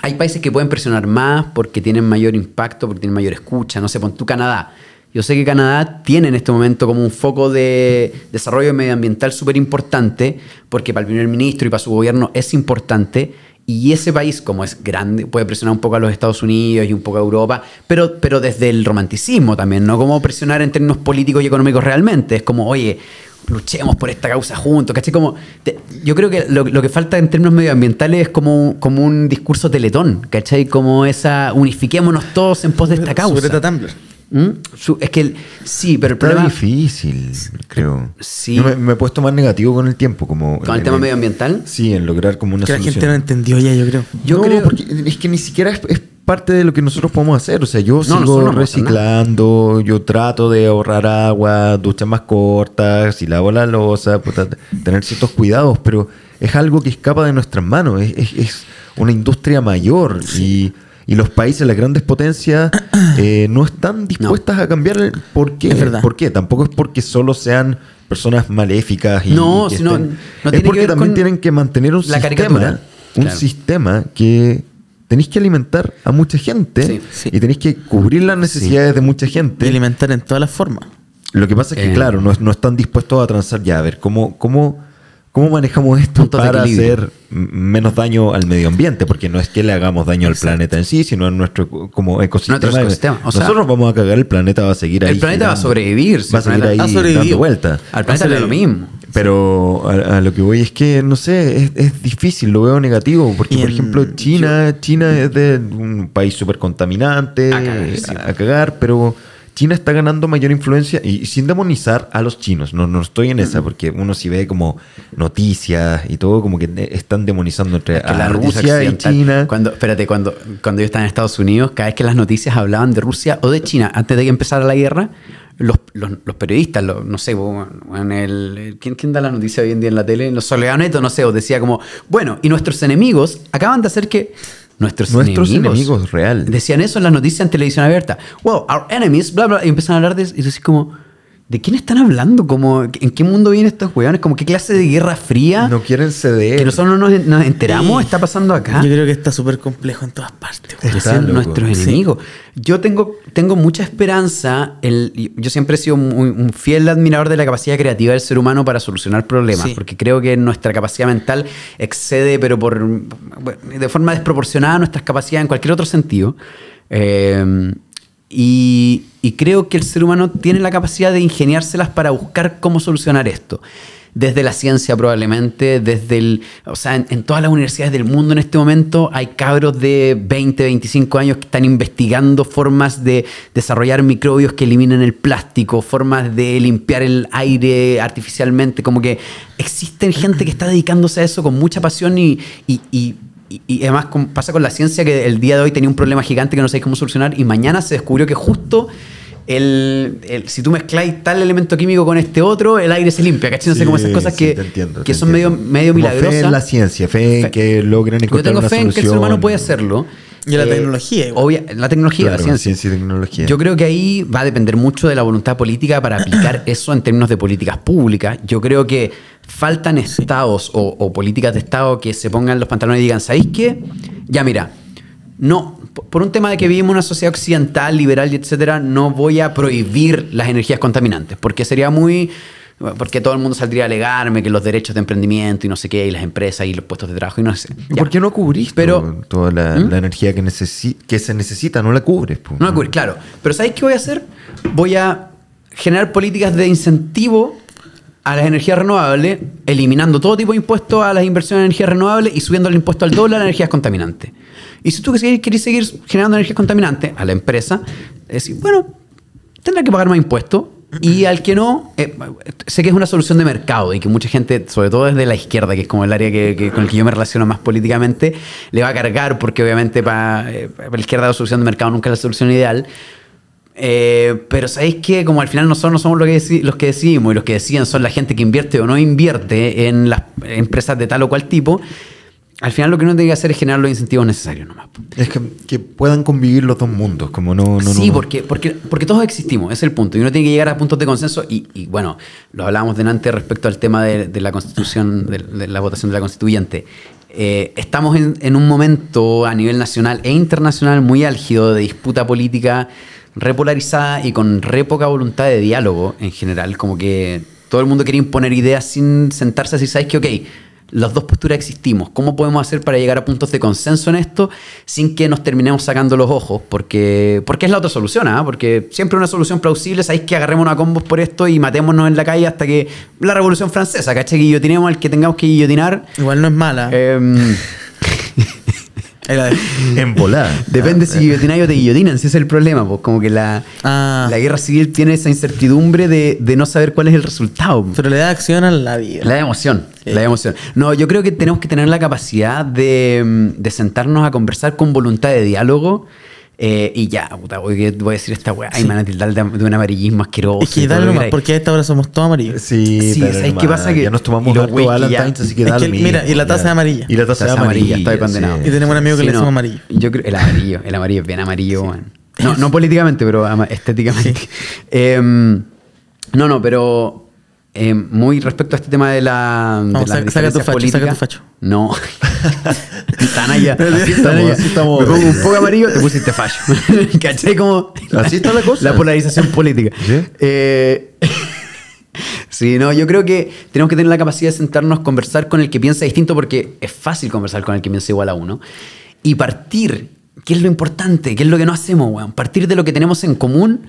hay países que pueden presionar más porque tienen mayor impacto, porque tienen mayor escucha. No sé, pon tú Canadá. Yo sé que Canadá tiene en este momento como un foco de desarrollo medioambiental súper importante, porque para el primer ministro y para su gobierno es importante. Y ese país, como es grande, puede presionar un poco a los Estados Unidos y un poco a Europa, pero, pero desde el romanticismo también, ¿no? Como presionar en términos políticos y económicos realmente. Es como, oye, luchemos por esta causa juntos, ¿cachai? Como, te- yo creo que lo, lo que falta en términos medioambientales es como, como un discurso teletón, ¿cachai? Como esa unifiquémonos todos en pos de esta
Su Greta
causa.
Thumblr.
¿Mm? Su- Es que, el- sí, pero el
Está
problema
difícil, creo.
Sí.
Yo me, me he puesto más negativo con el tiempo, como
con el
en-
tema
en-
medioambiental...
Sí, en lograr como una
Que la
solución.
gente no entendió ya, yo creo.
Yo
no,
creo-
porque es que ni siquiera es, es parte de lo que nosotros podemos hacer. O sea, yo
nosotros
sigo
no podemos hacer
reciclando, yo trato de ahorrar agua, duchas más cortas, si lavo la losa, puta, t- tener ciertos cuidados, pero es algo que escapa de nuestras manos. Es, es- es una industria mayor y, y los países, las grandes
(clears throat)
potencias, eh, no están dispuestas a cambiar. el- ¿Por qué?
Es verdad.
¿Por qué? Tampoco es porque solo sean personas maléficas y
No,
y que
si no-
estén-
no
es
tiene que
porque
ver
también
con
tienen que mantener un
la caricatura.
sistema, un
Claro.
sistema que tenéis que alimentar a mucha gente
Sí,
sí.
y tenéis que cubrir las necesidades de mucha
Y
gente.
alimentar en todas las formas.
Lo que pasa es que,
Eh.
claro, no, es- no están dispuestos a transar ya. A ver, ¿cómo, cómo, cómo manejamos esto
Puntos de
para
equilibrio.
hacer m- menos daño al medio ambiente? Porque no es que le hagamos daño
Exacto.
al planeta en sí, sino a nuestro co- como ecosistema.
Nuestro ecosistema, o sea-
Nosotros vamos a cagar, el planeta va a seguir ahí.
El planeta va a
girando.
sobrevivir. si
Va a
el
seguir
planeta-
ahí
ha sobrevivido.
dando vueltas.
Al planeta le da lo mismo.
Pero a, a lo que voy es que, no sé, es, es difícil, lo veo negativo, porque
Y
por
en-
ejemplo China, China es de un país súper contaminante,
A cagar,
eh,
sí.
a, a cagar, pero China está ganando mayor influencia y, y sin demonizar a los chinos, no, no estoy en esa, porque uno si ve como noticias y todo, como que ne- están demonizando entre
Que
a
la noticia
Rusia y
occidental-
China.
Ah, Cuando, espérate, cuando, cuando yo estaba en Estados Unidos, cada vez que las noticias hablaban de Rusia o de China, antes de que empezara la guerra, los, los- los periodistas, los- no sé, en el, el- ¿quién, quién da las noticias hoy en día en la tele? Los Soledad Neto, no sé, os decía como, bueno, y nuestros enemigos acaban de hacer que... Nuestros,
Nuestros enemigos, real.
Decían eso en las noticias en televisión abierta. Wow, our enemies, bla, bla, y empiezan a hablar de eso. Y tú así como, ¿De quién están hablando? Como, ¿En qué mundo vienen estos weones? ¿Como qué clase de guerra fría?
No quieren ceder.
que nosotros no nos, nos enteramos, está pasando acá.
Yo creo que está súper complejo en todas partes.
Que
Está
son
loco.
nuestros
Sí.
enemigos. Yo tengo, tengo mucha esperanza. el- yo siempre he sido muy- un fiel admirador de la capacidad creativa del ser humano para solucionar problemas,
Sí.
porque creo que nuestra capacidad mental excede, pero por bueno, de forma desproporcionada, a nuestras capacidades en cualquier otro sentido. Eh, y, y creo que el ser humano tiene la capacidad de ingeniárselas para buscar cómo solucionar esto. Desde la ciencia probablemente, desde el... O sea, en, en todas las universidades del mundo en este momento hay cabros de 20, 25 años que están investigando formas de desarrollar microbios que eliminen el plástico, formas de limpiar el aire artificialmente, como que existen gente que está dedicándose a eso con mucha pasión y... y- y- y- y además con- pasa con la ciencia que el día de hoy tenía un problema gigante que no sabéis cómo solucionar y mañana se descubrió que justo el, el- si tú mezcláis tal elemento químico con este otro, el aire se limpia, ¿cachai? No sé, como esas
Sí,
cosas
sí,
que,
te entiendo,
que
te
son medio,
entiendo.
medio
Como
milagrosas.
Fe en la ciencia, fe en
Fe-
que logran
Yo
encontrar
tengo
una
fe en que el ser
solución.
humano puede hacerlo.
Y en la tecnología igual.
Eh, Obvia, la tecnología,
Claro,
la ciencia.
ciencia y tecnología.
Yo creo que ahí va a depender mucho de la voluntad política para aplicar (clears throat) eso en términos de políticas públicas. Yo creo que faltan estados o, o políticas de estado que se pongan los pantalones y digan, ¿sabéis qué? Ya mira, no, p- por un tema de que vivimos en una sociedad occidental, liberal y etcétera, no voy a prohibir las energías contaminantes, porque sería muy... Porque todo el mundo saldría a alegarme que los derechos de emprendimiento y no sé qué, y las empresas y los puestos de trabajo y no sé.
¿Y
Ya.
¿Por qué no cubrís
Pero-
todo- toda la, la energía que, necesi- que se necesita? No la cubres. po.
No la cubrir, claro. Pero ¿sabéis qué voy a hacer? Voy a generar políticas de incentivo a las energías renovables, eliminando todo tipo de impuestos a las inversiones en energías renovables y subiendo el impuesto al doble a las energías contaminantes. Y si tú querés querés seguir generando energías contaminantes a la empresa, decir, bueno, tendrá que pagar más impuestos. Y al que no, eh, sé que es una solución de mercado y que mucha gente, sobre todo desde la izquierda, que es como el área que, que- con el que yo me relaciono más políticamente, le va a cargar porque obviamente para la izquierda la solución de mercado nunca es la solución ideal. Eh, pero sabéis que como al final nosotros no somos los que, deci- los que decidimos y los que deciden son la gente que invierte o no invierte en las empresas de tal o cual tipo, al final lo que uno tiene que hacer es generar los incentivos necesarios nomás.
Es que, que puedan convivir los dos mundos. Como no, no,
sí,
no-
Porque, porque, porque todos existimos, ese es el punto. Y uno tiene que llegar a puntos de consenso. Y, y, bueno, lo hablábamos delante respecto al tema de, de la constitución, de, de la votación de la constituyente. Eh, estamos en, en un momento a nivel nacional e internacional muy álgido de disputa política repolarizada y con re poca voluntad de diálogo en general. Como que todo el mundo quiere imponer ideas sin sentarse así, ¿sabes que Ok, las dos posturas existimos. ¿Cómo podemos hacer para llegar a puntos de consenso en esto sin que nos terminemos sacando los ojos? Porque, porque es la otra solución, ¿ah? Porque siempre una solución plausible, sabéis que agarrémonos a combos por esto y matémonos en la calle hasta que la Revolución Francesa, ¿cachai? Guillotinemos al que tengamos que guillotinar.
Igual no es mala.
Em,
Ahí la dejo.
En volada.
(laughs) Depende si guillotináis o te guillotinan, si ese es el problema, pues como que la,
Ah.
la guerra civil tiene esa incertidumbre de, de no saber cuál es el resultado.
Pero le da acción a la vida.
La emoción, la emoción. No, yo creo que tenemos que tener la capacidad de, mm, de sentarnos a conversar con voluntad de diálogo. eh, y ya, puta, voy, voy a decir esta weá. Ay, me van a tildar de, de un amarillismo asqueroso.
es
y
que
todo
dale
lo
nomás,
queráis.
porque a esta hora somos todos amarillos.
Sí,
Sí,
pero
¿sabes
hermano,
qué pasa? Que-
ya nos
y
tomamos
los
harto
whisky ya-
Valentine's, así que
Es
da
que,
lo mismo,
mira, y la taza
ya.
es amarilla.
Y la taza es
Taza
amarilla,
amarilla, estoy
sí.
condenado.
Y tenemos un amigo que
Sí,
le
no,
decimos amarillo.
Yo creo, el amarillo, el amarillo es bien amarillo, weón. No, no políticamente, pero ama- estéticamente. (laughs) Em, no, no, pero em, muy respecto a este tema de la. de
Vamos,
las
saca- saca tu
diferencias
facho,
políticas-
saca tu facho.
No.
(laughs)
Están allá.
Así
Están
estamos,
allá.
así estamos.
Me pongo un poco amarillo, te pusiste
(laughs)
fallo. (laughs) ¿Cachai? Como.
Así está la cosa.
La polarización política.
Sí.
Eh, Sí, no, yo creo que tenemos que tener la capacidad de sentarnos, conversar con el que piensa distinto, porque es fácil conversar con el que piensa igual a uno. Y partir, ¿qué es lo importante? ¿Qué es lo que no hacemos, weón? Partir de lo que tenemos en común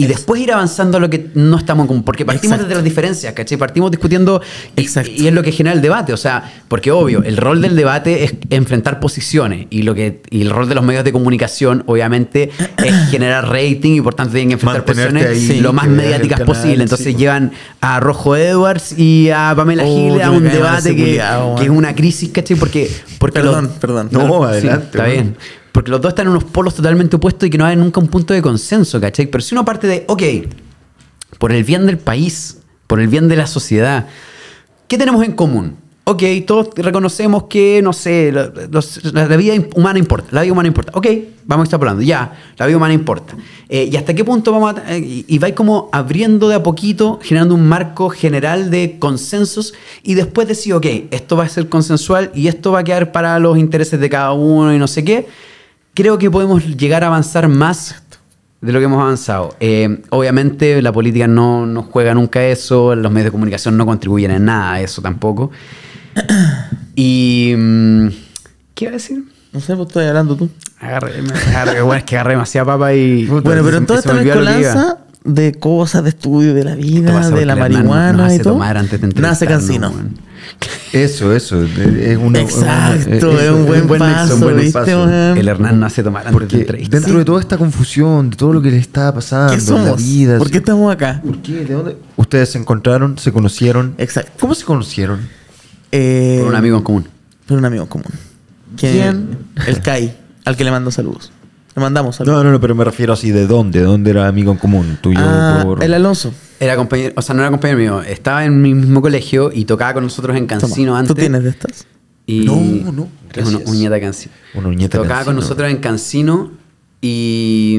y después ir avanzando a lo que no estamos en común. Porque partimos
Exacto.
desde las diferencias, ¿cachai? Partimos discutiendo y,
Exacto.
y es lo que genera el debate. O sea, porque obvio, el rol del debate es enfrentar posiciones y, lo que, y el rol de los medios de comunicación, obviamente, es generar rating y por tanto tienen que enfrentar
Mantenerte
posiciones
ahí,
lo más
que veas el
mediáticas
canal,
posible. Entonces
sí.
llevan a Rojo Edwards y a Pamela
Oh,
Giles a
que me
un
cae mal
debate
ese
que,
culiao,
que es
man.
una crisis, ¿cachai? Porque, porque
Perdón, perdón.
No,
sí,
adelante,
está
bueno.
bien. Porque los dos están en unos polos totalmente opuestos y que no hay nunca un punto de consenso, ¿cachai? Pero si uno parte de, ok, por el bien del país, por el bien de la sociedad, ¿qué tenemos en común? ok, todos reconocemos que, no sé, la, los- la- la vida humana importa, la vida humana importa. Ok, vamos extrapolando, ya, la vida humana importa. Eh, ¿Y hasta qué punto vamos a...? eh, y, y vais como abriendo de a poquito, generando un marco general de consensos y después decir, ok, esto va a ser consensual y esto va a quedar para los intereses de cada uno y no sé qué. Creo que podemos llegar a avanzar más de lo que hemos avanzado. Eh, obviamente la política no, no juega nunca eso, los medios de comunicación no contribuyen en nada a eso tampoco. Y... mm, ¿Qué iba a decir?
No sé, vos estoy hablando tú.
Agarré, me- agarré- bueno, es que agarré demasiada papa y...
(laughs) bueno, pero en toda
se
esta
me olvidó lo que iba.
mezcolanza de cosas, de estudio, de la
Esta
vida,
pasa
de
porque
la
el Hernán nos-
marihuana
nos
y
hace
todo.
tomar antes de
nace
entrevistarnos,
cansino.
weón.
(laughs) Eso, eso. Es una,
Exacto, es un buen paso, ¿viste, weón?
El Hernán no hace tomar antes de
Porque
entrevistas.
dentro de toda esta confusión, de todo lo que les estaba
Ah,
pasando,
pues,
¿Qué
en la
somos?
vida,
¿Por qué estamos acá?
¿Por qué? ¿De dónde? Ustedes se encontraron, se conocieron.
Exacto.
¿Cómo se conocieron?
Eh,
Por un amigo en común.
Por un amigo en común.
¿Quién?
El Kai, al que le mando saludos. Le mandamos saludos.
No, no, no, pero me refiero así de dónde, de dónde era amigo en común, tuyo
Ah,
por-
el Alonso.
Era compañero, o sea, no era compañero mío, estaba en mi mismo colegio y tocaba con nosotros en
Toma,
Cancino antes.
¿Tú tienes de estas?
Y
No, no,
Es una
gracias.
uñeta Cancino.
Una uñeta
Tocaba con
Cancino.
nosotros en Cancino y,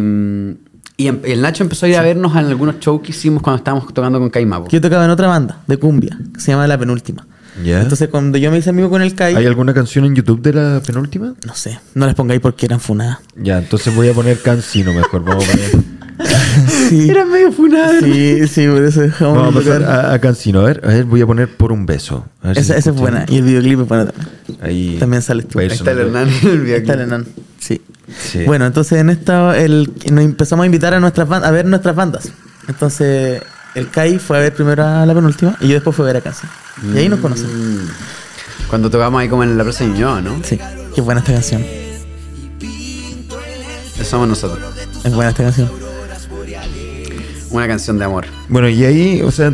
y em- el Nacho empezó a ir a vernos en algunos shows que hicimos cuando estábamos tocando con Caimapo.
Que Yo tocaba en otra banda de cumbia, que se llama La Penúltima.
Ya.
Entonces, cuando yo me hice amigo con el Kai,
¿Hay alguna canción en YouTube de la penúltima?
no sé, no las pongáis porque eran funadas.
Ya, entonces voy a poner Cancino mejor. Vamos a, poner-
(laughs) Sí,
Era medio funado.
sí, sí, por eso dejamos
vamos a
de tocar.
pasar a, a Cancino. A ver, a ver, voy a poner por un beso. A ver si
Esa,
se
esa es
escucha.
buena. Y el videoclip es bueno también.
Ahí
También sales tú.
va a
Ahí
ir
Está el
sonando.
Hernán en (laughs) el
Ahí está el
videoclip.
enano. Sí.
Sí.
Bueno, entonces en esta el, nos empezamos a invitar a nuestras ban- a ver nuestras bandas. Entonces el Kai fue a ver primero a la penúltima y yo después fui a ver a Canción. Y ahí nos conocimos.
Cuando tocábamos ahí como en la plaza de Ñuñoa, ¿no?
Sí, qué buena esta canción.
Eso somos nosotros.
Es buena esta canción.
Una canción de amor.
Bueno, y ahí, o sea,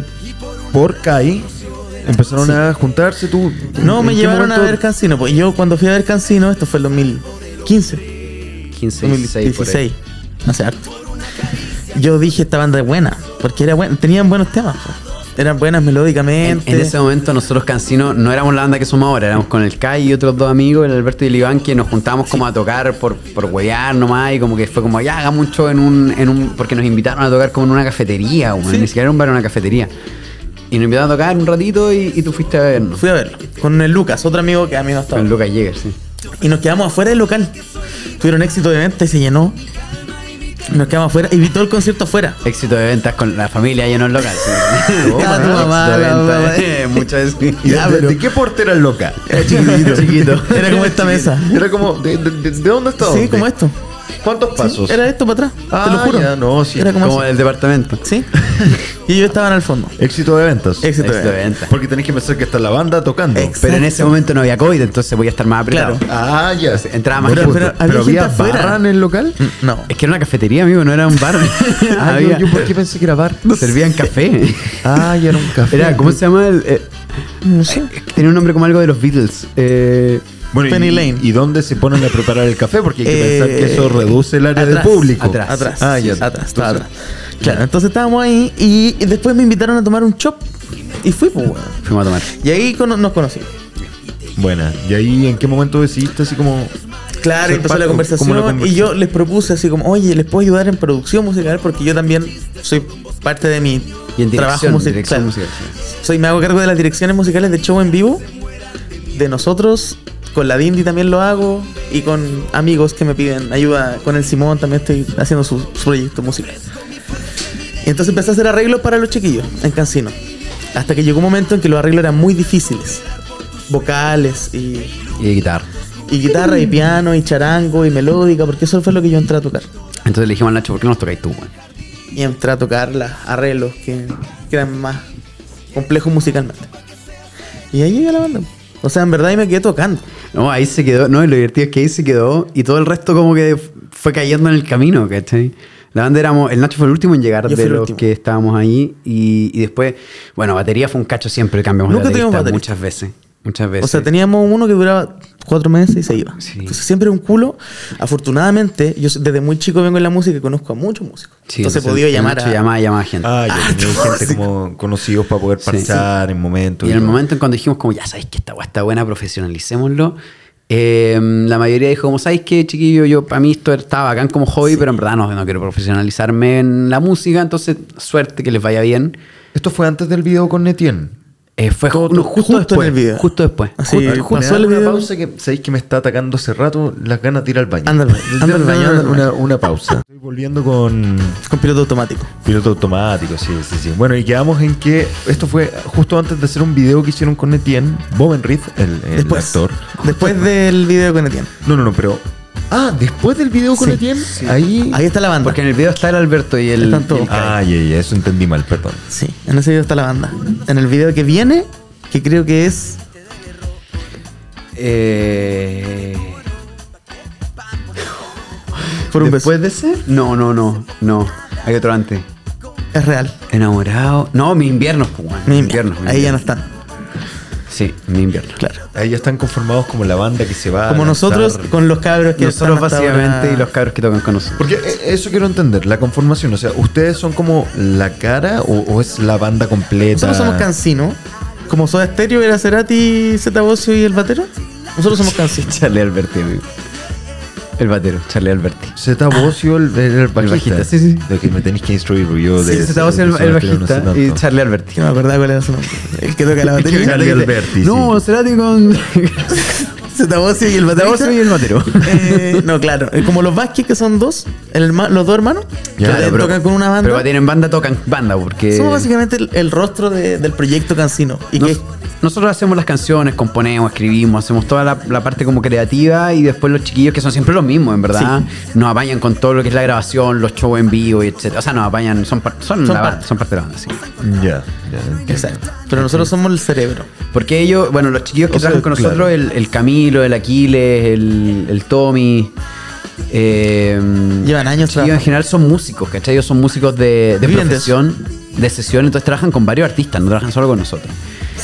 por Kai empezaron a juntarse tú.
No,
¿en
me
qué
llevaron a
momento?
ver Cancino. Pues yo cuando fui a ver Cancino, esto fue el 2015,
15, 16, por
2016.
ahí.
Hace harto. Yo dije esta banda es buena, porque era buena, tenían buenos temas. pues. Eran buenas
En,
melódicamente.
en ese momento nosotros Cancino no éramos la banda que somos ahora, éramos con el Kai y otros dos amigos, el Alberto y el Iván, que nos juntábamos como a tocar por, por huevear nomás y como que fue como, ya hagamos un show en un, en un... porque nos invitaron a tocar como en una cafetería, weón, ni siquiera era un bar, era una cafetería. Y nos invitaron a tocar un ratito y, y tú fuiste a vernos.
Fui a verlo con el Lucas, otro amigo que a mí no estaba.
Con Lucas Jäger, sí.
Y nos quedamos afuera del local. Tuvieron éxito de venta y se llenó. Nos quedamos afuera. Y vi todo el concierto afuera.
Éxito de ventas con la familia lleno el local. sí. (laughs)
Ya, tu mamá,
Éxito de
la
ventas,
(laughs)
mamá.
eh, mucho es-
(laughs)
¿Y de- de, de qué porte era el loca? (laughs)
Era chiquitito. chiquito.
Era como esta mesa.
Era como, ¿de, de, de- de dónde está?
Sí,
dónde?
como esto.
¿Cuántos pasos?
Era esto para atrás.
Ah,
te lo juro.
ya, no, sí,
Era como,
Como
así.
el departamento.
Sí. y yo estaba en el fondo.
Éxito de ventas.
Éxito de
Éxito de
venta.
ventas.
Porque tenés que pensar que está la banda tocando.
Ex-
Pero en ese momento no había COVID, entonces voy a estar más apretado.
Claro.
Ah, ya.
Entraba más
Pero,
gente.
pero, ¿Pero
Pero había
había
gente afuera.
barra en el local?
Mm, No.
Es que era una cafetería, amigo, no era un (laughs) bar.
Ah, yo,
Había-
yo por qué pensé que era bar.
(laughs) servían café.
Ah, ya era un café.
Era, ¿cómo se llama? El, eh, eh, tenía un nombre como algo de los Beatles. Eh,
Bueno,
Penny
y,
Lane.
¿Y dónde se ponen a preparar el café? Porque hay que
Eh,
pensar que eso reduce el área
atrás,
del público.
atrás.
Atrás.
Ah, ya.
Atrás, estaba atrás. Claro, entonces estábamos ahí y, y después me invitaron a tomar un chop. Y fui, pues, weón.
fuimos a tomar.
Y ahí cono- nos conocimos.
Buena. ¿Y ahí en qué momento decidiste así como...
Claro,
Ser
empezó
parte-
la conversación,
como la conversa-
y yo les propuse así como, oye, ¿les puedo ayudar en producción musical? Porque yo también soy parte de mi
Y en
trabajo
dirección,
musical.
dirección
Claro.
musical. sí.
Soy, me hago cargo de las direcciones musicales de show en vivo, de nosotros, con la Dindy también lo hago, y con amigos que me piden ayuda, con el Simón también estoy haciendo su, su proyecto musical. Y entonces empecé a hacer arreglos para los chiquillos en Cancino, hasta que llegó un momento en que los arreglos eran muy difíciles, vocales y
Y de guitarra.
y guitarra y piano y charango y melódica, porque eso fue lo que yo entré a tocar.
Entonces le dijimos al Nacho, ¿por qué no nos tocáis tú, weón?
Y entré a tocar los arreglos que, que eran más complejos musicalmente. Y ahí llegué a la banda. O sea, en verdad ahí me quedé tocando.
No, ahí se quedó. No, y lo divertido es que ahí se quedó y todo el resto como que fue cayendo en el camino, ¿cachai? La banda éramos, el Nacho fue el último en llegar
Yo
de
fui el
los
último.
que estábamos ahí y, y después, bueno, batería fue un cacho siempre, cambiamos de
Nunca tuvimos
baterista
baterista.
muchas veces. Muchas veces.
O sea, teníamos uno que duraba cuatro meses y se iba.
Sí.
Entonces siempre era un culo. Afortunadamente, yo desde muy chico vengo en la música y conozco a muchos músicos.
Sí,
Entonces he podido
en la
llamar
noche
a...
llamaba, llamaba gente.
Ah, ya tenía
(laughs)
gente como conocidos para poder
Sí.
parchar en momentos.
y en el
todo.
momento en cuando dijimos, como, ya sabéis que esta weá está buena, profesionalicémoslo, eh, la mayoría dijo, como, ¿sabéis qué, chiquillo? Yo, para mí esto está bacán como hobby, pero en verdad no, no quiero profesionalizarme en la música, entonces suerte, que les vaya bien.
Esto fue antes del video con Etienne.
Eh, fue
Todo-
no, justo,
justo en
después,
el video. Ah,
Justo después.
Así,
Justo-
Ju-
Pasó
pasó el
una
Eh, video.
pausa que sabéis que me está atacando hace rato las ganas de ir al baño.
Anda al baño, anda al baño, anda al
Una,
baño.
una
(laughs)
pausa. Estoy volviendo con
Con piloto automático.
piloto automático, sí, sí, sí. Bueno, y quedamos en que esto fue justo antes de hacer un video que hicieron con Etienne, Bob Enright, el, el
Después.
actor.
Después del video con Etienne.
No, no, no, pero. Ah, después del video con
Sí,
Etienne, ahí.
Ahí está la banda.
Porque en el video está el Alberto y el...
Están todos.
y el Kai.
Ah, ya, ya, eso entendí mal, perdón.
Sí, en ese video está la banda. En el video que viene, que creo que es...
Eh,
Por un
después
beso.
de ese.
No, no, no, no. Hay otro antes.
Es real.
Enamorado. No, mi invierno. pues, weón.
Mi
Mi
invierno.
invierno. mi
Ahí ya no
invierno.
están.
Sí, mi invierno.
Claro.
Ahí ya están conformados como la banda que se va. a
Como
lanzar.
nosotros con los cabros que
Nosotros
están hasta
básicamente
ahora-
y los cabros que tocan con nosotros.
Porque eh, eso quiero entender, la conformación. O sea, ¿ustedes son como la cara o, o es la banda completa?
Nosotros somos Cancino. Como Soda Stereo era Cerati, Zeta Bosio y el batero. Nosotros
(laughs)
somos Cancino.
Charlie Alberti, amigo. El batero, Charlie Alberti.
Zeta Bocio, el, el, el bajista.
bajista, sí, sí.
De que me tenéis que instruir, yo
Sí,
de-
se estaba haciendo el,
de-
el
de- no sé
bajista
tanto.
y Charlie Alberti.
Que no me acordaba cuál era su nombre. El que toca
(laughs)
la batería.
Charlie Alberti,
No,
sí.
Cerati con...
Zeta Bosio y el batero.
Bosio y el (laughs) batero.
Eh, no, claro. Eh, Como los Vázquez, que son dos, el herma- los dos hermanos,
Ya,
que tocan con una banda.
Pero tienen banda, tocan banda, porque...
Somos básicamente el, el rostro de- del proyecto Cancino. Y
Nos-
que es
nosotros hacemos las canciones, componemos, escribimos, hacemos toda la, la parte como creativa y después los chiquillos que son siempre los mismos, en verdad, nos apañan con todo lo que es la grabación, los shows en vivo, y etcétera. O sea, nos apañan, son, par- son,
Son
la-
parte.
son parte de la banda, sí.
Ya, ya. entiendo.
Exacto. Pero nosotros somos el cerebro.
Porque ellos, bueno, los chiquillos que
O sea,
trabajan con
claro.
nosotros, el, el Camilo, el Aquiles, el, el Tommy. eh,
Llevan años
los chiquillos en
trabajando.
general son músicos, ¿cachai? Ellos son músicos de, de
Viven de
profesión, de sesión, entonces trabajan con varios artistas, no trabajan solo con nosotros.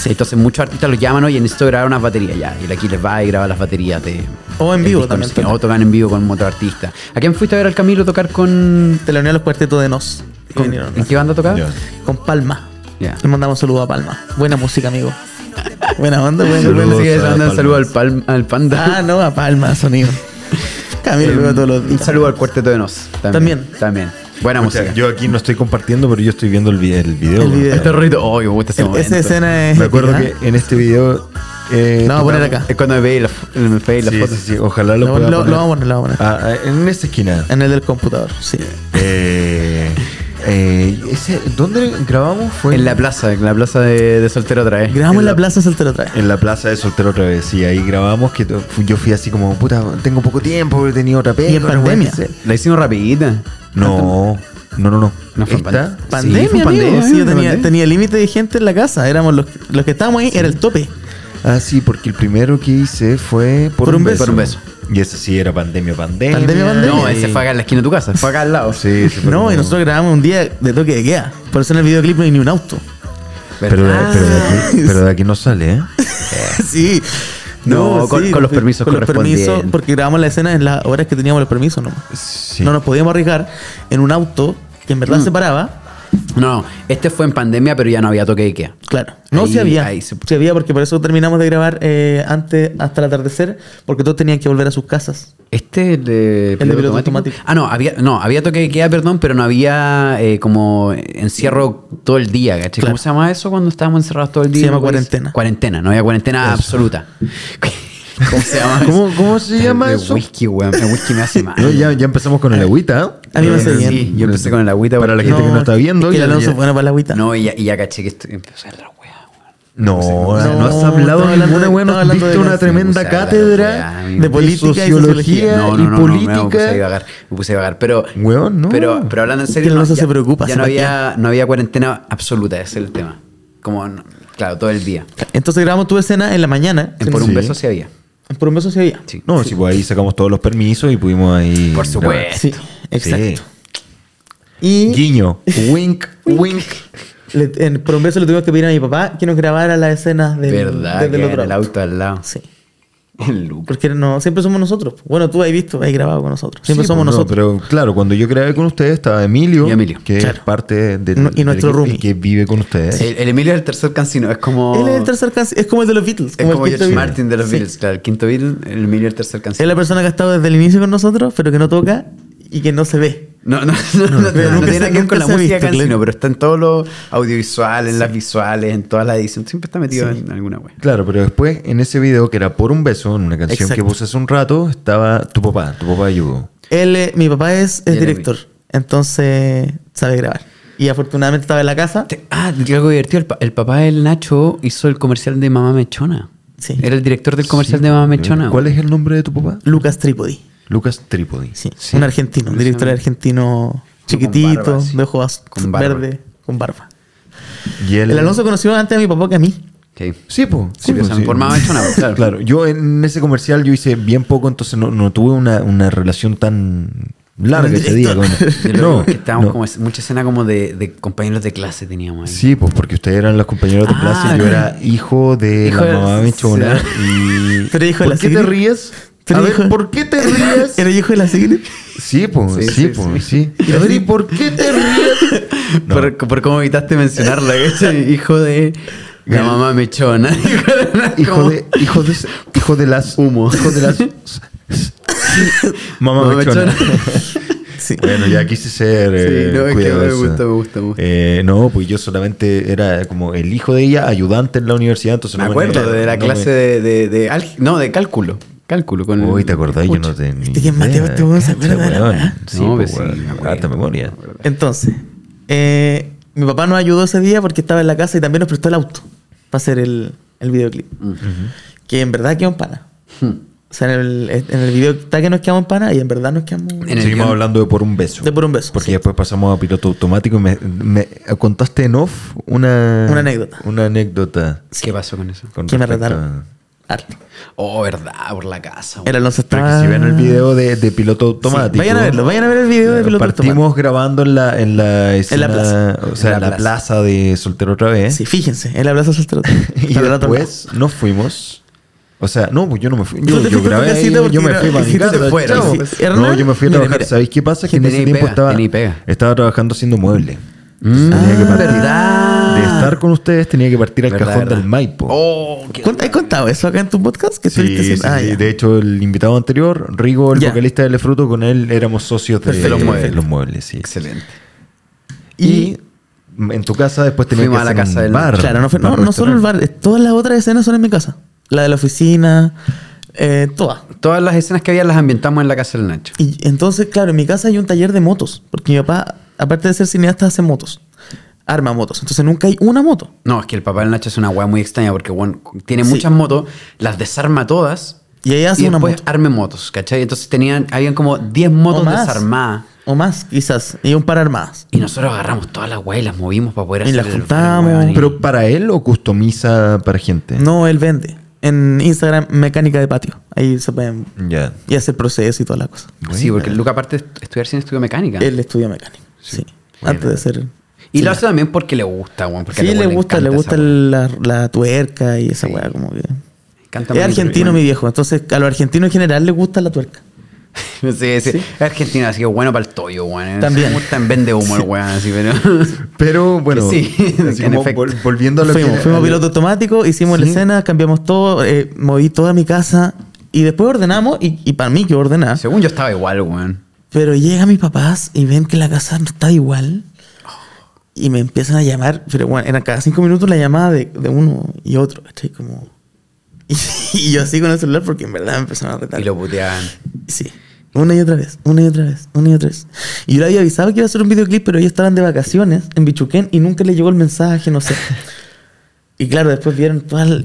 Entonces muchos artistas los llaman, oye, necesito grabar unas baterías ya. Y el Aquiles va y graba las baterías de...
O en
del
vivo
disco,
también,
no sé qué, O tocan en vivo con otro artista. ¿A quién fuiste a ver al Camilo tocar con...
Te la unión a los cuartetos de Nos. que
con-
vinieron.
¿En qué banda tocaba?
Ya.
Con Palma.
Ya.
Le mandamos saludos a Palma. Buena música, amigo. Buena onda, buena
Saludos
buena-
Así que
a
mandan
Palmas.
saludo al, palm- al panda.
Ah, no, a Palma, sonido. Camilo, lo veo todos los
Em, Un
días.
saludo al cuarteto de Nos. También.
También.
También. Buena
Escucha,
música.
yo aquí no estoy compartiendo, pero yo estoy viendo el, vi- el video.
El
bueno.
video.
El perrito. Oh, me gusta ese
El-
momento.
E-, esa escena es.
Me acuerdo que
épica.
en este video. eh,
No, voy a poner
tocamos-
acá.
Es cuando me veis la, f- me veis la
Sí,
foto.
sí, sí, ojalá lo
Lo-
pueda
lo-
poner.
lo vamos a poner, lo vamos a
Ah, ah, en esta esquina.
En el del computador, sí.
Eh, eh, ese- ¿Dónde grabamos? Fue
En la plaza, en la plaza de, de soltero otra vez.
Grabamos en
En
la
la-
plaza Soltero otra vez.
En la plaza de soltero otra vez, sí, ahí grabamos que to- fu- yo fui así como, puta, tengo poco tiempo, he tenido otra pega.
en
no puedo
pandemia.
hacer.
La hicimos rapidita.
No, no, no, no.
No fue en
Esta-
pandemia.
Pandemia,
Sí, fue
amigo.
pandemia,
sí, yo
fue
tenía,
pandemia.
tenía límite de gente en la casa. Éramos los, los que estábamos ahí, era el tope.
Ah, sí, porque el primero que hice fue por, un, beso.
Por un beso.
Y ese sí era pandemia, pandemia.
Pandemia, pandemia.
No, ese fue acá en la esquina de tu casa. Fue acá al lado.
Sí, sí, pero
No, y nosotros grabamos un día de toque de queda. Por eso en el videoclip no hay ni un auto.
Pero, de-
Ah.
pero de aquí, pero de aquí no sale, ¿eh?
(laughs)
sí.
No, con- con los permisos
con los permisos,
correspondientes.
porque grabamos la escena en las horas que teníamos los permisos nomás.
Sí.
No nos podíamos arriesgar en un auto que en verdad
Mm.
se paraba.
No, este fue en pandemia, pero ya no había toque de queda.
Claro. No,
Ahí-
se había.
ahí
se...
se-
había porque por eso terminamos de grabar eh, antes, hasta el atardecer, porque todos tenían que volver a sus casas.
Este es de,
piloto automático.
Ah, no, había, no, había toque de queda, perdón, pero no había eh, como encierro todo el día, ¿cachai?
Claro.
¿Cómo se llama eso cuando estábamos encerrados todo el día?
Se llama
Pues,
cuarentena.
Cuarentena, no había cuarentena absoluta. ¿Cómo se llama
¿Cómo- cómo se llama
el
eso?
Whisky, weón. El whisky me hace mal.
No, ya, ya empezamos con el agüita. ¿eh?
A mí me hace
Eh,
bien.
Sí, yo empecé con el agüita
Para la
porque-
gente que no está viendo.
es que
ya-
el Alonso
ya-
es bueno para la agüita.
No, y ya, y ya caché que estoy, empezó a hacer la wea, weón.
No, no, has
no,
hablado
estaba
de
hablando
ninguna
de-
weá,
estaba
nos
hablando
diste
de
una
las-
tremenda
me puse a hablar de
cátedra
weá, amigo.
de política y sociología
No,
y
no, no, no, me puse a
política.
divagar, me puse a divagar, pero,
Weón, no.
pero, pero hablando en serio,
Que el Alonso
ya-
se preocupa,
ya
se
no había,
paquea.
no había cuarentena absoluta, ese es el tema, como, no- claro, todo el día,
Entonces grabamos tu escena en la mañana.
En por
Sí.
un beso sí había,
En Por un beso se veía.
sí,
No, sí, pues ahí sacamos todos los permisos y pudimos ahí.
por
grabar.
supuesto,
Sí, exacto.
Sí.
Y
Guiño. Wink, wink.
Le- en, por un beso le tuvimos que pedir a mi papá que nos grabara las escenas del,
¿Verdad?
desde
que
el
en
otro
el auto al lado.
Sí.
El Lucas.
Porque no, siempre somos nosotros. Bueno, tú has visto, has grabado con nosotros. Siempre
Sí,
somos
pues, no,
nosotros.
pero claro, cuando yo grabé con ustedes estaba Emilio,
Y Emilio,
que es
claro.
parte de,
No- y nuestro roomie.
y que vive con ustedes.
El, el Emilio es el tercer cancino. Es como.
Él es el tercer can- Es como el de los Beatles.
Es como
el quinto
George
Beatle.
Martin de los
Sí.
Beatles, claro. El quinto Beatle, el Emilio es el tercer
Es
cancino.
la persona que ha estado desde el inicio con nosotros, pero que no toca y que no se ve.
No, (laughs) no, no, no, no,
pero
no
nunca
tiene
se-
nada que ver con la
nunca se ha
música
visto,
cancino,
claro.
pero está en todo lo audiovisual, en las visuales, en todas las ediciones. Siempre está metido en alguna wea.
Claro, pero después en ese video que era por un beso, en una canción
Exacto.
que puse hace un rato, estaba tu papá, tu papá ayudó.
Él, eh, mi papá es, es
Jeremy.
director, entonces sabe grabar. Y afortunadamente estaba en la casa.
Te- Ah, algo divertido. El, pa- el papá del Nacho hizo el comercial de Mamá Mechona.
Sí.
Era el director del comercial
Sí,
de Mamá
¿verdad?
Mechona.
¿Cuál es el nombre de tu papá?
Lucas Trípodi,
Lucas Trípodi.
sí, un argentino, un director argentino chiquitito,
barba, sí.
de ojos
Con barba.
verde, con barba.
Y él-
El Alonso conoció antes a mi papá que a mí.
Ok.
Sí, pues.
Sí, pues, por más mechona, (laughs) pues, claro.
claro. Yo en ese comercial yo hice bien poco, entonces no, no tuve una, una relación tan larga ese día. con-
(laughs) Yo
No,
lo digo, que estábamos
no.
como es- mucha escena como de, de compañeros de clase teníamos ahí.
Sí, pues porque ustedes eran los compañeros de
Ah,
clase, yo era hijo de
Hijo de-
la mamá mechona
sí.
y...
(laughs) Pero hijo de
¿Por
la
qué te
Sigrid.
ríes?
Pero
A ver,
hijo-
¿por qué te ríes?
(laughs) ¿Era hijo de la Sigrid?
Sí, pues,
Sí,
sí,
sí,
pues,
sí.
sí. A ver, ¿y por qué te ríes? No.
Por, por cómo evitaste (laughs) mencionarla, ¿cachai? Hijo de la
Del-
mamá mechona.
Hijo de, hijo de, hijo de las...
Humo.
Hijo de las... Mamá,
Mamá
mechona.
(laughs) mechona.
Sí.
Bueno, ya quise ser eh,
Sí, no, es que me
cuidadoso.
gusta, me gusta, me gusta.
Eh, no, pues yo solamente era como el hijo de ella, ayudante en la universidad, entonces
Me
no
acuerdo
no
de la
me-
clase de, de, de alg- No, de cálculo. Cálculo. Con
Uy, ¿te acordás? Yo no
Pucha.
tenía
Este que es Mateo, este weón se acuerda de la weá.
Sí,
No,
pues,
pues sí, me acuerdo,
weón, harta memoria.
me acuerdo.
Entonces, eh, mi papá nos ayudó ese día porque estaba en la casa y también nos prestó el auto para hacer el, el videoclip. Que en verdad quedó en pana. O sea, en el, en el video está que nos quedamos en pana y en verdad nos quedamos
En el
Seguimos
guión.
hablando de por un beso.
de por un beso.
Porque
sí.
después pasamos a piloto automático y me, me contaste en off una...
Una anécdota.
Una anécdota.
¿Qué pasó con eso?
Con
Que me
respecto
retaron. Harto.
Oh, verdad, por la casa.
El Alonso
a- Pero
estaba...
que si ven el video de, de piloto
Ah. Sí,
automático...
vayan a verlo, vayan a ver el video de
Eh,
piloto
Partimos
automático.
grabando en la, en la escena-
plaza.
O sea,
En la
en la,
plaza.
plaza de Soltero otra vez.
Sí, fíjense, el abrazo soltero.
¿eh? (laughs) y después nos fuimos. O sea, no, pues yo no me fui. Yo,
te
yo
fuiste a tu
grabé ahí,
casita porque
yo me
era-
fui
(laughs)
para mi
hiciste
casa,
te fueron.
chao.
Sí,
sí. Hernán,
No, yo me fui a
mira,
trabajar.
mira.
¿Sabéis qué pasa? Que en
Tenía
ese
y
tiempo
pega,
estaba,
tenía y pega.
estaba trabajando haciendo muebles.
Mm.
Tenía que
Ah,
partir.
verdad.
De estar con ustedes tenía que partir al
Verdad,
cajón
verdad.
del Maipo.
Oh, qué
¿Has contado eso acá en tu podcast? Que
Sí,
estuviste
sí,
haciendo? Ah,
sí.
ya.
De hecho, el invitado anterior, Rigo, el
Ya.
vocalista de Lefruto, con él éramos socios de,
Perfecto.
los,
Los
muebles.
muebles.
los muebles. sí.
excelente.
Y en tu casa después tenías que
Fuimos a
hacer
la casa
un
del-
bar.
Claro, no, fue-
un
no,
bar
no solo el bar, eh, todas las otras escenas son en mi casa. La de la oficina, eh, todas.
Todas las escenas que había las ambientamos en la casa del Nacho.
Y entonces, claro, en mi casa hay un taller de motos, porque mi papá, aparte de ser cineasta, hace motos, arma motos. Entonces nunca hay una moto.
No, es que el papá del Nacho es una weá muy extraña porque weón, tiene
Sí.
muchas motos, las desarma todas
Y ahí hace
y
una
después
moto.
arme motos, ¿cachai? Entonces tenían, habían como 10 motos
O más.
desarmadas
O más, quizás, y un par armadas.
y nosotros agarramos todas las weas y las movimos para poder
Y
hacer
las
el- el
juntamos,
weón y-
¿Pero para él o customiza para gente?
No, él vende. En Instagram, mecánica de patio. Ahí se pueden.
Ya.
Y hace el proceso y toda la cosa.
Sí, porque el Luca aparte de est- estudiar cine estudió mecánica.
Él estudia mecánica. Sí.
Buena.
Antes de ser.
y lo hace también porque le gusta, weón. porque
Sí,
al
le
weón
gusta, le
encanta
gusta
esa weá.
la, la tuerca y esa weá, como que.
Le encanta
Es
manipular,
argentino,
weón.
mi viejo. Entonces, a los argentinos en general les gusta la tuerca.
Sí, sí.
Sí.
Es argentino, así que bueno para el toyo, weón.
También.
Me gusta en vende humo el weón, así,
(laughs)
pero.
Pero bueno,
Sí,
así
en
como
efecto.
vol- volviendo a lo
Fuimos,
que...
fuimos piloto automático, hicimos la
Sí.
escena, cambiamos todo, eh, moví toda mi casa y después ordenamos. Y, y para mí que ordenar.
Según yo estaba igual, weón.
Pero llegan mis papás y ven que la casa no está igual. Y me empiezan a llamar, pero bueno, eran cada cinco minutos la llamada de, de uno y otro, ¿cachai? Como... (laughs) Y, yo así con el celular porque en verdad me empezaron a retar.
Y lo puteaban.
Sí. Una y otra vez, una y otra vez, una y otra vez. Y yo le había avisado que iba a hacer un videoclip, pero ellos estaban de vacaciones en Bichuquén y nunca les llegó el mensaje,
(laughs)
no sé. y claro, después vieron toda la-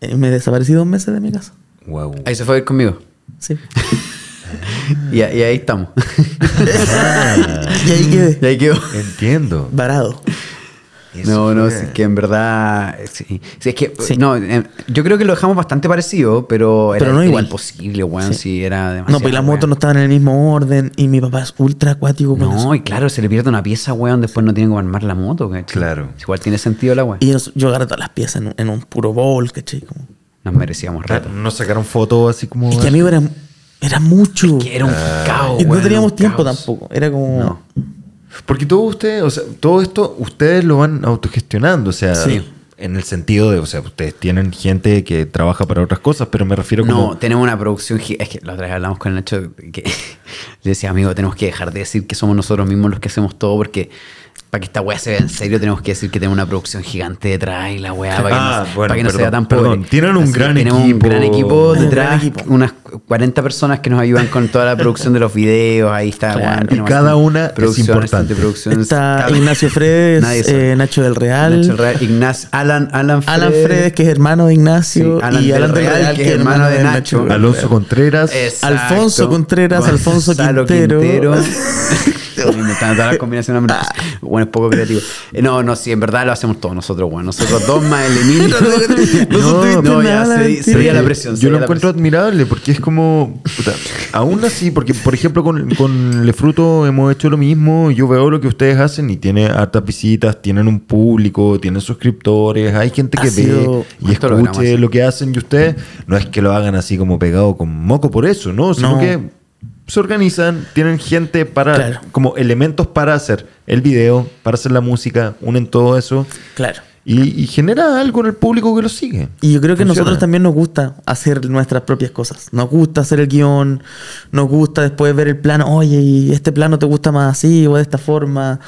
eh, Me desaparecí dos meses de mi casa.
Wow.
Ahí se fue a ir conmigo.
Sí.
Y, a- y ahí estamos.
(laughs) y ahí quedé,
y ahí quedó.
Entiendo.
varado.
Eso
no, no,
fue.
si es que en verdad. Sí. Si es que.
Sí.
No, eh, yo creo que lo dejamos bastante parecido, pero era,
Pero no
era
igual.
imposible, weón.
Sí.
Si era demasiado.
No, pues y las
weón.
motos no estaban en el mismo orden y mi papá es ultra acuático con eso.
No, y claro, se le pierde una pieza, weón, después no tienen cómo armar la moto, ¿cachai?
Claro.
Igual tiene sentido la weón.
Y yo, yo agarré todas las piezas en un, en un puro bowl, ¿cachai? Como-
Nos merecíamos rato.
No sacaron fotos así como.
Es que amigo era, era mucho.
Que era un caos,
y no
weón,
teníamos
un
tiempo
caos.
tampoco. Era como.
No.
Porque todo ustedes, o sea, todo esto ustedes lo van autogestionando, o sea,
Sí.
en el sentido de, o sea, ustedes tienen gente que trabaja para otras cosas, pero me refiero como
No, tenemos una producción. gi- Es que la otra vez hablamos con Nacho que (laughs) le decía, amigo, tenemos que dejar de decir que somos nosotros mismos los que hacemos todo porque para que esta weá se vea en serio tenemos que decir que tenemos una producción gigante detrás y la weá para que,
Ah,
no,
bueno,
para que no se vea
perdón,
tan pobre.
perdón. Tienen un
Así que
gran
tenemos
equipo.
un gran equipo
Un gran
detrás,
equipo.
unas 40 personas que nos ayudan con toda la producción de los videos, ahí está.
Claro.
weón,
Y
tenemos
cada
así
una es
producción,
importante.
asistente de producción,
Está
cada-
Ignacio
Nadie
Fredes,
sabe.
eh, Nacho del Real,
Nacho Real, Ignacio, Alan, Alan Fredes.
Alan Fredes, que es hermano de Ignacio,
Sí, Alan
y
del
Alan del
Real,
Real, que es hermano de Nacho.
Nacho.
Alonso Contreras,
Alfonso Contreras, Alfonso
Gonzalo
Quintero. (laughs)
Uy, me están todas las combinaciones. hombre. Bueno, es poco creativo. Eh, No, no, sí, en verdad lo hacemos todos nosotros, bueno. Nosotros dos más el Emilio.
(laughs) No
no,
sostuviste
no, ya
nada,
se,
mentira.
Pero
sería
que
la presión.
Yo
sería
lo
la
encuentro admirable porque es como. puta, aún así, porque por ejemplo con, con Le Fruto hemos hecho lo mismo. Yo veo lo que ustedes hacen y tiene hartas visitas, tienen un público, tienen suscriptores, hay gente
Ha
que ve
sido-
y
Esto lo grabamos
escuche
así.
lo que hacen y ustedes no es que lo hagan así como pegado con moco por eso, ¿no? Sino
No.
que se organizan, tienen gente para.
Claro.
como elementos para hacer el video, para hacer la música, unen todo eso.
Claro.
Y, y genera algo en el público que lo sigue.
Y yo creo que
Funciona.
nosotros también nos gusta hacer nuestras propias cosas. Nos gusta hacer el guión, nos gusta después ver el plano, oye, y este plano te gusta más así o de esta forma.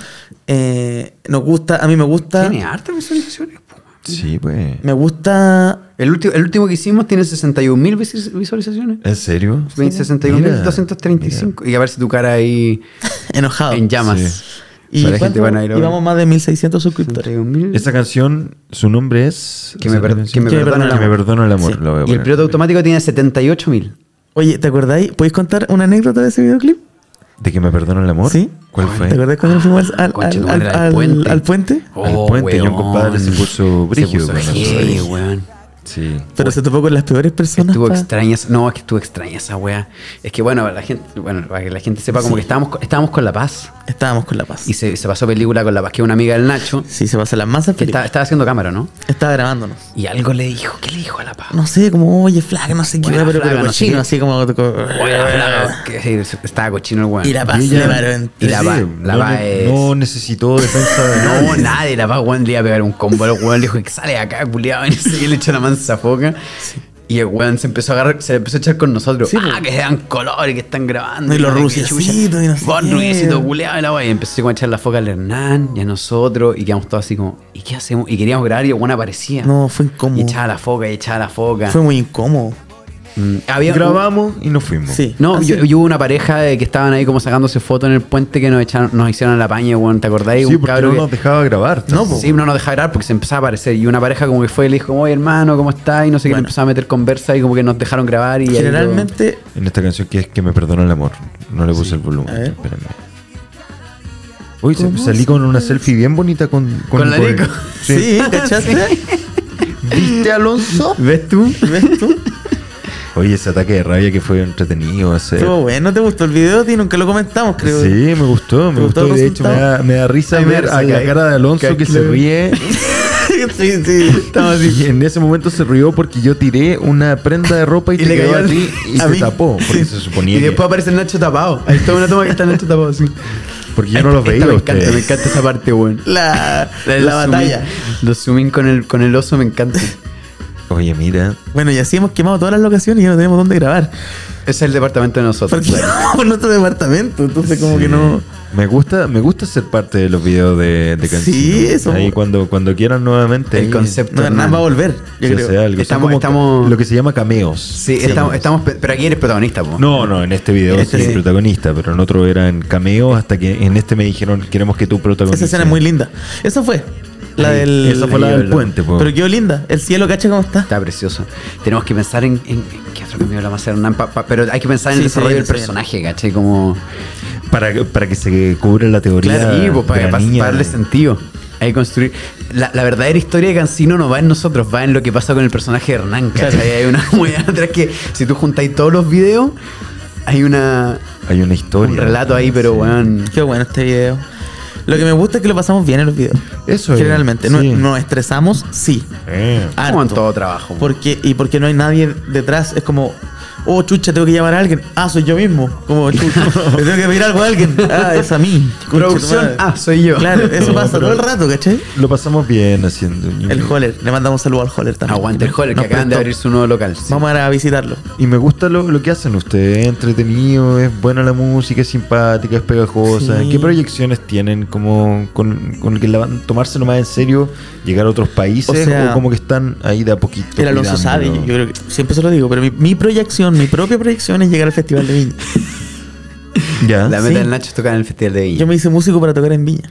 Eh, nos gusta, a mí me gusta,
presión. Tiene hartas visualizaciones, po.
Sí, pues.
me gusta,
El último, el último que hicimos tiene 61.000 visi- visualizaciones.
¿En serio? Mira,
61.235. Y a ver si tu cara ahí
enojado.
en llamas.
sí.
Y
Para la gente
cuánto-
van a ir a ver.
llevamos más de 1600 suscriptores.
61.000.
mira. Esa canción, su nombre es.
Que me,
esa
per- que
canción.
me
Que me
perdone el
Que me
amor.
perdona el amor.
Sí.
la voy a
Y el
poner.
piloto automático tiene 78.000.
Oye, ¿te acordáis? ¿Podéis contar una anécdota de ese videoclip?
¿De que me perdona el amor?
¿Sí?
¿Cuál fue?
¿Te acordás cuando fuimos al, al,
Conche tu
al-
madre, al
al-
puente. Oh,
al puente?
Al puente, y un compadre se puso brígido,
Se puso
weón,
heavy,
no sabía.
weón.
Sí.
Pero se topó con las peores personas.
Estuvo
pa-
extraña, esa- no, es que estuvo extraña esa weá. Es que bueno, la gente, bueno, para que la gente sepa, como que estábamos, con- estábamos con La Paz
Estábamos con La Paz.
y se, se pasó película con La Paz, que es una amiga del Nacho,
Sí, se pasa la masa.
que está- estaba haciendo cámara, ¿no?
Estaba grabándonos.
Y algo le dijo, ¿qué le dijo a La Paz?
No sé, como, oye, flaca, no sé qué,
Buena
pero, pero
flaca, no sé
cochino,
qué.
así como. eh, co-
Weá, flaca, que- sí, estaba cochino el weón.
Y La Paz
Y
se
ella-
paró en-
Y la
Sí,
va-
no,
la va
no-
es-
no necesitó defensa de
(laughs) No,
nadie.
nada, y la paz, weón, le iba a pegar un combo al weón, le dijo que sale de acá, culiado, (laughs) y no sé qué, le echó la mansa foca. Y el weón se empezó a agarrar, se le empezó a echar con nosotros.
Sí,
ah,
pues.
que se dan colores, que están grabando.
No, y los
la
rubiecitos,
chucha.
y no sé
Vos,
qué.
rubiecito culiado, y la weón. Y empezó como a echar la foca al Hernán y a nosotros, y quedamos todos así como, ¿y qué hacemos? Y queríamos grabar y el weón aparecía.
No, fue
Y
incómodo.
echaba la foca, y echaba la foca.
Fue muy incómodo.
Mm, había
Grabamos y nos fuimos.
Sí.
No,
Así.
yo, yo hubo una pareja de que estaban ahí como sacándose fotos en el puente que nos echaron, nos hicieron la paña, weón, ¿te acordáis?
Sí,
un
porque
cabro
no
que-
nos dejaba grabar.
No, po.
Sí, no nos dejaba grabar porque se empezaba a aparecer. Y una pareja como que fue y le dijo, oye hermano, ¿cómo estás? Y no sé qué, le
Bueno.
empezaba a meter conversa y como que nos dejaron grabar. y ahí lo-
Generalmente.
En esta canción que es que me perdona el amor. No le puse el volumen.
A ver.
Espérame. Uy, se- salí con una selfie bien bonita con...
Con la Nico.
Sí.
Sí, ¿cachaste?
(laughs)
¿Viste, Alonso?
¿Ves tú? ¿Ves tú?
Oye, ese ataque de rabia que fue entretenido hacer.
Estuvo bueno, ¿te gustó el video? tío? nunca lo comentamos, creo.
Sí, me gustó, me
¿Te gustó
gustó.
el
De hecho, me
resultado?
da, me da risa
Ay, me da
ver
risa
a la
que-
cara de Alonso
que-
que se
(laughs)
ríe.
(laughs) sí, sí.
Estaba así, Y en ese momento se rió porque yo tiré una prenda de ropa y,
(laughs) Y
te
le
quedó
cayó
a
al-
ti y
a
se
mí.
tapó. Porque
Sí.
se suponía
Y
que-
después aparece el Nacho tapado. Ahí está una toma que está el Nacho tapado, sí.
Porque yo no los
Esta
veía a
me encanta,
ustedes.
me encanta esa parte, weón.
La, la,
Los zoom
batalla.
in- Los zoom in con el, con el oso me encanta.
Oye, mira.
Bueno, y así hemos quemado todas las locaciones y ya no tenemos dónde grabar.
Ese es el departamento de nosotros.
Porque (laughs) vamos por nuestro departamento, entonces como
sí.
que no...
Me gusta, me gusta ser parte de los videos de, de
Sí,
Cancino.
eso-
Ahí cuando, cuando quieran nuevamente.
El
ahí
concepto,
No, Hernán
Hernán.
va a volver,
se
yo creo.
hace algo. Son
Estamos-
como
estamos-
Lo que se llama cameos.
Sí, estamos, estamos, pe- pero aquí eres protagonista, po.
No, no, en este video
Este
soy
sí.
protagonista, pero en otro eran cameos hasta que en este me dijeron queremos que tú protagonices.
Esa escena es muy linda. Esa fue. La
Sí,
del...
esa fue la del puente, po.
Pero quedó linda. El cielo, ¿cacha cómo está?
Está precioso. Tenemos que pensar en, en- en qué otro cambio la más Hernán, pa- pa- pero hay que pensar en el
Sí, se
desarrollo
viene,
del
se viene.
personaje, ¿cachai? Como...
Para, que- para que se cubra la teoría.
Claro, sí, pues,
de
para,
la
para-
niña.
para darle sentido. Hay que construir. La, la verdadera historia de Cancino no va en nosotros, va en lo que pasa con el personaje de Hernán. ¿cachai? Hay una (laughs) hueá atrás que, si tú juntáis todos los videos, hay una.
Hay una historia.
Un relato ahí, pero
Sí.
weón.
Qué bueno este video. Lo que me gusta es que lo pasamos bien en los videos.
Eso es,
Generalmente. No-
sí.
Nos estresamos, sí.
Eh.
Como en
harto.
todo trabajo.
Porque, y porque no hay nadie detrás. Es como, oh, chucha, tengo que llamar a alguien. Ah, soy yo mismo.
(laughs)
Como, chucha, le tengo que pedir algo a alguien. Ah, es a mí. Concha tu
Producción,
madre.
ah, soy yo.
Claro, eso
No,
pasa
pero-
todo el rato, ¿cachai?
Lo pasamos bien haciendo.
El Holler, le mandamos un saludo al Holler
(laughs)
también.
Aguante el Holler, que
Nos
acaban de
prestó.
abrir su nuevo local. sí.
Vamos a ir a visitarlo.
Y me gusta lo, lo que hacen ustedes, es entretenido, es buena la música, es simpática, es pegajosa.
Sí.
¿Qué proyecciones tienen como con, con el que la van- tomárselo más en serio, llegar a otros países
O
o,
sea,
como que están ahí de a poquito?
El Alonso sabe,
cuidándolo?
yo creo que siempre se lo digo, pero mi, mi proyección, mi propia proyección es llegar al Festival de Viña.
Ya.
La
Sí.
meta del Nacho es tocar en el Festival de Viña.
Yo me hice músico para tocar en Viña.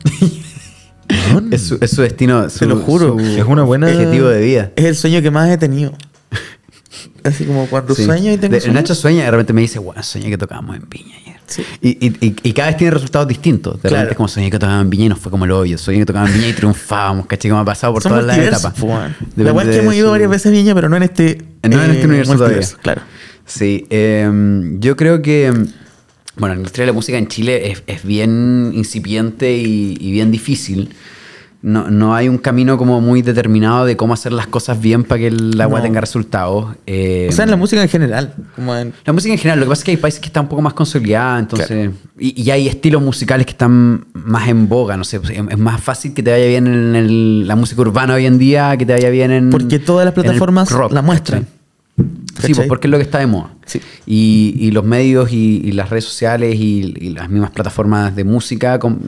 Weón,
Es, su, es su destino, su,
lo juro.
su
Es una buena-
(laughs) objetivo de vida.
Es el sueño que más he tenido. Así como cuando
Sí.
sueño y tengo
De-
sueño.
Nacho sueña y de repente me dice, guau, soñé que tocábamos en Viña ayer.
Sí.
Y, y- y- y cada vez tiene resultados distintos. De
Claro.
repente es como soñé que tocábamos en Viña y nos fue como el hoyo. Soñé que tocábamos en Viña y triunfábamos, ¿cachai? Como ha pasado por
Son
todas las
multiversos,
etapas.
po, pues, weón.
Depende
La cual que
de
hemos ido
su-
varias veces a Viña, pero no en este,
No en este universo
multiverso, Claro.
Sí, eh, yo creo que, bueno, la industria de la música en Chile es, es bien incipiente y, y bien difícil. No, no hay un camino como muy determinado de cómo hacer las cosas bien para que el agua
No.
tenga resultados. Eh,
O sea, en la música en general. Como en,
la música en general, lo que pasa es que hay países que están un poco más consolidadas, entonces. Y, y hay estilos musicales que están más en boga, no sé. pues, Es es más fácil que te vaya bien en el- la música urbana hoy en día, que te vaya bien en.
Porque todas las
en el
plataformas
rock,
la muestran.
¿cachai? Sí, pues,
¿Cachai?
porque es lo que está de moda.
Sí.
Y, y los medios y, y las redes sociales y, y las mismas plataformas de música com-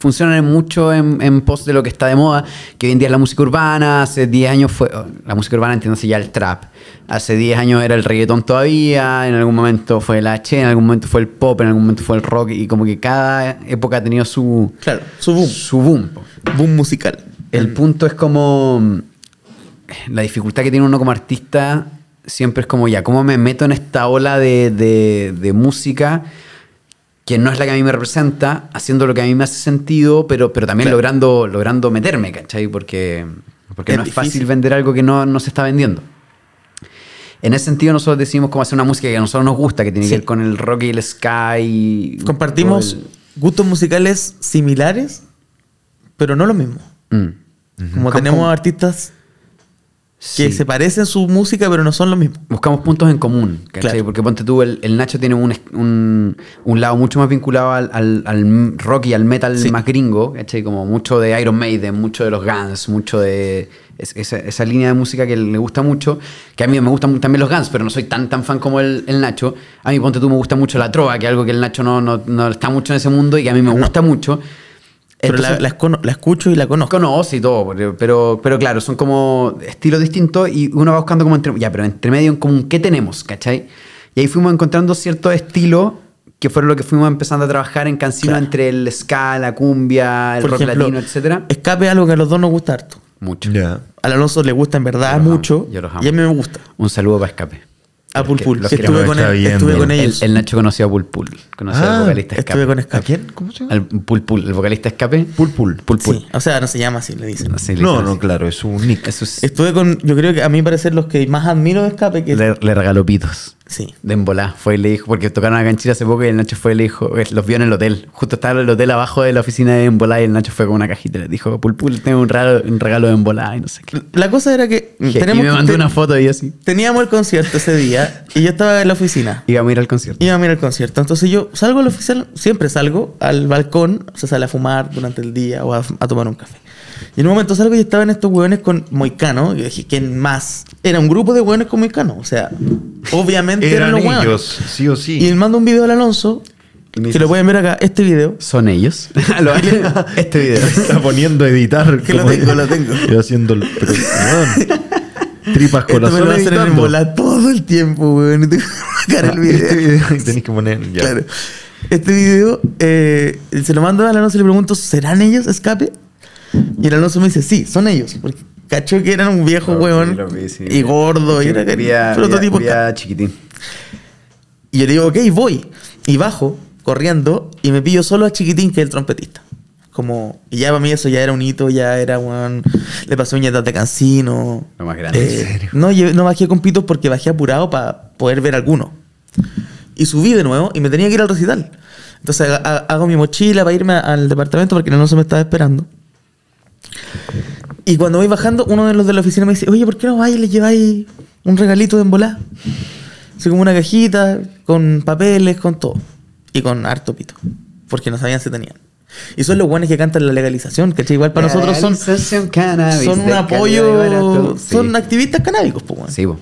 funcionan mucho en, en pos de lo que está de moda, que hoy en día es la música urbana, hace 10 años fue, oh, la música urbana entiéndase ya el trap, hace 10 años era el reggaetón todavía, en algún momento fue el H, en algún momento fue el pop, en algún momento fue el rock, y como que cada época ha tenido su,
claro, su boom.
su boom. po.
Boom musical.
El punto es como mm, la dificultad que tiene uno como artista siempre es como ya, ¿cómo me meto en esta ola de, de- de música que no es la que a mí me representa, haciendo lo que a mí me hace sentido, pero, pero también
Claro.
logrando, logrando meterme, ¿cachai? Porque, porque
Es
no es fácil
difícil.
vender algo que no, no se está vendiendo. En ese sentido nosotros decidimos cómo hacer una música que a nosotros nos gusta, que tiene
Sí.
que ver con el rock y el sky.
Compartimos gustos musicales similares, pero no lo mismo.
Mm.
Como tenemos artistas que se parecen su música, pero no son lo mismo.
buscamos puntos en común, ¿cachai?
Claro.
Porque ponte tú, el, el Nacho tiene un, es- un, un lado mucho más vinculado al, al- al rock y al metal
Sí.
más gringo, ¿cachai? Como mucho de Iron Maiden, mucho de los Guns, mucho de es- esa, esa línea de música que le gusta mucho, que a mí me gustan mu- también los Guns, pero no soy tan tan fan como el, el Nacho. A mí ponte tú me gusta mucho la trova, que es algo que el Nacho no, no, no está mucho en ese mundo y que a mí me gusta mucho.
Pero la-
Entonces-
las cono- la escucho y la conozco.
Conoce y todo, pero, pero, pero claro, son como estilos distintos y uno va buscando como entre, ya, pero entre medio en común, ¿qué tenemos? ¿Cachai? Y ahí fuimos encontrando ciertos estilos que fueron lo que fuimos empezando a trabajar en Cancino
Claro.
entre el ska, la cumbia, el rock latino, etcétera.
Escape es algo que a los dos nos gusta harto.
Mucho.
eh, Ya.
Al Alonso le gusta en verdad
Yo los amo,
mucho.
yo los amo.
Y a mí me gusta.
Un saludo para Escape.
A
Los que-
Pulpul.
los
Estuve
queremos.
con,
Está
él-
bien,
estuve con
bien.
el,
ellos.
el Nacho conoció a Pulpul, conoció
Ah,
al vocalista Escape.
estuve con
¿A
Escape.
quién? ¿Cómo se llama?
Al Pulpul, el vocalista Escape.
Pulpul.
Pulpul.
Sí, o sea, no se llama así, le dicen.
Así le
No,
dicen
no,
así.
claro, es un nick.
Eso es-
Estuve con, yo creo que a mí parecer los que más admiro de Escape que...
le, le regaló pitos.
Sí.
De embolá, fue y le dijo, porque tocaron acá en Chile hace poco y el Nacho fue y le dijo, eh, los vio en el hotel, justo estaba el hotel abajo de la oficina de embolá y el Nacho fue con una cajita y le dijo, Pulpul, tengo un regalo, un regalo de embolá y no sé qué.
La cosa era que
Y
Mm, tenemos
me
que-
mandó
te-
una foto y yo así,
teníamos el concierto ese día y yo estaba en la oficina.
íbamos a ir al concierto.
Iba a mirar el concierto. Entonces yo salgo al oficial, siempre salgo al balcón, se sale a fumar durante el día o a, a tomar un café. Y en un momento salgo y estaba en estos hueones con Moicano. Y yo dije, ¿quién más? Era un grupo de hueones con Moicano. O sea, obviamente eran,
Eran
los hueones.
ellos, sí o sí.
(laughs) Y él manda un video al Alonso,
Y me
que lo
dice,
pueden ver acá, este video.
¿Son
(laughs)
ellos? Lo-
(laughs)
este video.
está poniendo a editar.
Que lo
como-
tengo, lo tengo.
Yo haciendo el. pero,
(laughs)
weón, tripas
Esto me lo
corazón.
hacen en
editando. este
bola todo el tiempo, hueón. Y tengo que sacar el video. (laughs)
Tenéis que poner. Ya.
Claro. Este video eh, se lo mando al Alonso y le pregunto, ¿serán ellos escape? Y el Alonso me dice, sí, son ellos. Porque cachó que eran un viejo
No, Oh, sí,
huevón
lo vi, sí.
Oh, y gordo. Y
Que
era
veía-
prototipo.
veía- veía chiquitín.
Y yo le digo, ok, voy. Y bajo corriendo y me pillo solo a Chiquitín, que es el trompetista. Como, y ya para mí eso ya era un hito, ya era, weón, le pasó uñetas de cancino.
Lo más grande.
Eh, No, yo no bajé con pitos porque bajé apurado para poder ver alguno. Y subí de nuevo y me tenía que ir al recital. Entonces ha- ha- hago mi mochila para irme al departamento porque no se me estaba esperando. Y cuando voy bajando, uno de los de la oficina me dice, oye, ¿por qué no vais y le lleváis un regalito de embolá? Así como una cajita, con papeles, con todo. Y con harto pito. Porque no sabían si tenían. Y son los guanes que cantan la legalización, ¿cachai? Igual para nosotros son,
Legalización cannabis
son un
de calidad y barato.
apoyo,
Sí.
son activistas canábicos, pues, weón.
Sí, po.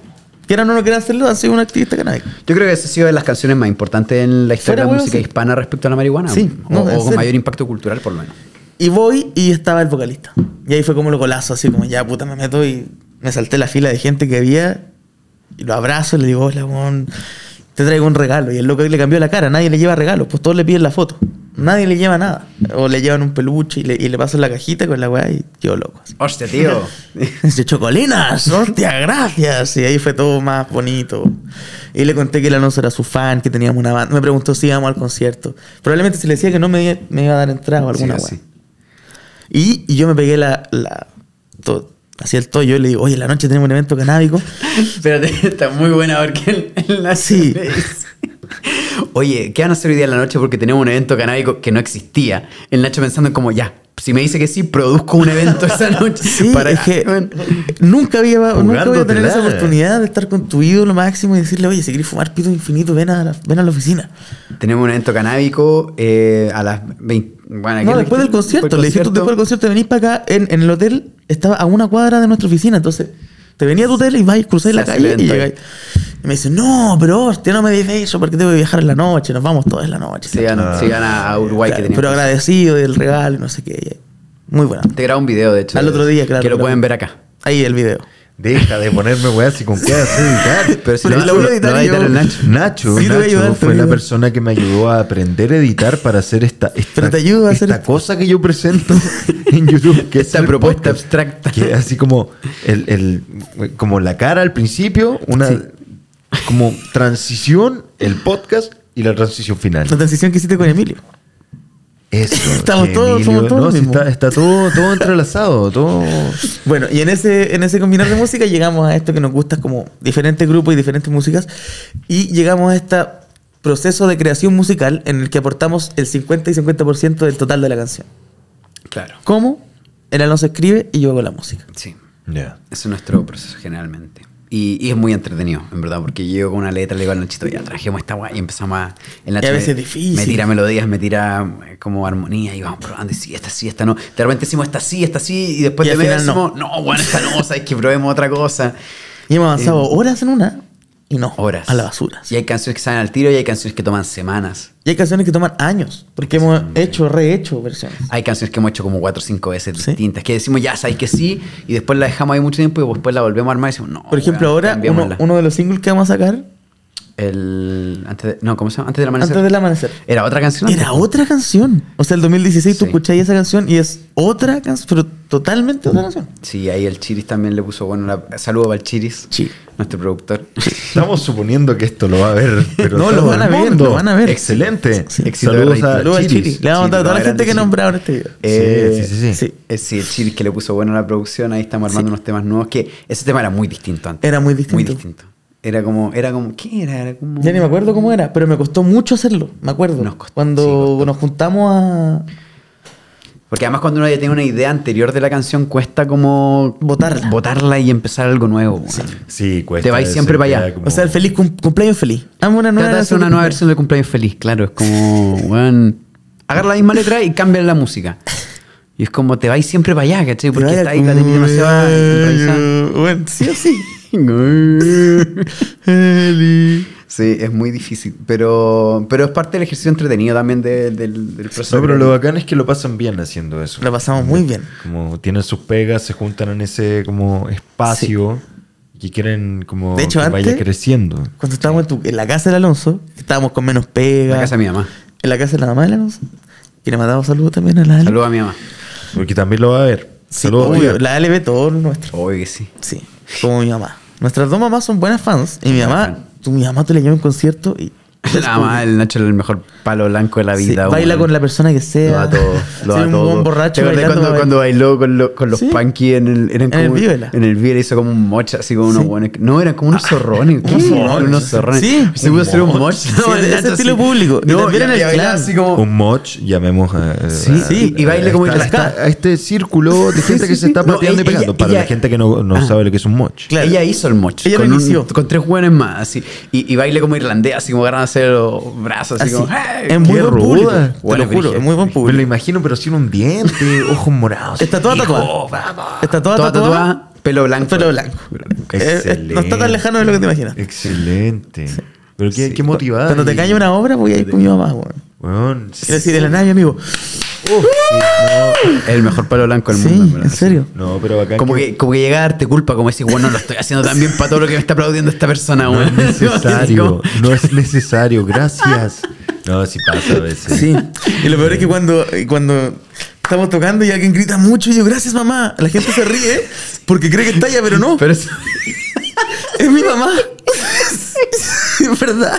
Quieran o no quieran hacerlo, han sido un activista canábico.
Yo creo que esa ha sido de las canciones más importantes en la historia
Fuera
de la
huevo,
música
sí.
hispana respecto a la marihuana.
Sí,
o-
no,
o,
en
con
serio.
mayor impacto cultural, por lo menos.
Y voy y estaba el vocalista. Y ahí fue como lo colazo, así como ya puta me meto y me salté la fila de gente que había y lo abrazo y le digo, hola, weón, te traigo un regalo. Y el loco le cambió la cara, nadie le lleva regalo, pues todos le piden la foto. Nadie le lleva nada. O le llevan un peluche y le, y le pasan la cajita con la weá y quedó loco.
(laughs)
así.
Hostia, tío.
Dice, chocolinas, hostia, gracias. Y ahí fue todo más bonito. Y le conté que el Alonso era su fan, que teníamos una banda. Me preguntó si íbamos al concierto. Probablemente si le decía que no me, me iba a dar entrada (laughs) o alguna
Sí,
weá. Y, y yo me pegué la. la to- hacía el toyo y le digo, oye, en la noche tenemos un
(laughs)
evento canábico.
Espérate, (laughs) está muy buena porque el, el nazi
Sí.
(laughs) es- Oye, ¿qué van a hacer hoy día en la noche? Porque tenemos un evento canábico que no existía. El Nacho pensando en como, ya, si me dice que sí, produzco un evento
(laughs)
esa noche.
Sí,
para (laughs)
es que nunca había nunca voy a tener
Jugándotela.
esa oportunidad de estar con tu ídolo máximo y decirle, oye, si quieres fumar pito infinito, ven a la, ven a la oficina.
Tenemos un evento canábico eh, a las 20. Bueno, aquí
No,
en-
después del concierto.
después
Le
del
dije, tú después del
concierto,
concierto venís para acá. En, en el hotel estaba a una cuadra de nuestra oficina. Entonces, te venía a tu hotel y vais, cruzáis la
Se
calle y
accidenta.
llegáis. Y me dice, no, pero hostia, no me digas eso porque tengo que viajar en la noche. Nos vamos todos en la noche.
Se iban, se iban a, a Uruguay
Claro,
que tenían
pero
que-
agradecido del regalo, y no sé qué. Muy bueno.
Te grabo un video, de hecho.
Al
de-
otro día, claro,
Que lo
claro.
pueden ver acá.
Ahí el video.
Deja de ponerme weas y con qué así.
Pero si
Pero
lo,
la voy a
lo- lo
editar
va a
yo.
editar el Nacho.
Nacho,
Sí, te voy a
Nacho
ayudar, te
fue
voy a
la
ayudar.
persona que me ayudó a aprender a editar para hacer esta, esta,
Pero te ayudo a hacer
esta
esto.
cosa que yo presento (laughs) en YouTube. Que es
Esta
el
propuesta
podcast.
abstracta.
Que así como, el, el- como la cara al principio, una como transición, el podcast y la transición final.
La transición que hiciste con Emilio.
Eso.
Estamos
que
todos-
Emilio-
somos todos
no, sí,
mismos.
está, está todo, todo entrelazado, todo.
Bueno, y en ese, en ese combinar de música llegamos a esto que nos gusta como diferentes grupos y diferentes músicas. Y llegamos a este proceso de creación musical en el que aportamos el 50 y 50% del total de la canción.
Claro.
¿Cómo? El Alonso escribe y yo hago la música.
Sí.
Ya.
Ese es nuestro proceso generalmente. Y, y es muy entretenido, en verdad, porque yo llego con una letra, le digo al Nachito, ya trajimos esta guay y empezamos a... El Nacho
Y a
me-
veces es difícil.
Me tira melodías, me tira eh, como armonía y vamos probando, y sí, esta sí, esta no. De repente decimos esta sí, esta sí, y después
Y
de
al
medio
final no.
decimos, no, bueno, esta no, sabes que probemos otra cosa.
Y hemos avanzado horas en una y no,
Eh, Horas.
a la basura.
Y hay canciones que salen al tiro y hay canciones que toman semanas.
Y hay canciones que toman años, porque hemos hecho, rehecho versiones.
Hay canciones que hemos hecho como cuatro o cinco veces
Sí.
distintas, que decimos, ya, sabes que sí, y después la dejamos ahí mucho tiempo y después la volvemos a armar y decimos, no.
Por ejemplo,
weón,
ahora uno,
cambiémosla".
uno de los singles que vamos a sacar
El. Antes de, no, ¿cómo se llama? Antes del amanecer.
antes del amanecer.
Era otra canción.
Era otra canción. O sea, el 2016 tú
Sí.
escucháis esa canción y es otra canción, pero totalmente otra canción.
Sí, ahí el Chiris también le puso bueno. la- saludo para el Chiris.
Sí.
Nuestro productor.
Estamos suponiendo que esto lo va a ver, pero
No, lo
todo
van a
el
ver, lo
mundo.
van a ver.
Excelente.
Sí.
Éxito de
Saludos
rating.
a
Saludos al
Chiris.
Chiri. Le vamos
Chiri,
a dar a toda
Ah, no,
la gente
grande
que
Chiri.
nombraron este video.
Eh,
(laughs) Eh,
sí, sí, sí.
Sí.
Es, sí, el Chiris que le puso bueno a la producción. Ahí estamos armando unos temas nuevos. Que ese tema era muy distinto antes.
Era muy distinto.
Muy distinto. Era como. Era como ¿Qué era? Era como.
Ya ni me acuerdo cómo era, pero me costó mucho hacerlo. Me acuerdo.
Nos costó-
Cuando
sí, costó.
nos juntamos a
Porque además, cuando uno ya tiene una idea anterior de la canción, cuesta como.
Botarla.
Botarla y empezar algo nuevo. bueno.
Sí, cuesta.
Te vais siempre para allá.
decir, ya, como-
O sea, el feliz cum- cumpleaños feliz. Hazme una nueva
Trata de hacer una nueva versión de cumpleaños feliz, claro. Es
(laughs)
como, weón, agarra la misma letra y cambia la música. Y es como, te vais siempre para allá, ¿cachai? Porque está ahí la tenés demasiado improvisada.
Bueno, sí o sí. (laughs)
Sí, es muy difícil, pero, pero es parte del ejercicio entretenido también de- del, del proceso.
No, pero lo bacán es que lo pasan bien haciendo eso.
Lo pasamos muy bien.
Como tienen sus pegas, se juntan en ese como espacio que quieren como
De hecho,
que vaya
antes-
creciendo.
Cuando estábamos en, tu- en la casa del Alonso, que estábamos con menos
En
pega.
la casa de mi mamá.
En la casa de la mamá del Alonso. Y le mandamos saludos también a la Ale.
Saludos a mi mamá.
Porque también lo va a ver.
Sí,
Saludos.
obvio,
Olga.
la Ale ve todo lo nuestro.
Obvio que
(laughs)
sí.
Sí, como mi mamá. Nuestras dos mamás son buenas fans. Y mi
Buenas
mamá,
fan.
tu, mi mamá tú le llevas a un concierto y
Nada más, el Nacho era el mejor palo blanco de la
Sí,
vida.
baila
weón.
con la persona que sea.
Lo da todo.
(laughs)
Lo da
Soy un
todo.
buen borracho.
¿Te acordás
bailando,
cuando,
baila-
cuando bailó con, lo- con los
Sí.
punky en el, eran
En el
como-
Viela.
En el Viela hizo como un mocha, así como unos
Sí.
buenos. No, eran como unos zorrones. ¿Qué?
Unos
Unos
zorrones.
unos zorrones.
Sí.
Se pudo hacer un mocha.
Sí, de ese estilo público. Y también en el clan.
así como.
Un moch, llamemos a.
Sí,
a-
sí, y baile como
a,
el
esta-
ska.
a este círculo de gente que se está
No,
pateando y
ella-
pegando. Para
ella-
la gente que no, no
Ah.
sabe lo que es un moch.
Claro.
Ella hizo el mocho.
Ella lo
con, un-
inició.
con tres hueones más, así. Y, y baile como irlandés, así como agarran a hacer los brazos, así,
Así.
como. ¡Hey!
Es muy
¡Qué
buen
ruda!
público, te
Hueón,
lo juro,
brígido.
es muy buen
Me lo
público.
imagino, pero sin un diente, (laughs) ojos morados.
Está toda
Hijo,
tatuada.
brava.
Está toda,
Toda
tatuada.
tatuada, pelo blanco.
Pelo blanco. Eh, eh,
Excelente.
no está tan lejano de lo que te imaginas.
Excelente. Pero qué,
Sí.
qué motivada.
Cuando te
y-
cae una obra, voy a ir con mi mamá, weón.
Weón,
Quiero decir, de la nave, amigo.
El mejor palo blanco del
Sí,
mundo. en verdad.
en serio.
No, pero acá.
Como que, como que llega a darte culpa, como decir, bueno, lo estoy haciendo tan bien para todo lo que me está aplaudiendo esta persona,
No
(laughs)
güey.
es
(laughs)
necesario. no es necesario.
(laughs)
Gracias. No, sí pasa a veces.
Sí. Y lo peor es que cuando, eh, cuando estamos tocando y alguien grita mucho, y yo, gracias mamá, la gente se ríe porque cree que está allá, pero no.
Pero eso-
Es mi mamá. Es verdad.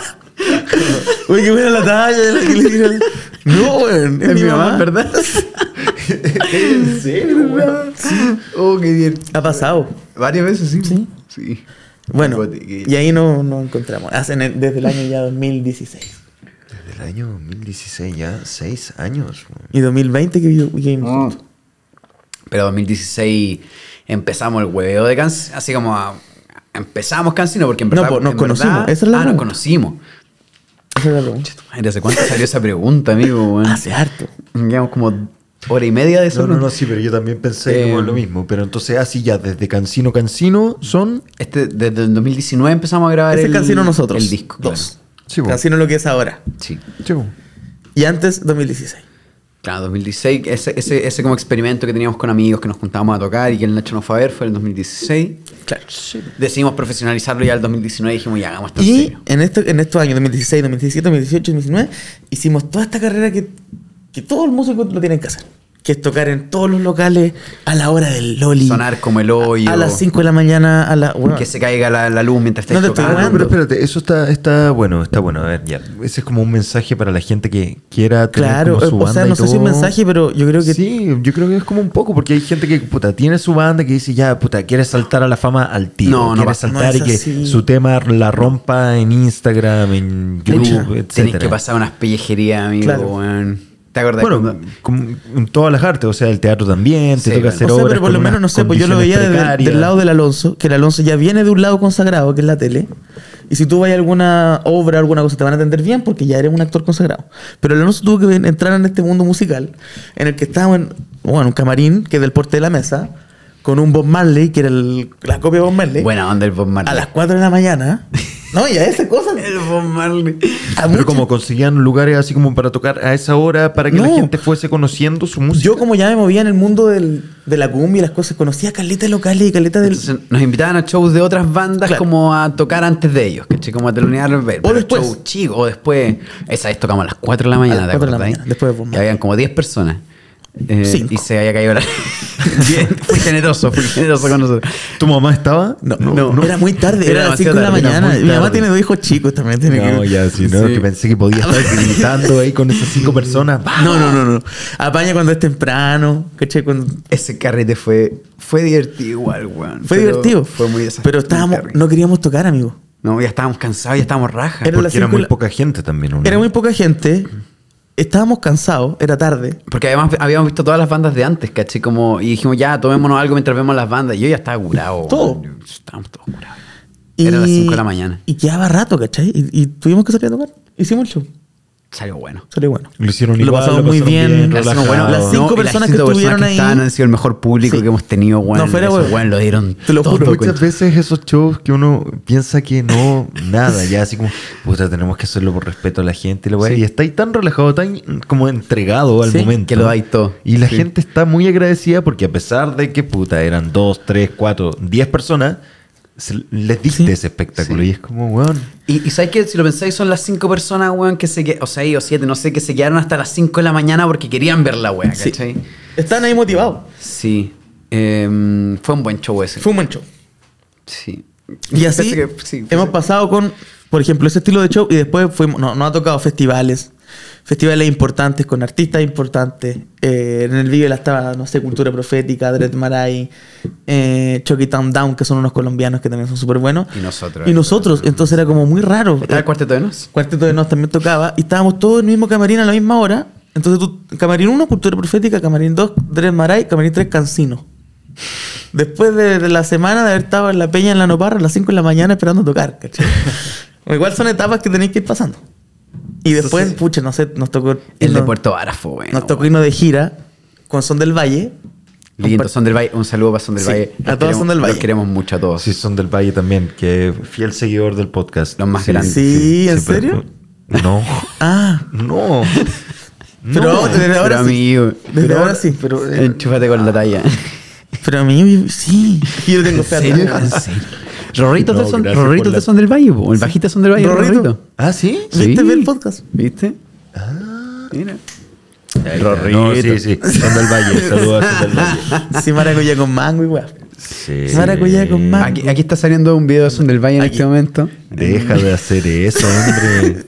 Oye, que buena la talla. la que le dieron. No, weón. Es, mi, mamá.
(laughs) ¿verdad?
¿En serio, weón?
Oh, qué bien.
Ha pasado.
Varias veces, sí. Sí.
Bueno,
Bote, que-
y ahí nos no encontramos. Hacen el- desde el año ya 2016.
Desde el año 2016, ya seis años. weón.
Y 2020 que vi- vivimos
Ah.
juntos.
Pero 2016 empezamos el hueveo de Cancino, así como a- empezamos Cancino, porque en
No,
verdad...
po, nos
en verdad-
conocimos, esa es la
Ah, nos
pregunta.
conocimos.
Esa era la pregunta.
Madre, ¿hace cuánto salió esa pregunta, amigo? güey?
Hace harto.
Llevamos como hora y media de eso.
No, no, no, sí, pero yo también pensé
Eh,
como lo mismo. Pero entonces, así ya, desde Cancino, Cancino, son.
Este, desde el 2019 empezamos a grabar
Ese
el,
cancino nosotros.
el disco.
Dos.
Sí, po.
Cancino lo que es ahora.
claro. Sí.
Chivo.
Y antes, 2016.
Claro, 2016, ese, ese, ese como experimento que teníamos con amigos que nos juntábamos a tocar y que el Nacho nos fue a ver fue en el 2016.
Claro.
Decidimos profesionalizarlo ya el 2019 y dijimos, ya hagamos esto en
Y
serio.
en, esto, en estos años, 2016, 2017, 2018, 2019, hicimos toda esta carrera que, que todo el músico lo tiene que hacer. Que es tocar en todos los locales a la hora del loli.
Sonar como el hoyo.
A las 5 de la mañana, a la... bueno,
Que se caiga la, la luz mientras estáis
No te estoy
tocando.
Ah, no,
hablando.
pero espérate, eso está, está bueno, está bueno. A ver, ya. Ese es como un mensaje para la gente que quiera tener
Claro,
como su
o
banda
sea,
y
no sé si un
todo.
mensaje, pero yo creo que...
Sí, yo creo que es como un poco, porque hay gente que puta, tiene su banda que dice ya, puta, quiere saltar a la fama al tiro.
No, no
quiere
va-
saltar y
no es
que
así.
su tema la rompa en Instagram, en YouTube,
Tenéis
etc.
que pasar unas pellejerías, amigo.
Claro.
weón. ¿Te acordás?
Bueno,
cuando-
como en todas las artes, o sea, el teatro también,
Sí,
te toca
bueno.
hacer
o sea,
obras
pero por
con
lo menos,
unas
no sé, pues yo lo veía
condiciones
desde-
precarias.
del lado del Alonso, que el Alonso ya viene de un lado consagrado, que es la tele. Y si tú vas a alguna obra, alguna cosa, te van a atender bien porque ya eres un actor consagrado. Pero el Alonso tuvo que ven- entrar en este mundo musical, en el que estaba en bueno, un camarín, que es del porte de la mesa, con un Bob Marley, que era el- la copia de Bob Marley,
Buena onda el Bob Marley.
a las 4 de
(laughs)
la mañana. No, y a esa cosa.
El Bob Marley.
a
Pero
mucha-
como conseguían lugares así como para tocar a esa hora, para que la
No.
gente fuese conociendo su música.
Yo como ya me movía en el mundo del- de la cumbia y las cosas, conocía caletas locales y caletas del...
Entonces, nos invitaban a shows de otras bandas
Claro.
como a tocar antes de ellos, ¿cachai? Como a telonear ver. pero
después.
show chico, o después. Esa vez tocamos a las 4 de la mañana,
las
¿te
4 de la
acordás?
mañana, después de Bob
Y
Marley.
habían como 10 personas. Eh,
Cinco.
y se había caído la. (laughs) Bien, fui generoso, fui generoso con nosotros.
¿Tu mamá estaba?
No, no, era muy tarde,
Era
era las 5 de la
demasiado tarde,
mañana.
era muy
Mi mamá
tarde.
tiene dos hijos chicos también. Tiene
No,
que...
ya, sí, no,
Sí.
que pensé que podía estar gritando ahí con esas cinco personas.
No, no, no, no. Apaña cuando es temprano, ¿cachai? Cuando...
Ese carrete fue, fue divertido igual, weón.
Fue
Pero
divertido.
Fue muy desastroso.
Pero estábamos, no queríamos tocar, amigo.
No, ya estábamos cansados, ya estábamos rajas.
Era la
Porque era muy
circula-
poca gente también. ¿o no?
Era muy poca gente, estábamos cansados, era tarde.
Porque además habíamos visto todas las bandas de antes, ¿cachai? Como, y dijimos, ya, tomémonos algo mientras vemos las bandas. Y yo ya estaba curado.
Todo.
weón. Estábamos todos curados.
Y...
Era las 5 de la mañana.
Y quedaba rato, ¿cachai? Y, y tuvimos que salir a tocar. Hicimos el show.
Salió bueno.
Salió bueno.
Lo hicieron
Lo
igual,
pasamos
lo
muy
pasaron
bien,
bien,
lo hacemos
relajado.
bueno. Las cinco
y
personas que
cinco
estuvieron ahí-
estaban han sido el mejor público
Sí.
que hemos tenido, weón.
No, fuera,
Esos
weón.
weón, lo dieron
Te lo
todo,
juro,
Muchas
concha.
veces esos shows que uno piensa que no, nada, ya así como, puta, tenemos que hacerlo por respeto a la gente y la weá,
Sí.
Y está ahí tan relajado, tan como entregado al
Sí,
momento.
que lo dais todo.
Y la
Sí.
gente está muy agradecida porque a pesar de que, puta, eran dos, tres, cuatro, diez personas, se- les diste
Sí.
ese espectáculo.
Sí.
Y es como, weón.
Y, y sabes que si lo pensáis, son las cinco personas, weón, que se que o seis o siete, no sé, que se quedaron hasta las 5 de la mañana porque querían ver la weá,
Sí.
¿cachai?
Estaban ahí motivados.
Sí. Em, fue un buen show ese.
Fue un buen show.
Sí.
Y así
Parece que- sí,
hemos
parece-
pasado con, Por ejemplo, ese estilo de show y después fuimos, no, nos ha tocado festivales, festivales importantes con artistas importantes. Eh, en el vídeo la estaba, no sé, Cultura Profética, Dread Maray, eh, Chucky Town Down, que son unos colombianos que también son súper buenos.
Y nosotros.
Y nosotros, entonces era como muy raro. Eh,
¿Está el cuarteto de nos?
Cuarteto de Nos también tocaba y estábamos todos en el mismo camarín a la misma hora. Entonces tú, camarín 1, Cultura Profética, camarín 2, Dread Maray, camarín 3, Cancino. Después de, de la semana de haber estado en la peña en la Noparra a las 5 de la mañana esperando tocar, (laughs) ¿cachai? Igual son etapas que tenéis que ir pasando. Y después,
sí.
pucha, no sé, nos tocó...
El de
nos-
Puerto Varas fue bueno.
Nos tocó irnos de gira con Son del Valle.
Lindo,
Compart-
Son del Valle. Un saludo para Son del
Sí,
Valle.
a
Los
todos Son del
los
Valle.
queremos mucho a todos.
Sí, son del Valle también, que fiel seguidor del podcast.
Los más grandes.
Sí, ¿en
siempre-
serio?
No,
Ah,
no.
pero, ahora- desde
Pero
ahora sí.
amigo,
Desde ahora sí, pero... eh,
enchúfate con la talla.
pero a mí sí. (laughs) Yo le tengo fe a todo.
Rorritos
No,
de Son,
gracias
Rorritos
por la-
de Son del Valle, po. el bajista de Son del Valle.
Rorrito.
Rorrito.
¿Ah, sí?
¿Viste
Sí.
ver el podcast? Ah.
¿Viste? Mira.
No, sí, sí. Son del Valle. Saludos a Son del Valle.
Sí, maracuyá con mango y weá.
Sí.
Maracuyá con mango.
Aquí, aquí está saliendo un video de Son del Valle en
Ah. Aquí.
este
(laughs)
momento.
Deja de hacer eso, hombre.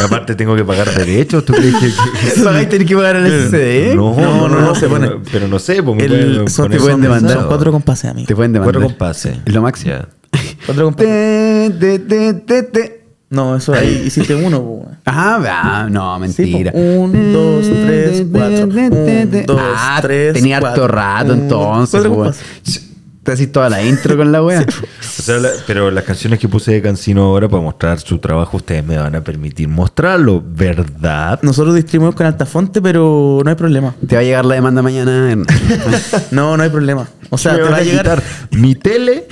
Y (laughs) aparte tengo que pagar derechos. ¿Tú crees que- que-
(laughs) Pagáis tener que pagar el ¿eh? SCD.
Eh, No, no, no,
no, se
pero,
pone.
Pero no sé, porque
El-
pueden
son,
poner-
te pueden
son-
demandar.
son cuatro compases, amigo.
Te pueden demandar.
Cuatro compases.
Es lo máximo.
Ya.
Cuatro
Eh.
compases.
Te, te, te, te, te.
No, eso ahí hiciste uno, po, weón.
Ah, va, no, mentira. Mm,
po. Un, dos, tres, cuatro. Un, dos,
ah,
tres,
Tenía harto
cuatro. Mm,
rato
Un,
entonces,
cuatro
weón.
compases.
Te haces toda la intro con la
(laughs)
wea.
O sea, la- pero las canciones que puse de Cancino ahora para mostrar su trabajo, ustedes me van a permitir mostrarlo, ¿verdad?
Nosotros distribuimos con altafonte, pero no hay problema.
Te va a llegar la demanda mañana.
(laughs)
Hernán.
No, no hay problema. O sea,
Me
te
van
va a llegar.
quitar mi tele,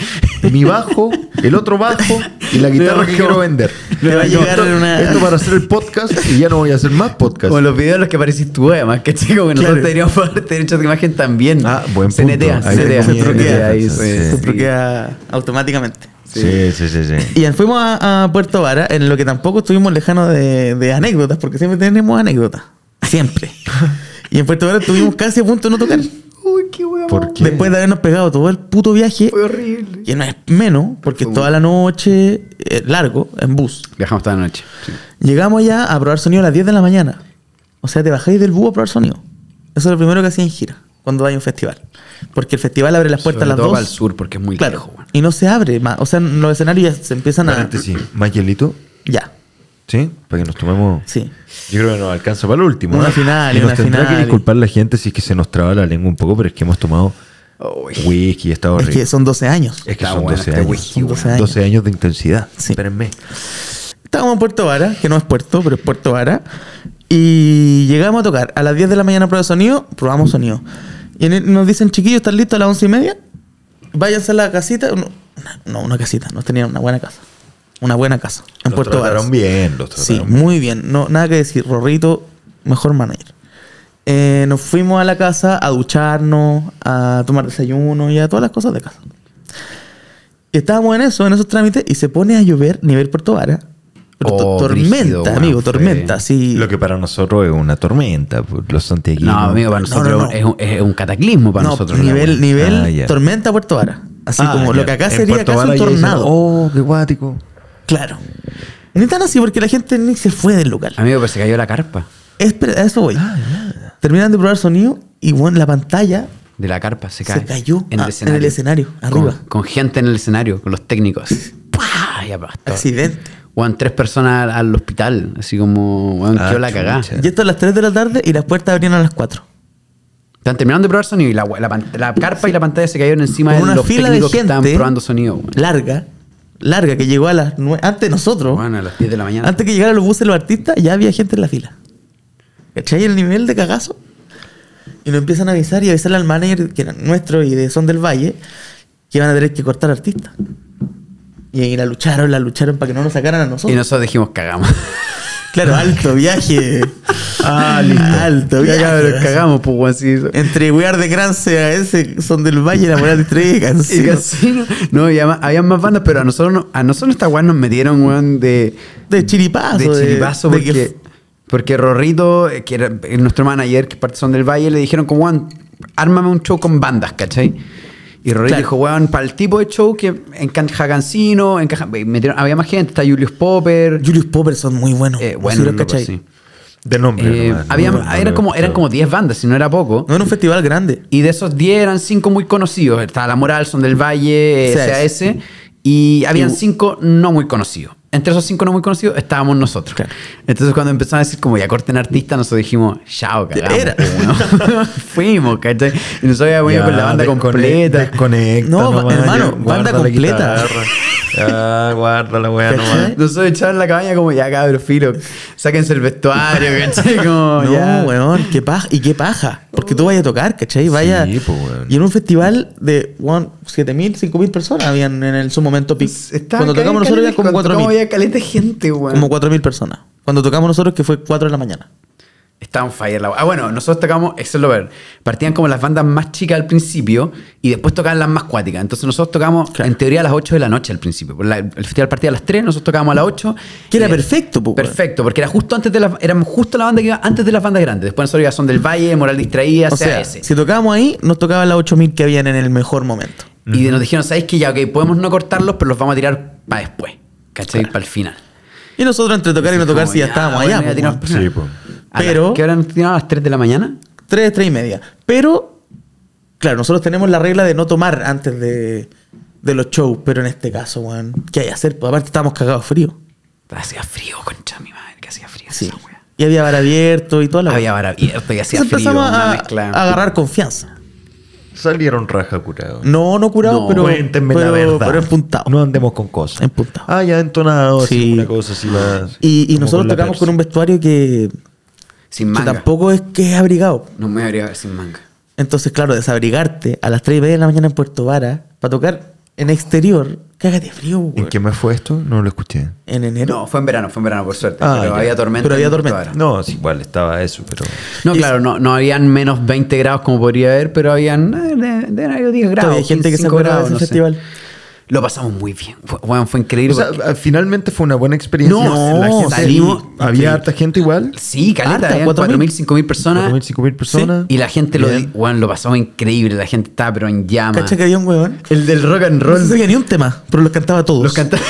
mi bajo, el otro bajo y
(laughs)
la guitarra que quiero vender.
Me va a
Esto-
llegar una-
Esto para hacer el podcast y ya no voy a hacer más podcast.
Como los videos en los que aparecís tú, además, que chico, que nosotros
Claro.
teníamos para haber derechos de imagen también.
Ah, buen punto.
CNTA,
Ahí
CNTA,
tengo
miedo.
CNTA, ahí,
Sí,
sí,
Se
sí.
bloquea automáticamente.
Sí, sí, sí, sí.
Y fuimos a, a Puerto Vara, en lo que tampoco estuvimos lejanos de, de anécdotas, porque siempre tenemos anécdotas. Siempre. Y en Puerto Vara estuvimos casi a punto de no tocar.
Uy, qué wea.
¿Por qué?
Después de habernos pegado todo el puto viaje,
Fue horrible.
que no es menos, porque
Fue
toda la noche, eh, largo, en bus.
Viajamos toda la noche. sí.
Llegamos allá a probar sonido a las 10 de la mañana. O sea, te bajáis del búho a probar sonido. Eso es lo primero que hacía en gira, cuando hay un festival. Porque el festival abre las puertas
Sobre
a las
todo
2.
para el sur, porque es muy
claro.
lejos, weón.
Y no se abre más. O sea, los escenarios ya se empiezan a.
Paréntesis. Más hielito,
Ya.
¿sí? Para que nos tomemos.
Sí.
Yo creo que nos alcanza para el último.
Una
¿eh?
final,
Y nos
una
tendrá
final.
que disculpar la gente si es que se nos traba la lengua un poco, pero es que hemos tomado
Uy.
whisky y está horrible.
Es que son 12 años.
Es que
Está
son
bueno
12
este
años.
whisky,
Son
weón.
12 años. 12 años de intensidad.
Sí.
Espérenme.
Estábamos en Puerto Vara, que no es puerto, pero es Puerto Vara. Y llegamos a tocar. A las 10 de la mañana prueba de sonido, probamos sonido. Y en el- nos dicen, chiquillos, ¿están listos a las 11 y media? Váyanse a la casita. No, no, una casita. Nos tenían una buena casa. Una buena casa. En
Los
Puerto Vara.
trataron bien, los
Sí,
trataron bien.
muy bien. No, nada que decir. Rorrito, mejor manager. Eh, nos fuimos a la casa a ducharnos, a tomar desayuno y a todas las cosas de casa. Y estábamos en eso, en esos trámites, y se pone a llover nivel Puerto Vara. Pero to-
Oh,
tormenta,
brígido, weón,
amigo,
fue-
tormenta, sí.
Lo que para nosotros es una tormenta, por los santiaguinos.
No, amigo, para
No,
nosotros
no, no.
Es, un, es un cataclismo para
no,
nosotros. la
nivel,
wea.
nivel
Ah, ya.
tormenta Puerto Vara. Así
Ah,
como
ya.
lo que acá
En
sería
Puerto
casi
Vara
un
ya dicen,
tornado.
oh, qué guático.
Claro. Ni tan así, porque la gente ni se fue del
Ah.
lugar.
Amigo, pero se cayó la carpa.
Espera, a eso voy. Terminan de probar sonido y bueno, la pantalla
De la carpa se
Se
cae.
cayó a- en el escenario,
Con-
arriba.
Con, gente en el escenario, con los técnicos. ¡Pah! Y aplastó.
Accidente.
Weón, tres personas al, al hospital. Así como, weón,
Ah,
quedó la cagá.
chucha.
Y esto a las 3 de la tarde y las puertas abrían a las 4.
Están terminando de probar sonido y la, la pan- la carpa y la pantalla se cayeron encima
Con
de
una
los
fila de
técnicos que
gente.
estaban probando sonido. weón.
Larga. Larga, que llegó a las 9. Antes de nosotros.
Weón, a las 10 de la mañana.
antes que llegaran los buses los artistas, ya había gente en la fila. ¿Cachai? El nivel de cagazo. Y nos empiezan a avisar y avisarle al manager, que era nuestro y de Son del Valle, que iban a tener que cortar artistas. Y ahí la lucharon, la lucharon para que no nos sacaran a nosotros.
y nosotros dijimos, cagamos.
Claro, alto viaje.
(laughs) Ah, listo. (laughs)
Alto
Ya,
viaje.
cabrón, cagamos, pues, weón. sí.
Entre We Are the Grants a ese Son del Valle, la moral de tres
(laughs) Y Casino. No, y además, había más bandas, pero a nosotros, no- a nosotros esta weá nos metieron, weón, de,
De chiripazo.
de chiripazo
de
porque,
que-
porque Rorrito, eh, que era eh, nuestro manager, que parte son del Valle, le dijeron como, weón, ármame un show con bandas, ¿cachai? Y Rory
Claro.
dijo, weón, para el tipo de show que encaja Cancino, encaja, y metieron- había más gente, está Julius Popper.
Julius Popper son muy buenos.
eh,
No sé si
bueno,
los
no,
cachai.
sí.
De nombre.
Eh,
nomás, ¿no?
había,
No, no
eran,
lo he
como, eran
escuchado.
como 10 bandas, si no era poco.
No era un festival grande.
Y de esos 10 eran 5 muy conocidos. Estaba La Moral, Son del Valle, eh,
SAS.
SAS. Y habían
Y-
5 no muy conocidos. Entre esos 5 no muy conocidos estábamos nosotros.
Claro.
Entonces cuando empezaron a decir como ya corten artistas, nosotros dijimos, chao, cagamos.
Era.
po,
(laughs)
weón". Fuimos, ¿cachai? Y nosotros habíamos ido
Ya,
con la banda
descone-
completa.
Desconecta.
No,
nomás,
hermano,
ya,
banda
guarda la
completa.
guitarra. Ya, guarda la weá nomás.
¿Cachai?
Nosotros echados en la cabaña como ya cabros filo, sáquense el
(laughs)
vestuario, ¿cachai? Como,
No,
Oh, ya.
weón, qué paja. Y qué paja. Porque tú vayas a tocar, ¿cachai? Vaya.
pues,
po, weón.
Y en un festival de, weón, 7.000, 5.000 personas habían en el, su momento peak.
Estaba
Cuando
Pues, acá
tocamos
en
nosotros
Cali-
había como
cuando tocamos
4.000.
había caleta de gente, weón.
Como 4.000 personas. Cuando tocamos nosotros, que fue 4 de la mañana.
Está on fire la Ah, bueno, nosotros tocamos Excel Lover. Partían como las bandas más chicas al principio y después tocaban las más cuáticas. Entonces nosotros tocamos,
Claro.
en teoría, a las 8 de la noche al principio. La- el festival partía a las 3, nosotros tocábamos a las 8.
Que era
Y-
perfecto, po, weón.
Perfecto, porque era justo antes de la, éramos justo la banda que iba antes de las bandas grandes. Después nosotros ya son del Valle, Moral Distraída,
O sea,
CAS.
si tocábamos ahí, nos tocaban las 8.000 que habían en el mejor momento.
Y nos dijeron, ¿sabéis que ya, ok, podemos no cortarlos, pero los vamos a tirar para después. ¿Cachai? Para el final.
Y nosotros entre tocar y no
Así
tocar,
como,
si ya estábamos
bueno,
allá.
ya
po,
tiramos-
weón.
Sí, po.
A la-
Pero-
¿Qué hora nos tiraron a las 3 de la mañana?
3, 3 y media. Pero, claro, nosotros tenemos la regla de no tomar antes de, de los shows, pero en este caso, weón, ¿qué hay que hacer? Pues aparte estábamos cagados frío.
Hacía frío, concha mi madre, que hacía frío.
Sí.
esa wea.
Y había bar abierto y toda la
Había bar abierto y hacía
Entonces
frío,
empezamos
una
a,
mezcla.
a agarrar confianza.
Salieron raja curado.
No, no curado,
No,
pero,
Cuéntenme la
pero,
verdad.
pero empuntado.
No andemos con cosas.
Empuntado.
Ah, ya entonado,
Sí.
así, una cosa así más.
y y
como
nosotros
la
tocamos
Pepsi.
con un vestuario que,
sin
que
manga.
tampoco es que es abrigado.
No me habría sin manga.
Entonces, claro, desabrigarte a las 3 y media de la mañana en Puerto Vara para tocar en exterior, cágate frío,
¿En
weón.
qué mes fue esto? No lo escuché.
En enero.
No, fue en verano, fue en verano, por suerte.
Ah,
pero
ya.
había tormenta.
Pero había
en
tormenta.
Puerto Varas.
No, sí, igual estaba eso, pero.
No, claro, no, no habían menos 20 grados como podría haber, pero habían eh, de- deben haber 10 grados.
Todavía hay gente que se
15
acuerda de ese
no sé.
festival.
Lo pasamos muy bien. Fue, bueno, fue increíble.
O sea,
porque-
a- finalmente fue una buena experiencia.
No,
la gente-
salimos-
Había harta gente igual.
sí, caleta,
harta,
habían
4.000,
4.000, 5.000 personas.
4.000, 5.000 personas.
Y la gente lo,
Bien.
bueno, lo pasamos increíble. La gente estaba pero en llamas.
Cacha que había un weón.
El del rock and
No se
roll.
sabía ni un tema, pero los cantaba todos.
Los
(laughs)
cantaba.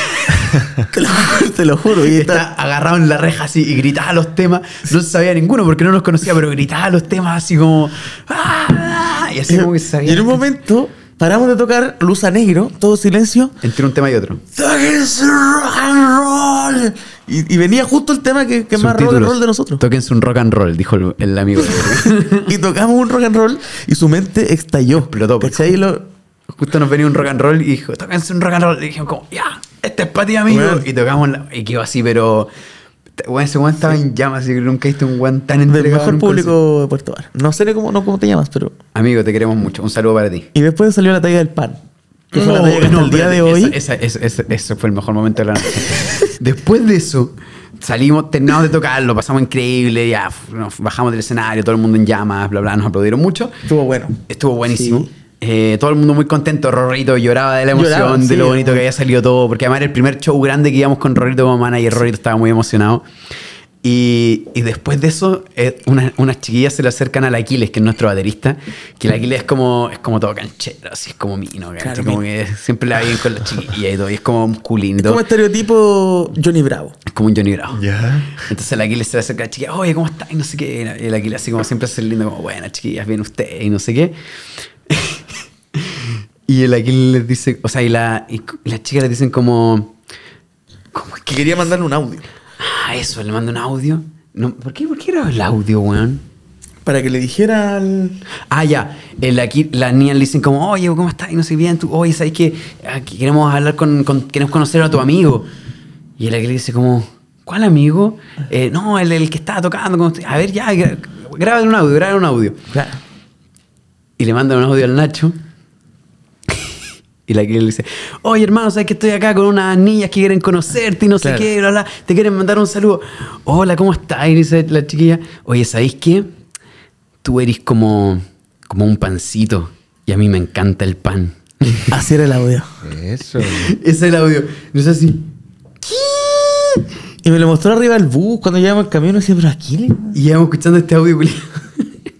Te lo juro, te lo juro. Y
Y (laughs)
está-
está agarrado en la reja así y gritaba los temas. No se sabía ninguno porque no nos conocía, pero gritaba los temas así como. "¡Ah!", Y así como que se sabía.
y en un momento paramos de tocar Luz a Negro, todo silencio.
Entre un tema y otro.
"Sáquense el rock and roll". Y, y venía justo el tema que, que es más rock and
Subtítulos.
roll de nosotros.
Tóquense un rock and roll, dijo el, el
(laughs)
amigo.
Y tocamos un rock and roll y su mente estalló.
Explotó, pues. por
¿Cachai? Y lo-
Justo nos venía un rock and roll y dijo, tóquense un rock and roll. Y dijimos como, ya, este es para ti, amigo.
Bueno.
Y tocamos la- y quedó así, pero. Bueno, ese weón estaba en llamas, así que nunca he visto un weón tan entregado.
del
en
mejor
un
público
concierto.
de Puerto Bar. No sé cómo, no cómo te llamas, pero.
Amigo, te queremos mucho. Un saludo para ti.
Y después salió la talla del pan. Que fue una talla que hasta el día de
Oh, espérate,
hoy.
esa- esa- esa- esa- ese fue el mejor momento de la noche. (laughs) Después de eso, salimos, terminamos de tocar, lo pasamos increíble, ya f- nos bajamos del escenario, todo el mundo en llamas, bla, bla, nos aplaudieron mucho.
Estuvo bueno.
Estuvo buenísimo.
Sí.
Eh, todo el mundo muy contento, Rorrito lloraba de la emoción,
Lloraba,
de
sí.
lo bonito que había salido todo, porque además era el primer show grande que íbamos con Rorrito como manager, Rorrito estaba muy emocionado. Y, y después de eso, eh, una- unas chiquillas se le acercan al Aquiles, que es nuestro baterista, que el Aquiles es como, es como todo canchero, así es como mino, ¿cachai?
Claro,
como que siempre la bien con las chiquillas y todo, y es como musculín,
Como
todo.
estereotipo Johnny Bravo.
es como un Johnny Bravo.
Ya.
Entonces el Aquiles se le acerca a la chiquilla, oye, ¿cómo estás? Y no sé qué. Y el Aquiles así como siempre hace el lindo, como, bueno, chiquillas, bien ustedes, y no sé qué. (laughs) y el Aquiles les dice, o sea, y, la, y, y las chicas les dicen como, como
Que quería mandarle un audio.
ah, eso, le mando un audio. No, ¿por, qué, ¿Por qué grabó el audio, weón?
Para que le dijera al.
Ah, ya. El, aquí, la niña le dicen como, oye, ¿cómo estás? Y no sé bien. Tú, oye, ¿sabes qué? Aquí queremos hablar con, con- Queremos conocer a tu amigo. Y el aquí le dice como, ¿cuál amigo? "Eh, no, el, el que estaba tocando con usted. A ver, ya, gra- graben un audio, graben un audio.
Claro.
Y le mandan un audio al Nacho. Y la que le dice, oye hermano, sabes que estoy acá con unas niñas que quieren conocerte y no
Claro.
sé qué, bla, bla, te quieren mandar un saludo. Hola, ¿cómo estás? Y dice la chiquilla, oye, ¿sabéis qué? Tú eres como, como un pancito y a mí me encanta el pan.
(laughs)
(laughs)
Así era el audio.
Eso.
Ese es el audio. No es así.
Y me lo mostró arriba del bus cuando llegamos al camino y decía, pero aquí le.
Y llevamos escuchando este audio, culiao. (laughs)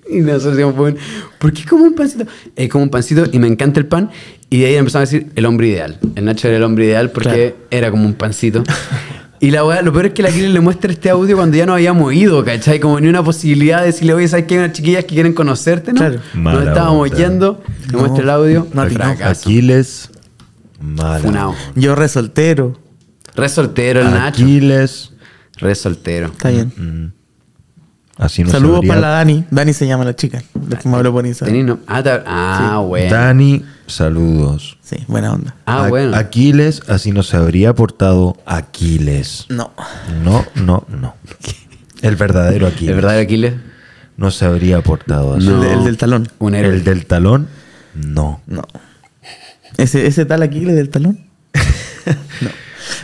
Y nosotros decíamos, bueno, ¿por qué como un pancito? Es como un pancito y me encanta el pan. Y de ahí empezaron a decir, el hombre ideal. El Nacho era el hombre ideal porque era como un
(laughs)
pancito. Y la weá, lo peor es que la Kiri le muestra este audio cuando ya no habíamos ido, ¿cachai? Como ni una posibilidad de decirle, oye, ¿sabes que hay unas chiquillas que quieren conocerte, no?
Claro.
Mala
Nos estábamos
onda.
yendo, le
No,
muestra el audio,
no,
no,
no.
fracaso.
Aquiles. Mala.
Funao.
Yo re soltero.
Re soltero el Nacho.
Aquiles.
Re soltero.
Está bien.
Así no se
Saludos
habría-
para la Dani. Dani se llama la chica. Después me habló por Instagram.
Tení nom- Ah, ta- ah, bueno.
Dani, saludos.
Sí, buena onda.
Ah,
A-
bueno.
Aquiles, así no se habría portado Aquiles.
No.
No, no, no. El verdadero Aquiles.
¿El verdadero Aquiles?
No se habría portado así.
El, de- el del talón.
Un héroe.
El del talón, no.
No. Ese, ese tal Aquiles del (laughs) talón. no.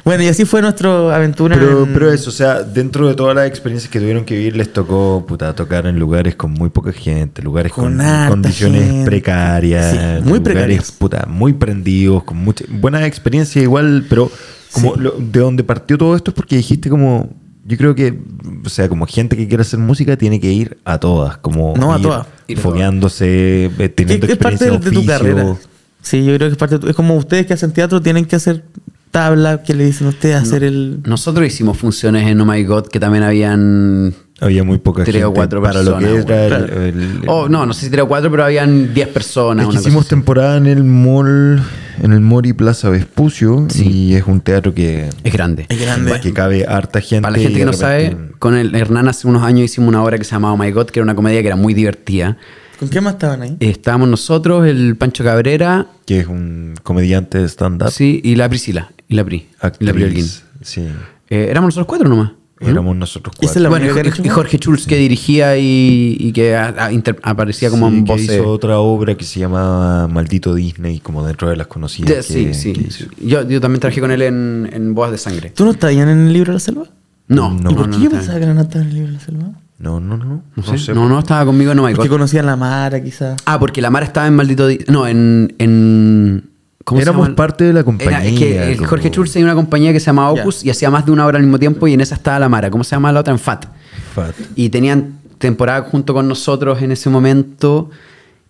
Bueno, y así fue nuestra aventura.
Pero,
en-
pero eso, o sea, dentro de todas las experiencias que tuvieron que vivir, les tocó puta, tocar en lugares con muy poca gente, lugares
Con
con,
harta
condiciones
gente.
precarias,
Sí, muy
lugares,
precarios.
puta, muy prendidos, con mucha, buena experiencia igual, pero como lo- de donde partió todo esto es porque dijiste como, yo creo que, o sea, como gente que quiere hacer música tiene que ir a todas, como
No, a
ir
todas.
Ir a
fogueándose, eh, teniendo
Es, es parte
experiencia
de,
de,
de tu carrera. Sí, yo creo que es parte de tu- Es como ustedes que hacen teatro tienen que hacer tabla, que le dicen a ustedes hacer el.
Nosotros hicimos funciones en Oh My God que también habían
Había muy poca
tres
gente
o cuatro
para
personas.
lo que era el-
weón.
el-
oh, no, no sé si tres o cuatro, pero habían diez personas.
Es que
una cosa
hicimos
así.
temporada en el mall, en el Mori Plaza Vespucio, y es un teatro que,
es grande.
Es grande.
que cabe harta gente.
Para la gente
y de
que no
repente-
sabe, con el Hernán hace unos años hicimos una obra que se llamaba Oh My God, que era una comedia que era muy divertida. Eh,
¿Con qué más estaban ahí?
Estábamos nosotros, el Pancho Cabrera,
Que es un comediante de stand-up,
sí, y la Priscila, y la Pri, y la Pri Holguín.
actriz. Sí,
Eh, éramos nosotros cuatro nomás.
éramos nosotros
Y
cuatro.
esa es la
bueno, y
única que
Jorge,
han hecho.
y Jorge Schulz que dirigía y, y que a- a- inter- aparecía como
Sí,
en
que
voces.
hizo otra obra que se llamaba Maldito Disney, como dentro de las conocidas.
Ya,
que-
sí, sí.
que hizo.
Yo, yo también trabajé con él en, en Boas de Sangre.
¿Tú no estabas en el libro de la selva?
No,
No.
no,
¿Y
¿Y por
no,
qué
no
yo pensaba
estaba.
que no estaba en el libro de la selva?
No, no, no.
No
No,
sé,
sé.
no, no, estaba conmigo, no, my
Porque
God.
conocían la Mara, quizás.
Ah, porque la Mara estaba en Maldito... Di- No, en... en ¿cómo se
Éramos
llama?
parte de la compañía,
Era- es que el
como-
Jorge Schulz tenía una compañía que se llamaba
Ya.
Opus y hacía más de una obra al mismo tiempo y en esa estaba la Mara. ¿Cómo se llama la otra? En FAT.
Fat.
Y tenían temporada junto con nosotros en ese momento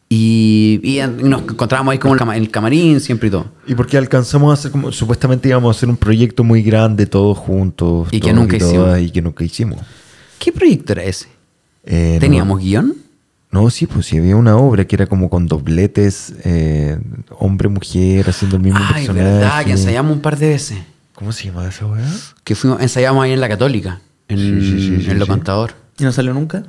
y, y en- nos encontrábamos ahí como en el cama- en el camarín siempre y todo.
Y porque alcanzamos a hacer como, supuestamente íbamos a hacer un proyecto muy grande todos juntos.
Y que
todos
nunca hicimos.
todas, Y que nunca hicimos.
¿Qué proyecto era ese?
Eh, no-
¿Teníamos guión?
No, sí, pues sí, había una obra que era como con dobletes, eh, hombre-mujer, haciendo el mismo
Ay,
personaje.
verdad, que ensayamos un par de veces.
¿Cómo se llama esa weá?
Que fuimos, ensayamos ahí en la Católica, en,
Sí, sí, sí, sí,
en Lo
sí.
Contador.
¿Y no salió nunca?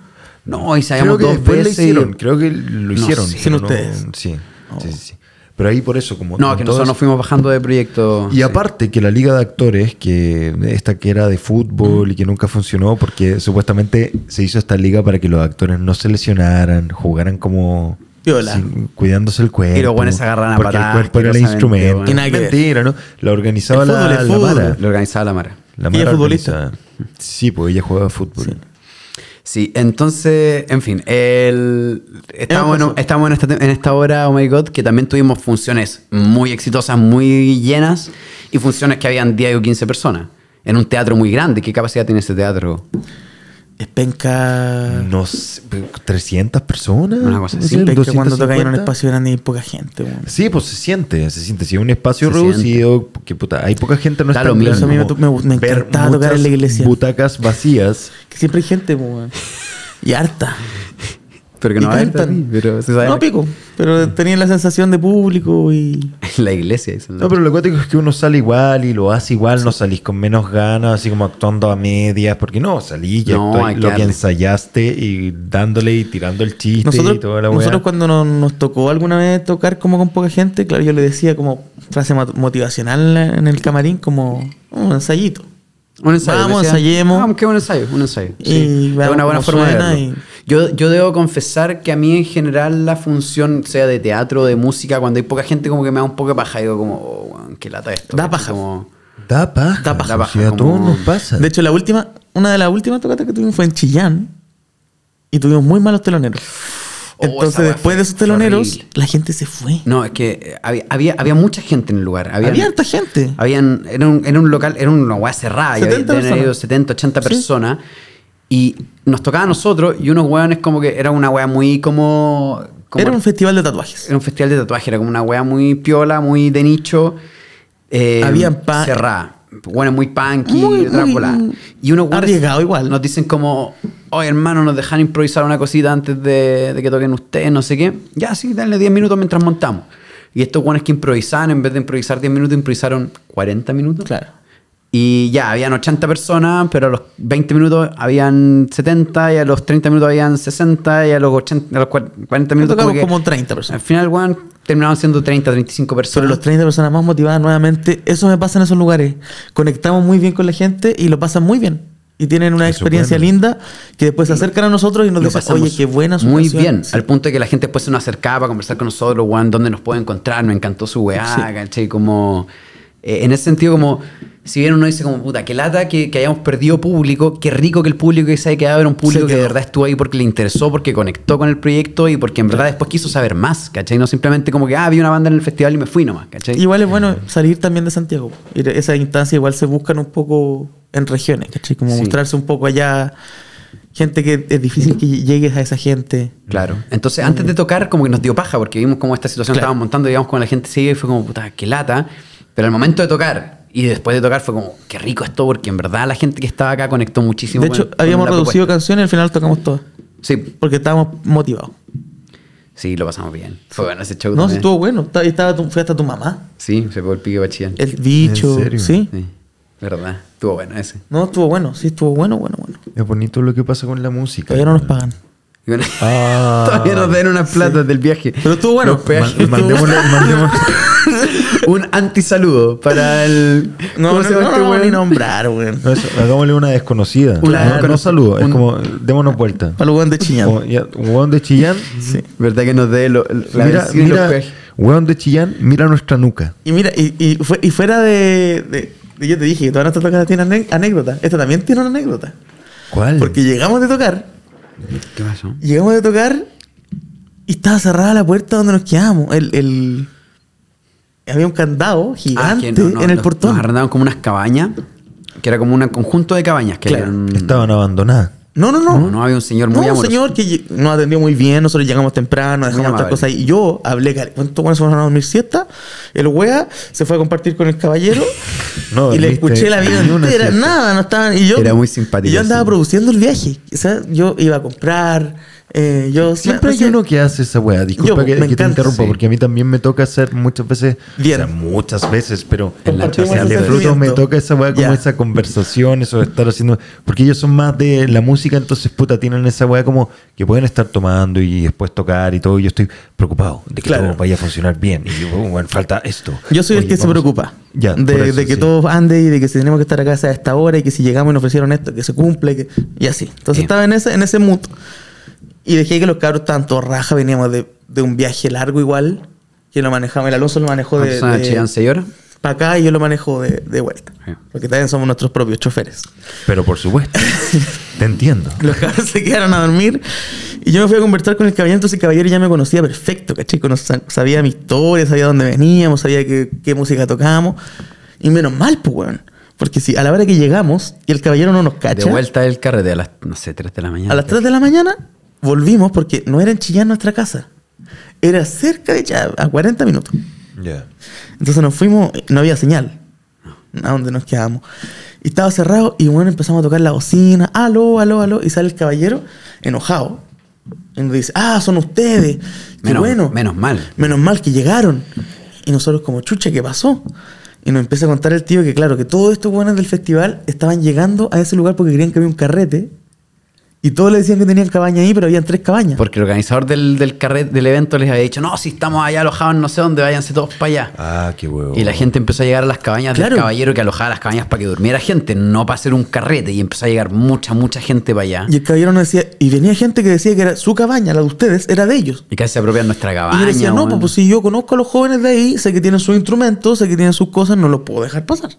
No,
Creo
ensayamos
que
dos
después
veces.
lo hicieron, creo que lo
No
hicieron.
sé.
pero
Sin
no-
ustedes.
Sí, sí, sí, sí. Pero ahí por eso, como...
No, que nosotros
todas-
nos fuimos bajando de proyecto.
Y aparte que la liga de actores, que esta que era de fútbol y que nunca funcionó porque supuestamente se hizo esta liga para que los actores no se lesionaran, jugaran como
Piola.
sin- cuidadas el cuerpo.
Y los buenos se agarran a
Porque el
patadas,
cuerpo era el
asquerosamente,
instrumento.
bueno.
Y nada que ver.
Mentira, ¿no? La organizaba
El fútbol,
la,
el
la
fútbol.
Mara.
Lo organizaba la Mara.
La
Ella
Mara
es futbolista.
organizaba. Sí, pues ella jugaba fútbol.
Sí, entonces, en fin, el, estamos, en,
pasado.
estamos en, esta, en esta hora, oh my god, que también tuvimos funciones muy exitosas, muy llenas, y funciones que habían 10 o 15 personas, en un teatro muy grande. ¿Qué capacidad tiene ese teatro?
Es
Mm.
penca.
No sé, 300 personas.
Una cosa
no
así.
sé,
Es penca cuando
250.
toca en un espacio grande y poca gente, weón.
Sí, pues se siente, se siente. Si es un espacio
Se
reducido, que puta, hay poca gente, no
Da
está
lo mismo.
claro,
Eso a mí
me
como
to- me gu- me
ver
encantaba tocar en la
muchas
iglesia.
Butacas vacías.
Que siempre hay gente, pues, weón. Y harta.
(laughs) Pero que
Y
no va a haber,
cantan.
pero se sabe
No, pico. Pero tenía la sensación de público y.
(laughs) la iglesia. dicen.
No, pero lo cuático es que uno sale igual y lo hace igual, no salís con menos ganas, así como actuando a medias, porque no, salís ya
No, hay que
lo que
darle.
ensayaste y dándole y tirando el chiste
Nosotros,
y toda la
nosotros
weá.
cuando no- nos tocó alguna vez tocar como con poca gente, claro, yo le decía como frase mot- motivacional en el camarín, como "Oh, un ensayito.
Un ensayo.
Vamos,
decía,
ensayemos.
Vamos, qué buen ensayo, un ensayo.
Y
Sí, es
veamos
una buena
cómo
forma de
suena
verlo. Yo, yo debo confesar que a mí en general la función, sea de teatro, de música, cuando hay poca gente, como que me da un poco de paja. Digo, como, oh, weón, qué lata esto.
Da
¿cachai?
paja.
Como-
Da paja.
Da paja,
o
paja,
sea, a
como-
todos nos pasa.
De hecho, la última, una de las últimas tocatas que tuvimos fue en Chillán y tuvimos muy malos teloneros.
Oh, esa
Entonces,
weá
después
fue
de esos teloneros,
horrible.
la gente se fue.
No, es que eh, había, había, había mucha gente en el lugar. Había,
Había harta gente.
Habían, era, un, era un local, era una hueá cerrada, y
70
había deben haber
personas.
ido 70, 80
Sí.
personas. Y nos tocaba a nosotros y unos hueones como que era una hueá muy como... como
Era un festival de tatuajes.
era un festival de tatuaje, era como una hueá muy piola, muy de nicho. eh,
Habían pa-
Cerrada. Bueno, muy punky,
Muy,
otra
muy
bola. Y unos hueones
arriesgado igual.
Nos dicen como, oye hermano, nos dejan improvisar una cosita antes de, de que toquen ustedes, no sé qué. Ya, sí, dale 10 minutos mientras montamos. Y estos hueones que improvisaban, en vez de improvisar 10 minutos, improvisaron 40 minutos.
Claro.
Y ya, habían 80 personas, pero a los 20 minutos habían 70, y a los 30 minutos habían 60, y a los, 80, a los cuar- 40 minutos
tocamos
que-
como 30 personas.
Al final, weón, terminaron siendo 30, 35
Sobre
personas.
los 30 personas más motivadas nuevamente, eso me pasa en esos lugares. Conectamos muy bien con la gente y lo pasan muy bien. Y tienen una
Eso es
experiencia
bueno.
linda que después se acercan a nosotros y nos
Lo
dicen,
pasamos
oye, qué buena su
Muy
canción".
bien,
Sí.
al punto de que la gente después se nos acercaba para conversar con nosotros, weón, dónde nos puede encontrar, me encantó su weá,
Sí.
¿cachai? Como, eh, en ese sentido, como, si bien uno dice como, puta, qué lata que, que hayamos perdido público, qué rico que el público que se haya quedado era un público
Se
que de
quedó.
verdad estuvo ahí porque le interesó, porque conectó con el proyecto y porque en verdad después quiso saber más, ¿cachai? No simplemente como que, ah, vi una banda en el festival y me fui nomás, ¿cachai?
Igual es
Eh,
bueno salir también de Santiago. Ir a Esas instancias igual se buscan un poco en regiones, ¿cachai? Como
Sí.
mostrarse un poco allá. Gente que es difícil que llegues a esa gente.
Claro. Entonces, antes de tocar, como que nos dio paja, porque vimos cómo esta situación
Claro.
estábamos montando, digamos, con la gente sigue y fue como, puta, qué lata. Pero al momento de tocar y después de tocar fue como, qué rico esto, porque en verdad la gente que estaba acá conectó muchísimo.
De
con-
hecho,
con
habíamos
la
reducido
propuesta.
canciones y al final tocamos todas.
Sí,
Porque estábamos motivados.
sí, lo pasamos bien. Fue bueno ese show.
No, si
también.
estuvo bueno. Estaba, estaba tu- fue hasta tu mamá.
Sí, se pegó el pique para chillar.
El bicho.
serio?
Sí.
Sí, verdad. Estuvo bueno ese.
No, estuvo bueno. Sí, estuvo bueno, bueno, bueno.
Es bonito lo que pasa con la música.
Todavía no nos pagan.
Y bueno,
Ah.
(laughs) todavía nos den unas platas del viaje. (laughs)
Pero estuvo bueno.
Los peajes.
Ma- mandémosle, (laughs) mandémosle-
Un antisaludo para el.
No,
¿cómo
no,
se
no,
llama
no,
este
vamos
weón?
ni
(laughs)
nombrar, weón.
no, eso, hagámosle una desconocida.
Una
no, no
desconocida.
saludo, es
Un-
como démonos vuelta.
Para los weón de Chiñán.
Como, Oh, ya, Hueón de
(laughs)
Chillán.
¿Verdad que nos dé lo- la
mira,
vecina y los
mira,
peajes?
hueón de Chillán, mira nuestra nuca.
Y mira, y, y, fue- y fuera de, de- de- Yo te dije que todas nuestras tocadas tienen ane- anécdota. Esta también tiene una anécdota.
¿Cuál?
Porque llegamos de tocar,
¿Qué pasó?
llegamos de tocar y estaba cerrada la puerta donde nos quedamos. El, el- Había un candado
Ah,
gigante en el portón.
Nos arrendaban como unas cabañas, que era como un conjunto de cabañas. Que
Claro.
eran-
Estaban abandonadas.
No, no, no.
No, no, había un señor muy
No, un
amoroso.
señor que lle- nos atendió muy bien, nosotros llegamos temprano, dejamos nuestras
amable.
cosas ahí. Y yo hablé, cal- ¿cuánto bueno se van a dormir siesta? El wea se fue a compartir con el caballero
(laughs) No,
y le
dormiste
escuché la vida
ni una
entera.
siesta.
Nada, no estaban. Y yo,
Era muy simpático,
Y yo andaba
sí.
produciendo el viaje. O sea, yo iba a comprar. eh, yo
Siempre hay
no sé,
uno que hace esa weá. Disculpa
Yo,
que,
me
que te
encanta,
interrumpa,
sí.
porque a mí también me toca hacer muchas veces.
Bien.
O sea, muchas veces, pero.
En la
o
Compartimos
sea,
ese
disfruto, me
sentimiento.
toca esa weá, como
Ya.
esa conversación, eso de estar haciendo. Porque ellos son más de la música, entonces, puta, tienen esa weá como que pueden estar tomando y después tocar y todo. Y yo estoy preocupado de que
Claro.
todo vaya a funcionar bien. Y yo, oh, bueno, falta esto.
Yo soy el
Oye,
que se
vamos-
preocupa
Ya, por
de,
eso,
de que
sí.
todo ande y de que si tenemos que estar acá sea a esta hora y que si llegamos y nos ofrecieron esto, que se cumpla y, que- y así. Entonces
Sí.
estaba en ese, en ese mood. Y dejé que los cabros tanto raja, veníamos de, de un viaje largo igual, que lo manejamos, el Alonso lo manejó
Ah,
de,
pues,
¿Cuántos años llevan? ¿Seis horas?
para acá y yo lo manejo de, de vuelta.
Sí.
Porque también somos nuestros propios choferes.
Pero por
(laughs)
supuesto, te entiendo.
Los cabros se quedaron a dormir y yo me fui a conversar con el caballero. Entonces el caballero ya me conocía perfecto, ¿cachai? Cono- sabía mi historia, sabía dónde veníamos, sabía qué, qué música tocábamos. Y menos mal, pues, weón. Porque si a la hora que llegamos y el caballero no nos cacha,
De vuelta del carrete a las, no sé, 3 de la mañana.
a las 3 de la mañana volvimos porque no era en Chillán nuestra casa. Era cerca de Chillán, a 40 minutos.
Ya.
Entonces nos fuimos, no había señal a donde nos quedamos. Y estaba cerrado y bueno, empezamos a tocar la bocina, aló, aló, aló, y sale el caballero enojado. Y nos dice, ah, son ustedes. Qué
Menos,
bueno.
menos mal.
Menos mal que llegaron. Y nosotros como, chucha, ¿qué pasó? Y nos empieza a contar el tío que claro, que todos estos buenos del festival estaban llegando a ese lugar porque creían que había un carrete. Y todos le decían que tenían cabaña ahí, pero habían tres cabañas.
Porque el organizador del, del carrete, del evento les había dicho, no, si estamos allá alojados en no sé dónde, váyanse todos para allá.
Ah, qué huevo.
Y la gente empezó a llegar a las cabañas
Oh. Claro.
del caballero que alojaba las cabañas para que durmiera gente, no para hacer un carrete. Y empezó a llegar mucha, mucha gente para allá.
Y el caballero nos decía, y venía gente que decía que era su cabaña, la de ustedes, era de ellos.
Y casi se apropian nuestra cabaña.
Y yo le decía, no,
weón".
pues, pues, si yo conozco a los jóvenes de ahí, sé que tienen sus instrumentos, sé que tienen sus cosas, no los puedo dejar pasar.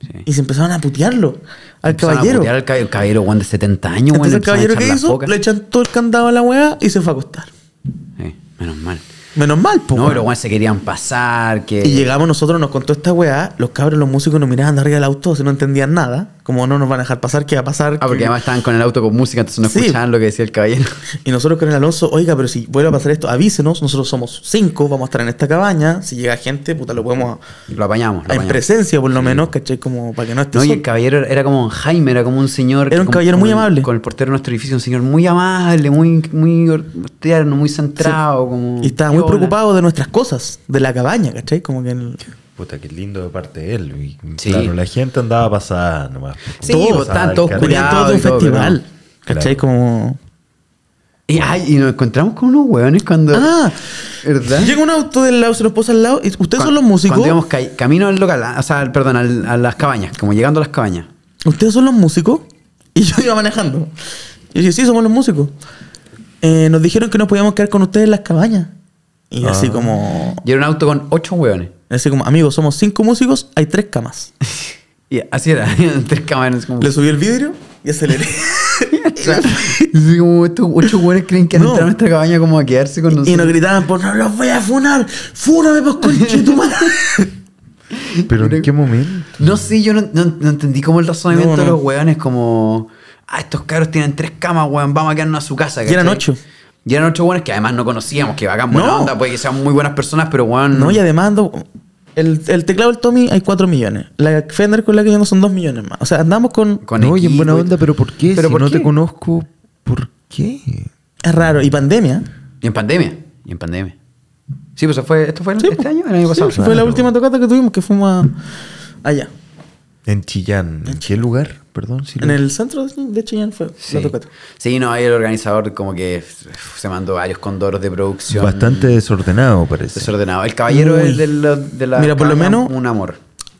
Sí.
Y se empezaron a putearlo pues, al
Empezaron a
caballero.
putear al cab- el caballero, weón, de 70 años, weón,
Entonces el
empezaron a
caballero
echar
que
las
hizo,
focas.
le echan todo el candado a la weá y se fue a acostar.
Sí, Eh, menos mal.
Menos mal, pues.
No, pero weón, se querían pasar, que...
Y llegamos nosotros, nos contó esta weá, los cabros, los músicos nos miraban de arriba del auto, si no entendían nada. como no nos van a dejar pasar, ¿qué va a pasar?
Ah, porque
¿Qué-
además estaban con el auto con música, entonces no
Sí.
escuchaban lo que decía el caballero.
(laughs) Y nosotros con el Alonso, oiga, pero si vuelve a pasar esto, avísenos, nosotros somos cinco, vamos a estar en esta cabaña, si llega gente, puta, lo podemos
Lo apañamos. Lo
a- en
apañamos.
presencia por lo menos, ¿cachai? Como para que no esté
No, y el
solo.
caballero era como Jaime, era como un señor.
Era
que
un
como-
caballero muy
como el-
amable.
Con el portero de nuestro edificio, un señor muy amable, muy, muy or- tierno, muy centrado. Como,
Y estaba muy
piola.
preocupado de nuestras cosas, de la cabaña, ¿cachai? Como que en-
Puta, qué lindo de parte de él. Y,
Sí.
Claro, la gente andaba pasada nomás.
Sí,
Todos
pues,
pasaban
estaban todos
al carrete.
culiados.
venían todos de un
y todo,
festival,
pero-
¿cachai? Como...
Y, ay, y nos encontramos con unos hueones cuando.
Ah,
¿Verdad?
llega un auto del lado, se nos posa al lado, y ustedes son
Cuan-
los músicos,
Cuando íbamos ca- camino al local, ah, o sea, perdón, al- a las cabañas, como llegando a las cabañas.
ustedes son los músicos, (laughs) y yo iba manejando. Y yo dije, sí, somos los músicos. Eh, nos dijeron que nos podíamos quedar con ustedes en las cabañas. Y así
Ah.
como...
Y era un auto con ocho hueones.
Así como, amigos, somos cinco músicos, hay tres camas.
Y así era, (laughs) eran tres cabañas. Como,
Le subí el vidrio y aceleré. (laughs)
o sea, (laughs) así como estos ocho hueones creen que han
No.
entrado a nuestra cabaña como a quedarse con
y
nosotros.
nos gritaban, por no los voy a funar, fúname pues, por conchetumar.
Pero en qué momento.
No, sí, yo no, no- no entendí cómo el razonamiento
No, no.
de los hueones, como. Ah, estos cabros tienen tres camas, hueón, vamos a quedarnos a su casa.
Y eran
¿cachai?
ocho.
Y eran ocho hueones que además no conocíamos, que bacán, buena
No.
onda, puede que sean muy buenas personas, pero hueón.
no, y además, ando- el, el teclado del Tommy hay 4 millones. La Fender con la que yo no son 2 millones más. O sea, andamos con.
Con
no, y
equipo
en buena
y-
onda, pero ¿por qué?
¿Pero
si
por
no
qué?
te conozco, ¿por qué?
Es raro. Y pandemia.
Y en pandemia. Y en pandemia. Sí, pues eso fue, esto fue el-
Sí,
este año, el año
sí,
pasado.
fue la última tocata que tuvimos, que fuimos a- allá.
En Chillán. ¿En qué lugar? Perdón. Si
En
lo-
el centro de Cheyenne fue
Sí.
la tocata.
sí, no, ahí el organizador como que uf, se mandó varios condoros de producción.
Bastante desordenado, parece.
Desordenado. El caballero
Uy.
es de la, de la
Mira, por lo
cabaña,
menos-
Un amor.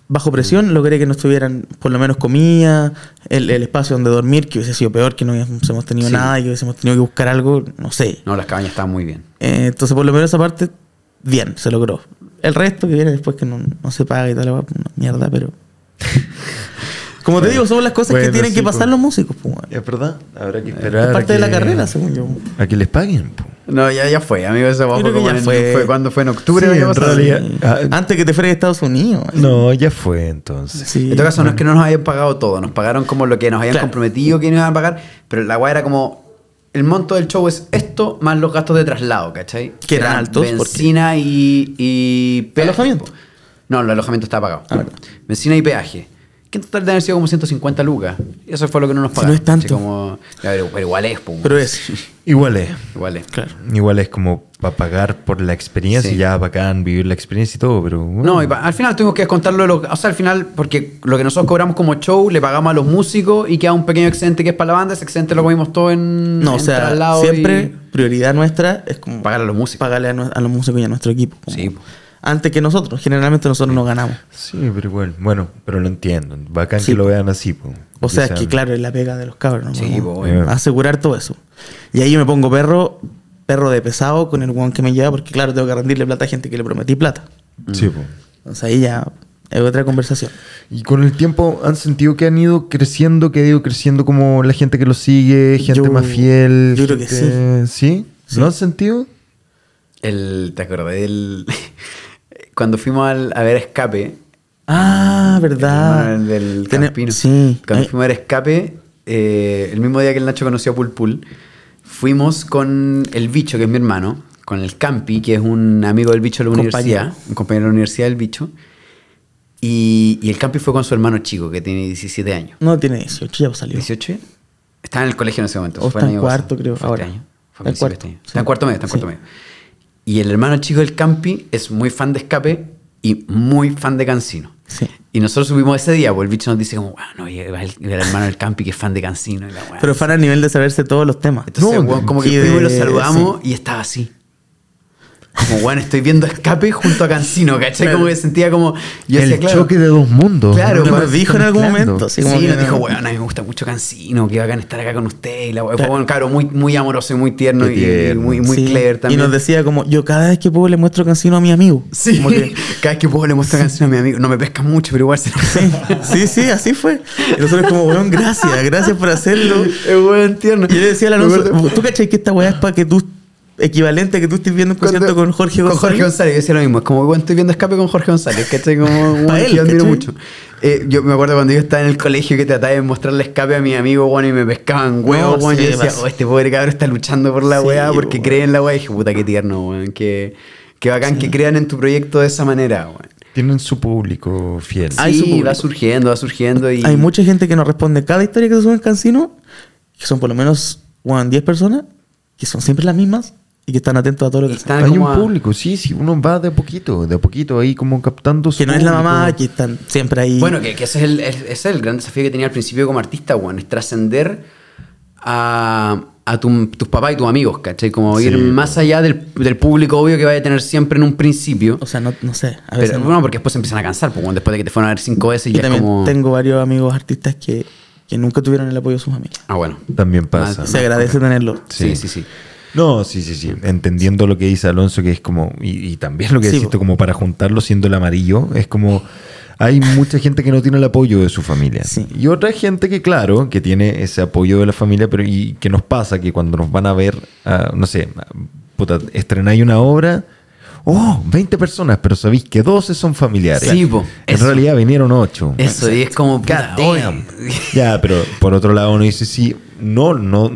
Bajo presión, logré que no estuvieran por lo menos comida, el, el espacio donde dormir, que hubiese sido peor, que no hubiésemos tenido
Sí.
nada y que hubiésemos tenido que buscar algo, no sé.
No, las cabañas estaban muy bien.
Eh, entonces, por lo menos esa parte, bien, se logró. El resto que viene después que no, no se paga y tal, una mierda,
(laughs)
pero. Como te digo, son las cosas que
Bueno,
tienen
sí,
que
pues.
pasar
po.
los músicos, po, weón.
Es verdad. Habrá que
Es
esperar. a
parte de la
que-
carrera, según yo.
A que les paguen. po.
No, ya, ya fue, amigo. Eso
Yo
fue,
creo que
como
ya
en-
fue.
fue cuando fue en octubre.
Sí,
¿qué
en
pasó?
realidad. Ah,
Antes que te fregue Estados Unidos.
No, ya fue entonces.
Sí.
En todo caso, no es que no nos hayan pagado todo. Nos pagaron como lo que nos habían
Claro.
comprometido que nos iban a pagar. Pero la guay era como... El monto del show es esto más los gastos de traslado, ¿cachai?
Que eran altos, porque-
Benzina y, y peaje,
alojamiento?
po. No, el alojamiento estaba pagado.
Ah, verdad.
Benzina y peaje. Que en total deben haber sido como 150 lucas. Y eso fue lo que no nos
Si
pagaron.
no es tanto.
Así como- Ya, pero, pero igual es, po.
Pero es.
Igual es.
Igual es.
Claro.
Igual es como para pagar por la experiencia.
Sí.
Ya bacán vivir la experiencia y todo, pero. bueno.
No, y pa- al final tuvimos que descontarlo. de lo- o sea, al final, porque lo que nosotros cobramos como show, le pagamos a los músicos y queda un pequeño excedente que es para la banda. Ese excedente lo comimos todo en.
No, o
en
sea,
traslado
siempre prioridad nuestra es
y
como
pagar a los músicos.
pagarle a, nue- a los músicos y a nuestro equipo. como
Sí, po.
Antes que nosotros. Generalmente nosotros no ganamos.
Sí, pero igual. Bueno, pero lo entiendo. Bacán
Sí,
que lo
po.
vean así. po.
O sea, es que
sean-
claro, es la pega de los cabros. ¿no?
Sí,
Como eh,
po, obvio.
Asegurar todo eso. Y ahí yo me pongo perro, perro de pesado con el guan que me lleva, porque claro, tengo que rendirle plata a gente que le prometí plata.
Sí, po.
Entonces ahí ya es otra conversación.
Y con el tiempo han sentido que han ido creciendo, que ha ido creciendo como la gente que los sigue, gente
Yo-
más fiel.
yo creo que
gente- sí. ¿No han sentido?
El, ¿Te acordás del. (laughs) Cuando fuimos al- a ver Escape.
Ah, verdad.
El del
Tene-
Campino.
Sí.
Cuando
Ahí-
fuimos a ver Escape, eh, el mismo día que el Nacho conoció a Pulpul, fuimos con el bicho, que es mi hermano, con el Campi, que es un amigo del bicho de la
Compañero.
universidad, un compañero de la universidad del bicho. Y, y el Campi fue con su hermano chico, que tiene 17 años.
No tiene 18, ya salió.
18 ya? Estaba en el colegio en ese momento.
O
fue el
está en
año pasado.
cuarto, creo,
Fue
ahora.
Este año. Fue
Está
a principios
en
de
cuarto,
este año.
sí.
Está en cuarto medio, está en cuarto
Sí.
medio. Y el hermano chico del Campi es muy fan de Escape y muy fan de Cancino.
Sí.
Y nosotros subimos ese día, porque el bicho nos dice como, wow, no, y el, el hermano del Campi que es fan de Cancino. Y la weá".
Pero fan a nivel de saberse todos los temas.
Entonces,
No,
weón, como que
y de-
fuimos y lo saludamos y estaba así. Como, bueno, estoy viendo escape junto a Cancino, ¿cachai? Como que sentía como... Yo
el
decía, claro,
choque de dos mundos.
Claro,
Una
me
cosa
lo dijo en algún
mezclando.
momento,
Sí,
sí. como que
nos
no.
dijo, weón, a mí me gusta mucho Cancino, que bacán estar acá con usted. Y la weá. Fue un cabro muy, muy amoroso y muy tierno,
Qué
y-
tierno.
y muy, muy
Sí.
clever también.
Y nos decía como, yo cada vez que puedo le muestro cancino a mi amigo.
Sí,
Como que-
cada vez que puedo le muestro Cancino a mi amigo. No me pesca mucho, pero igual se lo
sí, sí, sí, así fue. Y nosotros como, weón, gracias, gracias por hacerlo.
(laughs) Es weón tierno.
Y yo le decía al
Me
Alonso,
acuerdo-
¿tú cachai que esta weá es para que tú equivalente a que tú estés viendo un concierto
Cuando-
con Jorge González.
Con Jorge González, yo decía lo mismo. Es como cuando estoy viendo escape con Jorge González, ¿cachai?
(laughs)
Como un
Pa' él,
que admiro
¿cachai?
mucho. Eh, yo me acuerdo cuando yo estaba en el colegio que trataba de mostrarle escape a mi amigo, bueno, y me pescaban huevos,
No,
bueno,
sí,
yo decía,
vas.
oh, este pobre cabrón está luchando por la
Sí,
weá porque
weón.
cree en la weá. Y dije, puta, qué tierno, weón. Qué, qué bacán que crean en tu proyecto de esa manera, weón.
Tienen su público fiel.
Hay su
Sí,
público.
va surgiendo, va surgiendo y...
Hay mucha gente que nos responde cada historia que se sube en Cancino, que son por lo menos weón, 10 personas, que son siempre las mismas y que están atentos a todo lo que
Y
hacemos.
están
Hay
como
un
a-
público, sí, sí, uno va de a poquito, de a poquito ahí como captando su
Que no es la
público.
mamá, que están siempre ahí.
Bueno, que, que ese, es el, el- ese es el gran desafío que tenía al principio como artista, weón, es trascender a, a tu- tus papás y tus amigos, ¿cachai? Como ir más allá del, del público obvio que vaya a tener siempre en un principio.
o sea, no, no sé. A veces
Pero,
no.
bueno, porque después se empiezan a cansar, pues, weón, después de que te fueron a ver cinco veces y ya
Yo
es
también
como...
tengo varios amigos artistas que, que nunca tuvieron el apoyo de sus amigos.
Ah, bueno.
También pasa.
Ah,
Se agradece tenerlo.
Sí,
Sí.
sí, sí.
No, sí, sí, sí. Entendiendo lo que dice Alonso, que es como. Y, y también lo que
Sí,
decís tú,
po.
como para juntarlo siendo el amarillo, es como. Hay mucha gente que no tiene el apoyo de su familia.
Sí.
Y otra gente que, claro, que tiene ese apoyo de la familia, pero y que nos pasa que cuando nos van a ver, ah, no sé, ah, puta, estrenáis una obra, ¡oh! 20 personas, pero sabéis que 12 son familiares.
Sí, po,
En
eso.
realidad vinieron 8.
Eso, y es como... puta, oye.
(laughs) Ya, pero por otro lado uno dice, sí, no, no,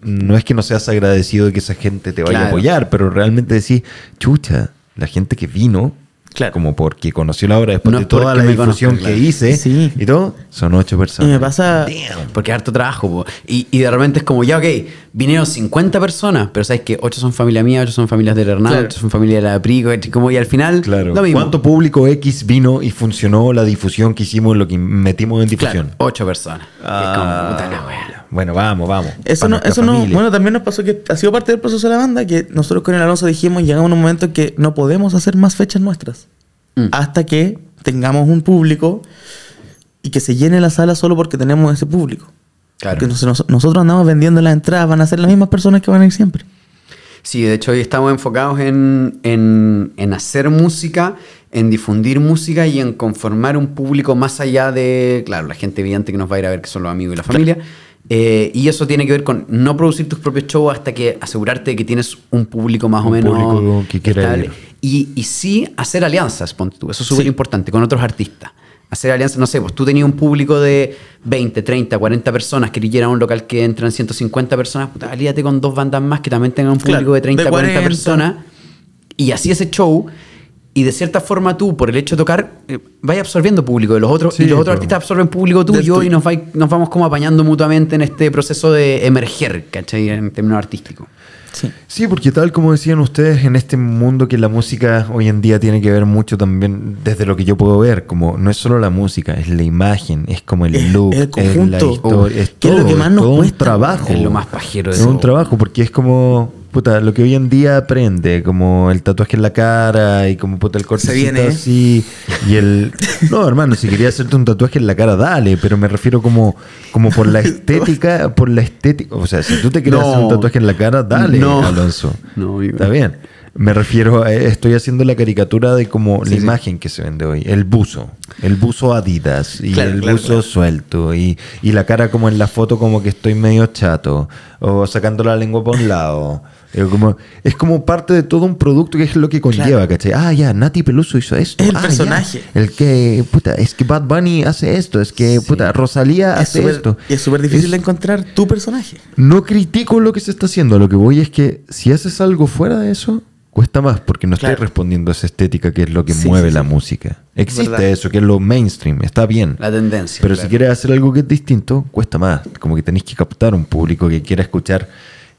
no es que no seas agradecido de que esa gente te vaya a
Claro.
apoyar, pero realmente decís, chucha, la gente que vino,
Claro.
como porque conoció la obra después
No
de
es porque
toda la
me
difusión
conozcan,
que
claro.
hice
Sí.
y todo, son ocho
Y
personas.
me pasa.
Porque es harto trabajo, po. Y, y de repente es como, ya, ok, vinieron 50 personas, pero sabes que 8 son familia mía, 8 son familias del Hernán,
Claro.
8 son familia de la Prico, y como, y al final,
Claro.
lo mismo.
¿Cuánto público X vino y funcionó la difusión que hicimos, lo que metimos en difusión?
Claro, 8 personas. Que es como,
Ah,
puta la wea.
bueno, vamos, vamos.
Eso
Pa'
no,
nuestra
eso no.
familia.
Bueno, también nos pasó que ha sido parte del proceso de la banda que nosotros con el Alonso dijimos llegamos a un momento que no podemos hacer más fechas nuestras
Mm.
hasta que tengamos un público y que se llene la sala solo porque tenemos ese público.
Claro.
Porque nos- nos- nosotros andamos vendiendo las entradas, van a ser las mismas personas que van a ir siempre.
Sí, de hecho hoy estamos enfocados en, en- en hacer música, en difundir música y en conformar un público más allá de, claro, la gente evidente que nos va a ir a ver, que son los amigos y la familia. Eh, y eso tiene que ver con no producir tus propios shows hasta que asegurarte de que tienes un público más o
Un
menos
público que quiera
estable.
ir.
Y, y sí hacer alianzas, ponte tú. Eso es
Sí.
súper importante con otros artistas. Hacer alianzas, no sé, pues tú tenías un público de 20, 30, 40 personas que quieran un local que entran 150 personas, puta, alíate con dos bandas más que también tengan un
Claro,
público de 30,
de
40,
40.
personas. Y así ese show. Y de cierta forma tú, por el hecho de tocar, eh, vas absorbiendo público de los otros.
Sí,
y los
pero-
otros artistas absorben público
Del
tuyo y
tuyo.
nos, vai- nos vamos como apañando mutuamente en este proceso de emerger, ¿cachai? En términos artísticos.
Sí.
Sí, porque tal como decían ustedes, en este mundo que la música hoy en día tiene que ver mucho también desde lo que yo puedo ver, como no es solo la música, es la imagen, es como el
Es-
look,
es el
la
conjunto.
historia, es
¿Qué es lo
todo,
que más nos
todo un
cuesta?
trabajo.
Es lo más pajero de
Es un
todo.
trabajo porque es como puta, lo que hoy en día aprende, como el tatuaje en la cara y como puta el corte
viene, ¿eh?
así y
(laughs)
el No, hermano, si quería hacerte un tatuaje en la cara, dale, pero me refiero como como por
(laughs)
la estética, por la estética, o sea, si tú te quieres
No.
hacer un tatuaje en la cara, dale,
No.
(laughs)
Alonso.
No, amigo.
Está bien. Me refiero, a- eh, estoy haciendo la caricatura de como
Sí,
la
sí.
imagen que se vende hoy. El buzo. El buzo Adidas. Y
Claro,
el
claro,
buzo
claro.
suelto. Y, y la cara como en la foto como que estoy medio chato. O sacando la lengua para
(laughs)
un lado. Eh, como- es como parte de todo un producto que es lo que conlleva, ¿cachai? Ah, ya, Nati Peluso hizo esto.
Es el
Ah, ya.
personaje.
El que, puta, es que Bad Bunny hace esto. Es que, puta, Rosalía
Ah, Es
hace
súper-
esto.
y es súper difícil
Es-
de encontrar tu personaje.
no critico lo que se está haciendo, a lo que voy es que si haces algo fuera de eso, cuesta más, porque no
Claro.
estoy respondiendo a esa estética que es lo que
Sí,
mueve
sí,
la
sí.
música. Existe
Verdad.
eso, que es lo mainstream, está bien.
La tendencia.
pero si
claro.
quieres hacer algo que es distinto, cuesta más. Como que tenés que captar un público que quiera escuchar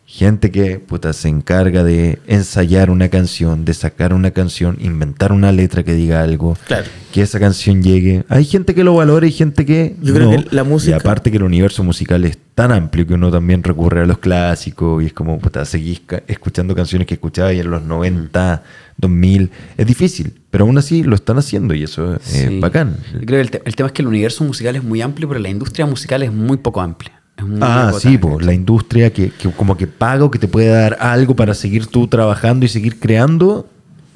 gente que puta, se encarga de ensayar una canción, de sacar una canción, inventar una letra que diga algo,
Claro.
que esa canción llegue. Hay gente que lo valora y gente que
Yo creo
no.
que la música-
Y aparte que el universo musical es tan amplio que uno también recurre a los clásicos y es como, puta, seguís ca- escuchando canciones que escuchaba y en los 90, 2000. Es difícil, pero aún así lo están haciendo y eso es eh,
Sí.
bacán.
Yo creo que el, te- el tema es que el universo musical es muy amplio, pero la industria musical es muy poco amplia. Es muy
Ah,
acotada.
sí, po, la industria que, que como que paga o que te puede dar algo para seguir tú trabajando y seguir creando.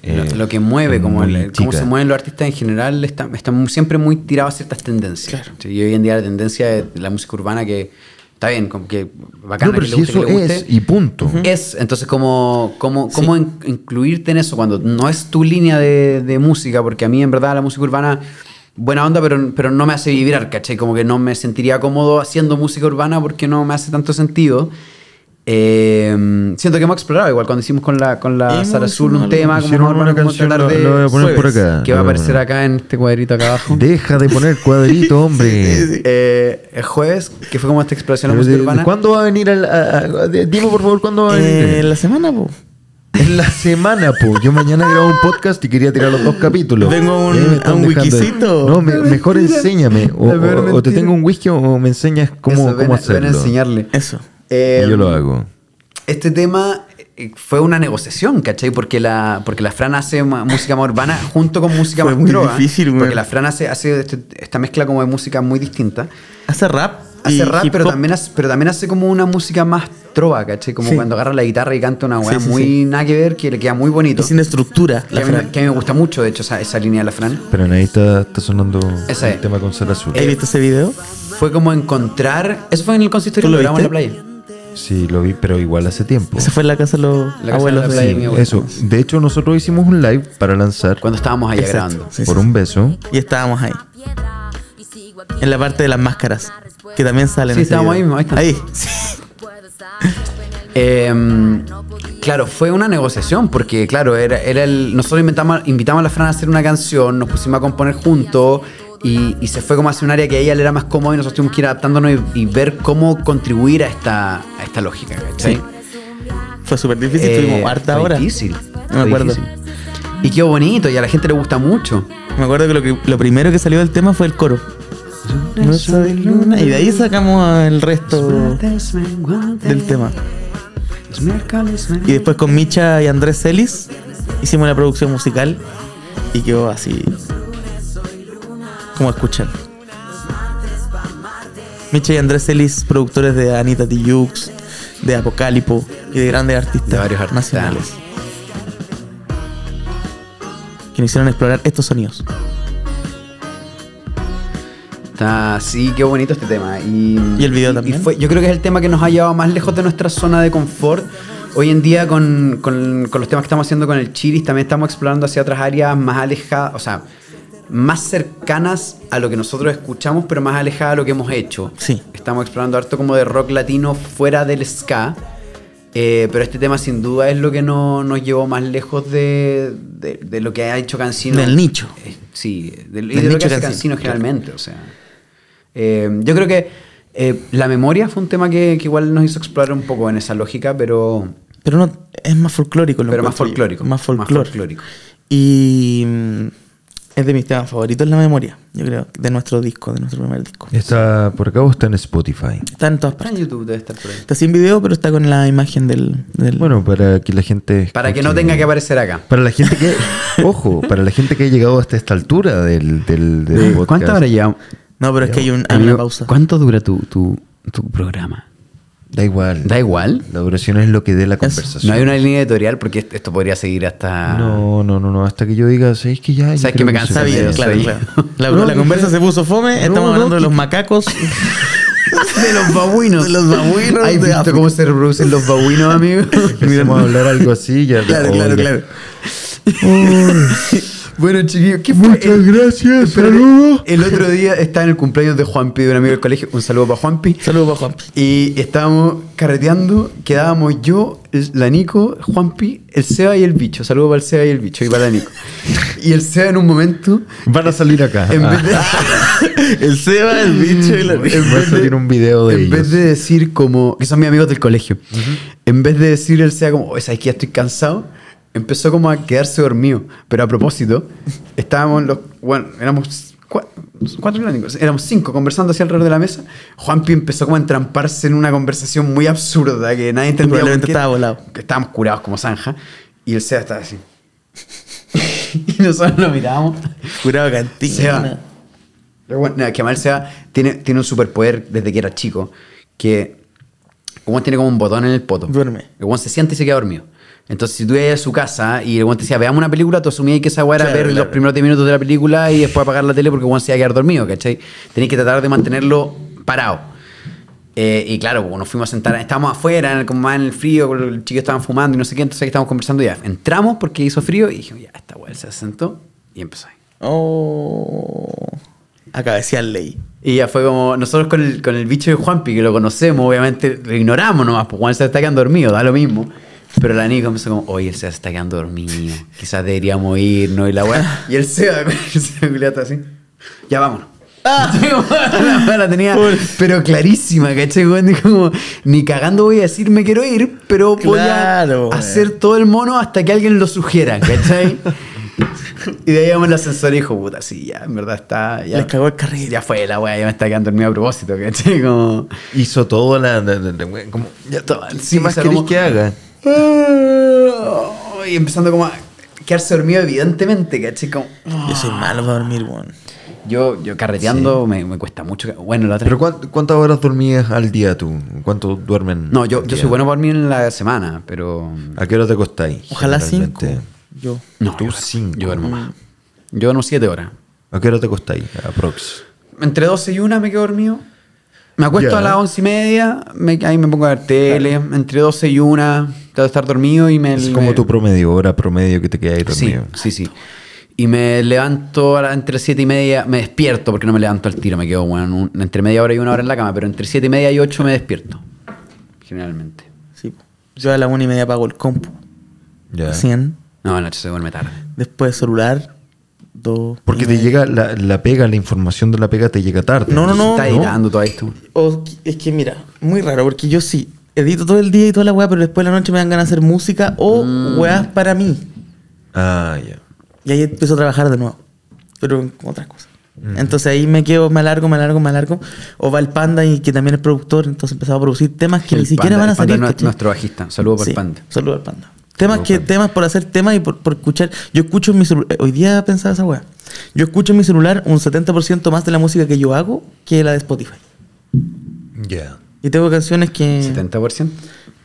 Lo,
eh,
lo que mueve,
es
como
muy
el- cómo
chica.
se mueven los artistas en general, está- están muy- siempre muy tirados a ciertas tendencias.
Claro.
Sí, Y hoy en día la tendencia de la música urbana que Está bien, como que bacana
no, pero
que le
si
guste,
eso
que le guste.
es, y punto.
Es, entonces, ¿cómo, cómo, cómo in- incluirte en eso cuando no es tu línea de, de música? Porque a mí, en verdad, la música urbana, buena onda, pero, pero no me hace vibrar, ¿cachai? Como que no me sentiría cómodo haciendo música urbana porque no me hace tanto sentido. Eh, siento que hemos explorado, igual cuando hicimos con la, con la
Hemos
Sara Azul un
hecho
tema, como
Hicieron
más
una
urbano, como
canción,
tratar
la-
de-
la voy a poner por
jueves,
acá,
Que va a
la voy a
aparecer
poner.
acá en este cuadrito acá abajo.
Deja de poner
(laughs)
cuadrito, hombre.
Eh, el jueves, que fue como esta exploración de la
Pero de-
música
de-
urbana.
¿Cuándo va a venir? al- a- a- de- dime por favor, ¿cuándo va a venir?
Eh, la semana, po.
En la semana, po. Yo mañana grabo un podcast y quería tirar los dos capítulos.
Tengo un-
Y ahí me están
a un
dejando-
wikisito.
No, me-
Mentira.
mejor enséñame. O,
La peor
o- o te
mentira.
tengo un whisky o me enseñas cómo,
Eso, ven
cómo
a-
hacerlo.
ven a enseñarle.
Eso.
Eh,
Y yo lo hago.
Este tema eh, fue una negociación, ¿cachai? Porque la, porque la Fran hace ma- música más urbana junto con música
Fue
más
muy
trova,
difícil, güey.
Porque la Fran hace, hace este- esta mezcla como de música muy distinta.
Hace rap. y
Hace rap,
hip
pero
hop.
también, hace, pero también hace como una música más trova, ¿cachai? Como
Sí.
cuando agarra la guitarra y canta una weá
Sí, sí,
muy
sí.
nada que ver, que le queda muy bonito.
Y sin estructura.
Que
La
a, mí, me-
Fran.
que a mí me gusta mucho, de hecho, esa, esa línea de la Fran.
Pero ahí está, está sonando
Ese.
el tema con Sara Azul.
¿Has visto ese video?
Fue como encontrar... Eso fue en el consistorio
¿Tú lo
que grabamos en la
viste?
playa.
Sí, lo vi, pero igual hace tiempo.
Esa fue en la casa de los
La casa
abuelos
de la playa, mi
de
abuelo.
Eso. De hecho, nosotros hicimos un live para lanzar
Cuando estábamos allá
Exacto.
grabando.
Sí,
por
sí.
un beso.
Y estábamos ahí. En la parte de las máscaras. Que también salen.
Sí, estábamos ahí mismo, ahí está.
Ahí. Sí.
Eh, claro, fue una negociación porque, claro, era, era el, nosotros inventamos- invitamos a la Fran a hacer una canción, nos pusimos a componer juntos y, y se fue como hacia un área que a ella le era más cómodo y nosotros tuvimos que ir adaptándonos y, y ver cómo contribuir a esta, a esta lógica. ¿cachai?
Sí. Fue súper difícil.
Eh,
Tuvimos harta
fue
hora.
Difícil.
No me
fue
acuerdo.
difícil. Y quedó bonito y a la gente le gusta mucho.
Me acuerdo que lo, que lo primero que salió del tema fue el coro. Y de ahí sacamos el resto del tema. Y después con Micha y Andrés Celis hicimos la producción musical y quedó así. Como escuchan. Micha y Andrés Celis, productores de Anita Tijoux, de Apocalipo y de grandes artistas,
De varios artistas.
nacionales. Que nos hicieron explorar estos sonidos.
Está, sí, qué bonito este tema. Y,
Y el video también.
fue- yo creo que es el tema que nos ha llevado más lejos de nuestra zona de confort. Hoy en día, con, con- con los temas que estamos haciendo con el Chiris, también estamos explorando hacia otras áreas más alejadas, o sea, más cercanas a lo que nosotros escuchamos, pero más alejadas a lo que hemos hecho.
Sí.
Estamos explorando harto como de rock latino fuera del ska. eh, pero este tema sin duda es lo que no, nos llevó más lejos de, de- de lo que ha hecho Cancino.
Del nicho.
Eh, Sí, del, y de
Del
lo
nicho
que hace
Cancino,
Cancino generalmente, o sea. Eh, yo creo que eh, la memoria fue un tema que, que igual nos hizo explorar un poco en esa lógica, pero,
Pero no, es más folclórico. lo
pero más
encuentro yo.
folclórico.
Más folclórico.
folclórico.
Y mm, es de mis temas favoritos la memoria, yo creo, de nuestro disco, de nuestro primer disco.
Está por acá o está en Spotify.
Está en todas
Está
partes.
en YouTube, debe estar por ahí.
Está sin video, pero está con la imagen del... del-
Bueno, para que la gente.
Para que no
escuche-
tenga que aparecer acá.
Para la gente
(laughs)
que. ojo, para la gente que ha llegado hasta esta altura del, del, del podcast.
¿Cuántas horas llevamos?
no, pero es que hay, un- hay una pausa.
¿Cuánto dura tu, tu, tu programa?
Da igual.
¿Da igual?
La duración es lo que dé la
No
conversación.
hay una línea editorial porque est- esto podría seguir hasta...
No, no, no, no, Hasta que yo diga, ¿sabéis que ya? yo
¿Sabes que
creo
me
se
cansa
Está
puede
bien,
bien,
hacer"?
claro,
soy-
(laughs)
claro. La,
No,
la
no,
conversa
que-
se puso fome,
No,
estamos
no,
hablando de
que- (laughs)
los macacos.
De los babuinos.
De los babuinos
¿Has
de
visto
África.
cómo se reproducen los babuinos, amigo?
Empezamos a hablar
(laughs)
algo así ya.
claro, claro,
Oiga.
claro.
bueno, chiquillos, ¿qué fue?
Muchas gracias,
Espérate,
saludos.
El otro día estaba en el cumpleaños de Juanpi, de un amigo del colegio. Un saludo para Juanpi.
Saludos para Juan.
Y estábamos carreteando, quedábamos yo, el- la Nico, Juanpi, el Seba y el bicho. Saludo para el Seba y el bicho y para la Nico. Y el Seba en un momento,
Van a salir acá.
en
Ah,
vez de,
(laughs) El Seba, el bicho y la...
en
Va a
vez de-
salir un video de
en
ellos.
vez de decir como, que son mis amigos del colegio, en vez de decir el Seba como, "Oye, ¿sabes que ya estoy cansado? Empezó como a quedarse dormido. Pero a propósito, estábamos los, bueno, éramos cua- cuatro clásicos, éramos cinco conversando así alrededor de la mesa. Juanpi empezó como a entramparse en una conversación muy absurda que nadie entendía.
Probablemente
por qué.
estaba volado.
Que estábamos curados como zanja. Y el Seba estaba así. (laughs) y nosotros lo mirábamos.
Curado
Seba.
cantina.
Pero bueno, nada, que Amal Seba tiene, tiene un superpoder desde que era chico, que el weón tiene como un botón en el poto.
Duerme.
El weón se siente y se queda dormido. Entonces, si tú ibas a su casa y el weón te decía, veamos una película, tú asumías que esa weá era
Claro,
ver
claro.
los primeros 10 minutos de la película y después apagar la tele porque el weón se iba a quedar dormido, ¿cachai? Tenés que tratar de mantenerlo parado. Eh, y claro, pues, nos fuimos a sentar, estábamos afuera, en el, como más en el frío, los chicos estaban fumando y no sé qué, entonces ahí estábamos conversando y ya entramos porque hizo frío y dijimos, ya, esta weá se sentó y empezó ahí.
Oh. Acá
(laughs)
decía ley.
Y ya fue como, nosotros con el, con el bicho de Juanpi, que lo conocemos, obviamente lo ignoramos nomás, pues Juan se está quedando dormido, da lo mismo. Pero la Nico empezó como, oye, el Seba se está quedando dormido, quizás deberíamos irnos y la weá. Y el Seba, (laughs) el Seba culiao está así, ya vámonos. (laughs) la weá la tenía,
Ah. Pobre.
pero clarísima, ¿cachai? weón? Dijo como, ni cagando voy a decir me quiero ir, pero voy a
Claro, weón.
hacer todo el mono hasta que alguien lo sugiera,
(laughs)
¿cachai? y de ahí vamos al ascensor y dijo, puta, sí, ya, en verdad está. Ya,
Les cagó el carril.
ya fue la weá, ya me está quedando dormido a propósito, ¿cachai? Como.
Hizo todo la. la- la- la- como, ya, todo,
Sí,
¿Qué más
o sea,
querés
como-
que haga?
"Ah", Y empezando como a quedarse dormido, evidentemente, ¿cachai? Como.
Yo soy malo para dormir, weón.
Yo, yo carreteando me, me cuesta mucho. Bueno, la otra.
¿Pero cuán- cuántas horas dormías al día tú? ¿Cuánto duermen?
no, yo,
al
yo
día?
soy bueno para dormir en la semana, pero.
¿A qué hora te acostáis?
Ojalá cinco.
generalmente?
Yo.
No,
Tú
yo,
cinco.
Yo duermo más. Yo duermo siete horas.
¿A qué hora te acostáis? Aprox.
Entre 12 y 1 me quedo dormido. Me acuesto
Ya.
a las 11 y media, me- ahí me pongo a ver tele. Entre 12 y 1 trato de estar dormido y me.
Es
me-
como tu promedio, hora promedio que te quedáis
Sí,
dormido.
sí, sí. Y me levanto a la- entre siete y media, me despierto porque no me levanto al tiro, me quedo bueno, un- entre media hora y una hora en la cama, pero entre siete y media y ocho me despierto, generalmente.
Sí. po. Yo a la una y media apago el compu.
Ya.
100.
No, en la noche se duerme tarde.
Después celular. Dos.
Porque
y
te
media.
llega la, la pega, la información de la pega te llega tarde.
No, no, Ah, no.
Está editando todo esto.
O que- es que mira, muy raro, porque yo sí edito todo el día y toda la weá, pero después de la noche me dan ganas de hacer música o
Mm.
weas para mí.
Ah, ya.
Y ahí empiezo a trabajar de nuevo, pero con otras cosas. Entonces ahí me quedo, me alargo, me alargo, me alargo. O va el panda y que también es productor, entonces empezaba a producir temas que
El
ni
Panda,
siquiera van a
el Panda
salir.
es
¿cachai?
nuestro bajista. Saludo para el
Sí,
Panda.
Saludo al panda. Temas, que, temas por hacer temas y por, por escuchar. Yo escucho en mi celular. Hoy día pensaba esa weá. Yo escucho en mi celular un 70% más de la música que yo hago que la de Spotify.
Ya.
Y tengo canciones que.
70%.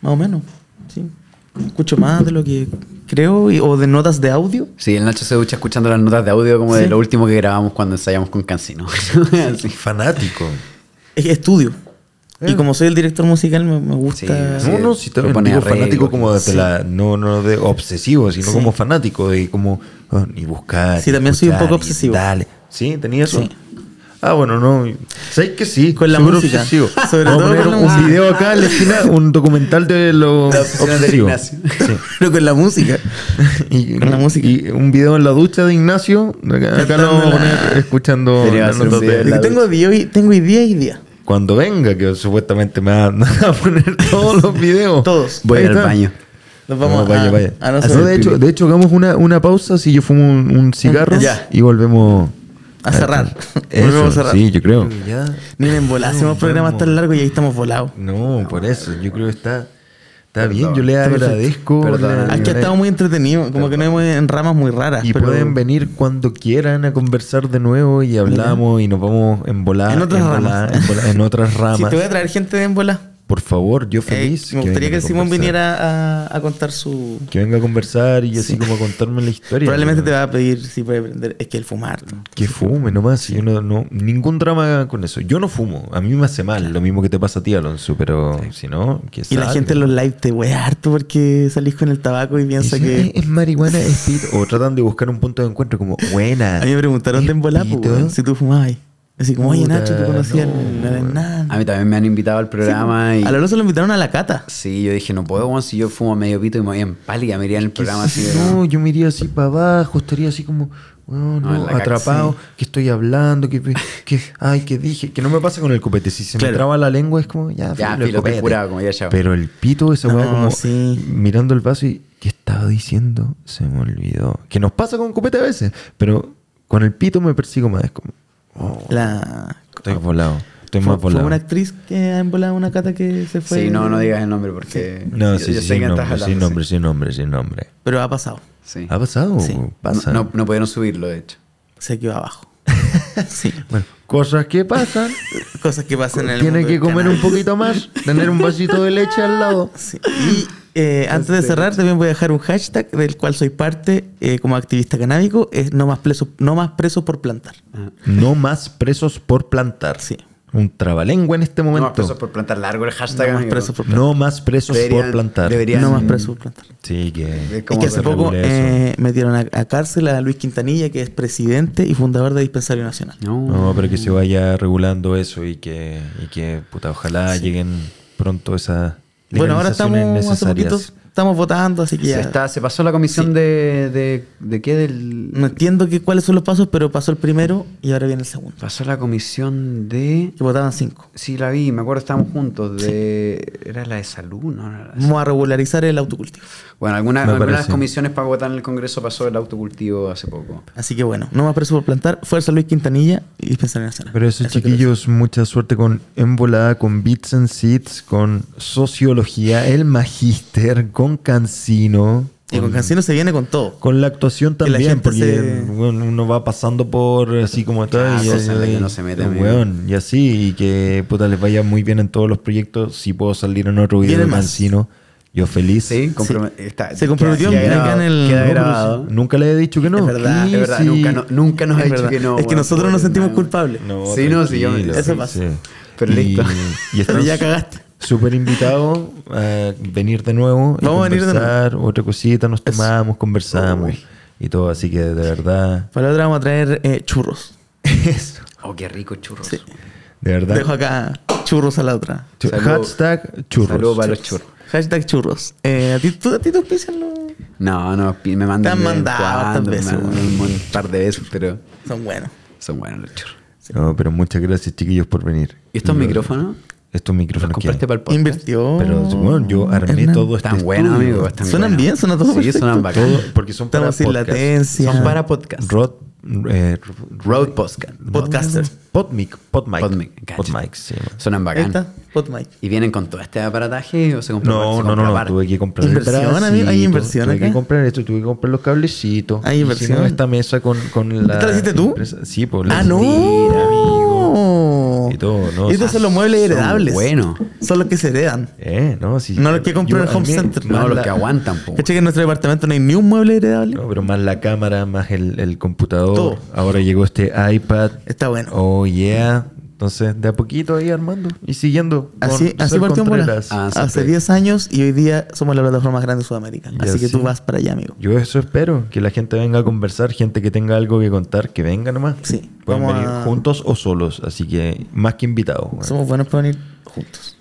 Más o menos, sí. Escucho más de lo que creo y- o de notas de audio.
Sí, el Nacho se ducha escuchando las notas de audio como de
Sí.
lo último que grabamos cuando ensayamos con Cancino. (laughs) Sí.
Fanático.
Es- Estudio. Y como soy el director musical, me, me gusta.
Sí,
no, no, si te digo
propone arreglos,
fanático como de
sí.
la, no, no de obsesivo, sino
Sí.
como fanático de como ah, y buscar.
Sí,
y
también soy un
escuchar,
poco
y
obsesivo.
Dale. Sí, tenía eso.
Sí.
Ah, bueno, no. Sabes que sí.
Con la
seguro
música.
obsesivo.
(laughs) Sobre
Vamos
todo
a poner
con la
un
música.
video acá en la esquina, un documental de lo
La obsesión del
obsesivo.
Ignacio.
Sí.
(laughs) Pero con
(laughs)
la música.
Y,
Con la música.
y un video en la ducha de Ignacio. Acá, acá lo vamos a poner escuchando.
Debería
la
ser un
nota
video
de-
en la
tengo, día y, tengo hoy día y día.
Cuando venga, que supuestamente (laughs) me van a poner todos los videos.
Todos.
Voy
Ahí
al
está.
baño.
Nos
No,
vamos
vaya,
a,
vaya.
a no
No,
saber
de, hecho, de hecho, hagamos una, una pausa si yo fumo un, un cigarro
Ya.
y volvemos
(laughs)
A (laughs) cerrar.
Ah, Eso,
Volvemos a cerrar.
Sí, yo creo.
Miren, en volar, hacemos programas tan largos y ahí estamos volados.
No, por eso. Yo creo que está, está bien.
Perdón.
Yo le
Está perfecto.
agradezco.
Perdón.
le-
Aquí ha estado muy entretenido, como que no hemos en ramas muy raras.
Y
pero
pueden venir cuando quieran a conversar de nuevo y hablamos y nos vamos en volar.
En otras
volar,
ramas.
en volar, en otras ramas.
(laughs) Si te voy a traer gente de en volar.
Por favor, yo feliz.
me
vengan
gustaría que
a
el Simón
conversar.
viniera a, a contar su.
Que venga a conversar y así como a contarme la historia.
Probablemente te
pero
va a pedir si puede aprender. Es que el fumar. ¿no?
Que fume nomás. si Yo no, no- ningún drama con eso. Yo no fumo. A mí me hace mal. Lo mismo que te pasa a ti, Alonso. Pero si no, que
Y la
salga.
gente en los live te wea harto porque salís con el tabaco y piensa
Dicen, "Eh,
que.
Es marihuana, es pito. O tratan de buscar un punto de encuentro como buena.
A mí me preguntaron de embolá, pues,
pito.
weón, si tú fumabas ahí. Así como, oye
Puta,
Nacho, tú conocías
no,
al- al
weón.
Hernán.
A mí también me han invitado al programa y...
A Alonso lo invitaron a la cata.
Sí, yo dije, no puedo, weón, si yo fumo medio pito y me voy en pálida, me iría en el programa
Ah,
así. de-
No, yo me iría así para abajo, estaría así como, bueno,
No, en la
atrapado, que estoy hablando, que, que, ay, que dije, que no me pasa con el copete, si se
Claro.
me traba la lengua es como, ya, filo,
Ya,
el
filo, estoy
copete.
curado, como ya, chao.
Pero el pito, esa weá
No,
como
sí.
mirando el vaso y, ¿qué estaba diciendo? Se me olvidó. Que nos pasa con copete a veces, pero con el pito me persigo más, es como, oh,
La...
estoy volado, estoy
Fue,
más
fue
volado.
una actriz que ha embolado una cata que se fue.
Sí, no, no digas el nombre porque...
No,
yo-
sí,
yo
sí,
sé
sin
quién estás
nombre, sin
hablando,
nombre, sin nombre, sin nombre.
Pero ha pasado.
sí. Sí.
¿Ha pasado?
Sí.
Pasa.
No, no pudieron subirlo, de hecho.
Se
(laughs)
quedó abajo. sí.
Bueno, cosas que
(laughs)
pasan.
Cosas que pasan en el
Tiene
mundo
que
del
comer un
cannabis.
poquito más, tener un vasito de leche al lado.
(laughs) Sí. Y eh, antes de cerrar, también voy a dejar un hashtag del cual soy parte eh, como activista
Ah,
canábico, es no más presos no más presos por plantar.
No más presos por plantar.
Sí.
un trabalengua en este
No
momento.
más presos por plantar largo el hashtag.
No más
amigo.
presos por
No más presos
Deberían-
por plantar.
deberían-
No más presos por plantar.
Sí,
Es
que.
como-
Es que hace
se
poco
regula eso?
eh, metieron a, a cárcel a Luis Quintanilla, que es presidente y fundador de Dispensario Nacional.
No, pero que se
Uh.
vaya regulando eso y que, y que puta, ojalá lleguen pronto esas
Bueno, ahora estamos
liberalizaciones
hace poquito,
necesarias.
estamos votando, así que
Se,
ya.
está, se pasó la comisión de, de. ¿De qué? Del,
No entiendo que, cuáles son los pasos, pero pasó el primero y ahora viene el segundo.
Pasó la comisión de.
Que votaban cinco.
Sí, la vi, me acuerdo, estábamos juntos. De, ¿Era la de salud? No, no era la de salud.
Vamos a regularizar el autocultivo.
Bueno, alguna,
Me
algunas
parece.
comisiones para votar en el Congreso pasó el autocultivo hace poco.
Así que bueno, no más presos por plantar. Fuerza Luis Quintanilla y Dispensario Nacional.
Pero eso,
quiero decir.
chiquillos, mucha suerte con Envolada, con Bits and Seeds, con Sociología, El Magíster, con Cancino.
Y con Cancino se viene con todo.
Con la actuación
Que la
también,
gente
porque
se-
bueno, uno va pasando por así como está
Ah,
y,
cosas en las
y-
que no se mete, amigo.
weón, y así, y que puta les vaya muy bien en todos los proyectos. Si puedo salir en otro video
Viene
de
más.
Cancino, yo feliz.
Sí, compromet- está-
Se comprometió
queda-
en
queda
acá en
grabado,
el-
queda
No, pero
grabado.
Nunca le he dicho que no.
Es verdad,
Sí,
es verdad,
sí.
nunca, (laughs) no- nunca nos ha
Es
dicho
verdad.
que no.
Es que
weón,
nosotros nos
pobre,
sentimos
no.
culpables.
No,
Sí, no, sí, yo-
tranquilo,
eso
sí,
pasa.
sí.
Pero
Y-
listo.
(laughs) Y
Pero
estás
ya cagaste.
súper invitado a venir de nuevo. y
Vamos a venir de nuevo.
conversar, Otra cosita, nos tomamos, conversamos y todo. Así que de
(laughs)
verdad.
Para la otra vamos a traer eh, churros.
Eso.
Oh, qué rico churros.
Sí.
De verdad.
Dejo acá churros a la otra.
Chu-
Salud.
Hashtag churros.
Saludos para los churros.
Hashtag churros. Eh, a ti, tú- a ti te auspician los...
No, no, pi- me mandan.
Te han
de vez en
mandado
cuando,
tantas veces,
me mandan
weón.
Un mon- par de veces, pero
Son buenos.
son buenos los churros.
No, pero muchas gracias, chiquillos, por venir.
¿Y estos
Lo-
micrófonos?
Estos
¿Los
micrófonos. que-
compraste para el podcast?
Invirtió.
Pero bueno, yo armé
Oh, Hernán.
todo este
Están buenos,
estudio.
amigo. están
Suenan
buenos.
bien, suena todo
Sí,
perfecto.
suenan bacán.
Todo- porque son para
Estamos sin
podcast.
latencia.
Son para podcast.
Rod- eh,
Road podcast.
Podcaster.
Podmic. Podmic.
Podmic, cacha.
Podmic, sí. man.
Suenan
Ahí
bacán.
está, PodMic.
¿Y vienen con todo este aparataje o se compró
No,
se
no,
compra
no, no,
aparte?
tuve que comprar el
Inversión,
bracito,
amigo, hay inversión
tuve
acá.
que comprar esto, tuve que comprar los cablecitos.
Hay
Hicimos
inversión.
esta mesa con, con la
¿Esta la hiciste tú?
empresa- Sí, pues. la
Ah,
hice-
no.
Mira, amigo. Y todo, no,
Estos
sí.
son los muebles
Son
heredables.
buenos.
Son los que se heredan.
Eh, no, sí.
No los que compré
Yo-
en el
a
Home
mí-
Center.
No,
más
los
la-
que aguantan, po.
¿Cachai que en nuestro departamento no hay ni un mueble heredable?
No, pero más la cámara, más el, el computador.
Todo.
Ahora llegó este iPad.
Está bueno.
Oh, yeah. Entonces, de a poquito ahí armando y siguiendo. con
Así, así
Sol
partió en bola.
Contreras.
Ah,
Hace
siempre.
10 años y hoy día somos la plataforma más grande de Sudamérica.
Y
Así que tú
así.
vas para allá, amigo.
Yo eso espero, que la gente venga a conversar, gente que tenga algo que contar, que venga nomás.
Sí,
Pueden
vamos
venir
a-
juntos o solos, así que más que invitados. weón.
Somos buenos para venir juntos.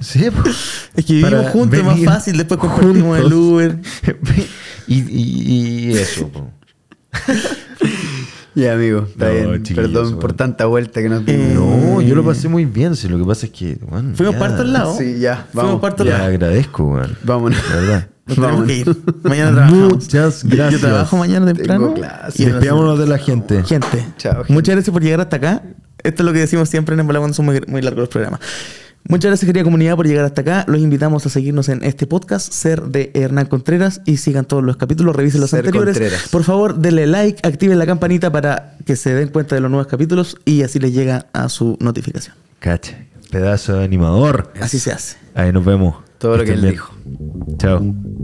Sí, pues.
Es que vivimos
Para
juntos, es más
venir
fácil. Después compartimos el
juntos.
Uber.
(laughs) y, y- y eso, po.
Ya, amigo, está
No,
bien.
chiquillos,
Perdón por
bueno.
tanta vuelta que nos dimos.
Eh,
No, yo lo pasé muy bien, si lo que pasa es que, weón,
Fuimos
ya.
para todos lados.
Sí, ya, vamos.
Fuimos para todos
Ya
lados.
agradezco, weón.
Vámonos.
La verdad.
Nos tenemos
Vámonos.
que ir.
(laughs)
Mañana trabajamos.
Muchas
Yo-
gracias.
Yo trabajo mañana temprano.
clase.
y en la
Despidámonos de la gente.
Gente,
Chao, gente.
muchas gracias por llegar hasta acá. Esto es lo que decimos siempre en Embolá cuando son muy, muy largos los programas. Muchas gracias, querida comunidad, por llegar hasta acá. Los invitamos a seguirnos en este podcast, Ser de Hernán Contreras, y sigan todos los capítulos, revisen los
Ser
anteriores.
Contreras.
Por favor, denle like, activen la campanita para que se den cuenta de los nuevos capítulos y así les llega a su notificación.
Cacha, pedazo de animador.
Así se hace.
Ahí nos vemos.
Todo lo que
Estén
él
bien. Chao.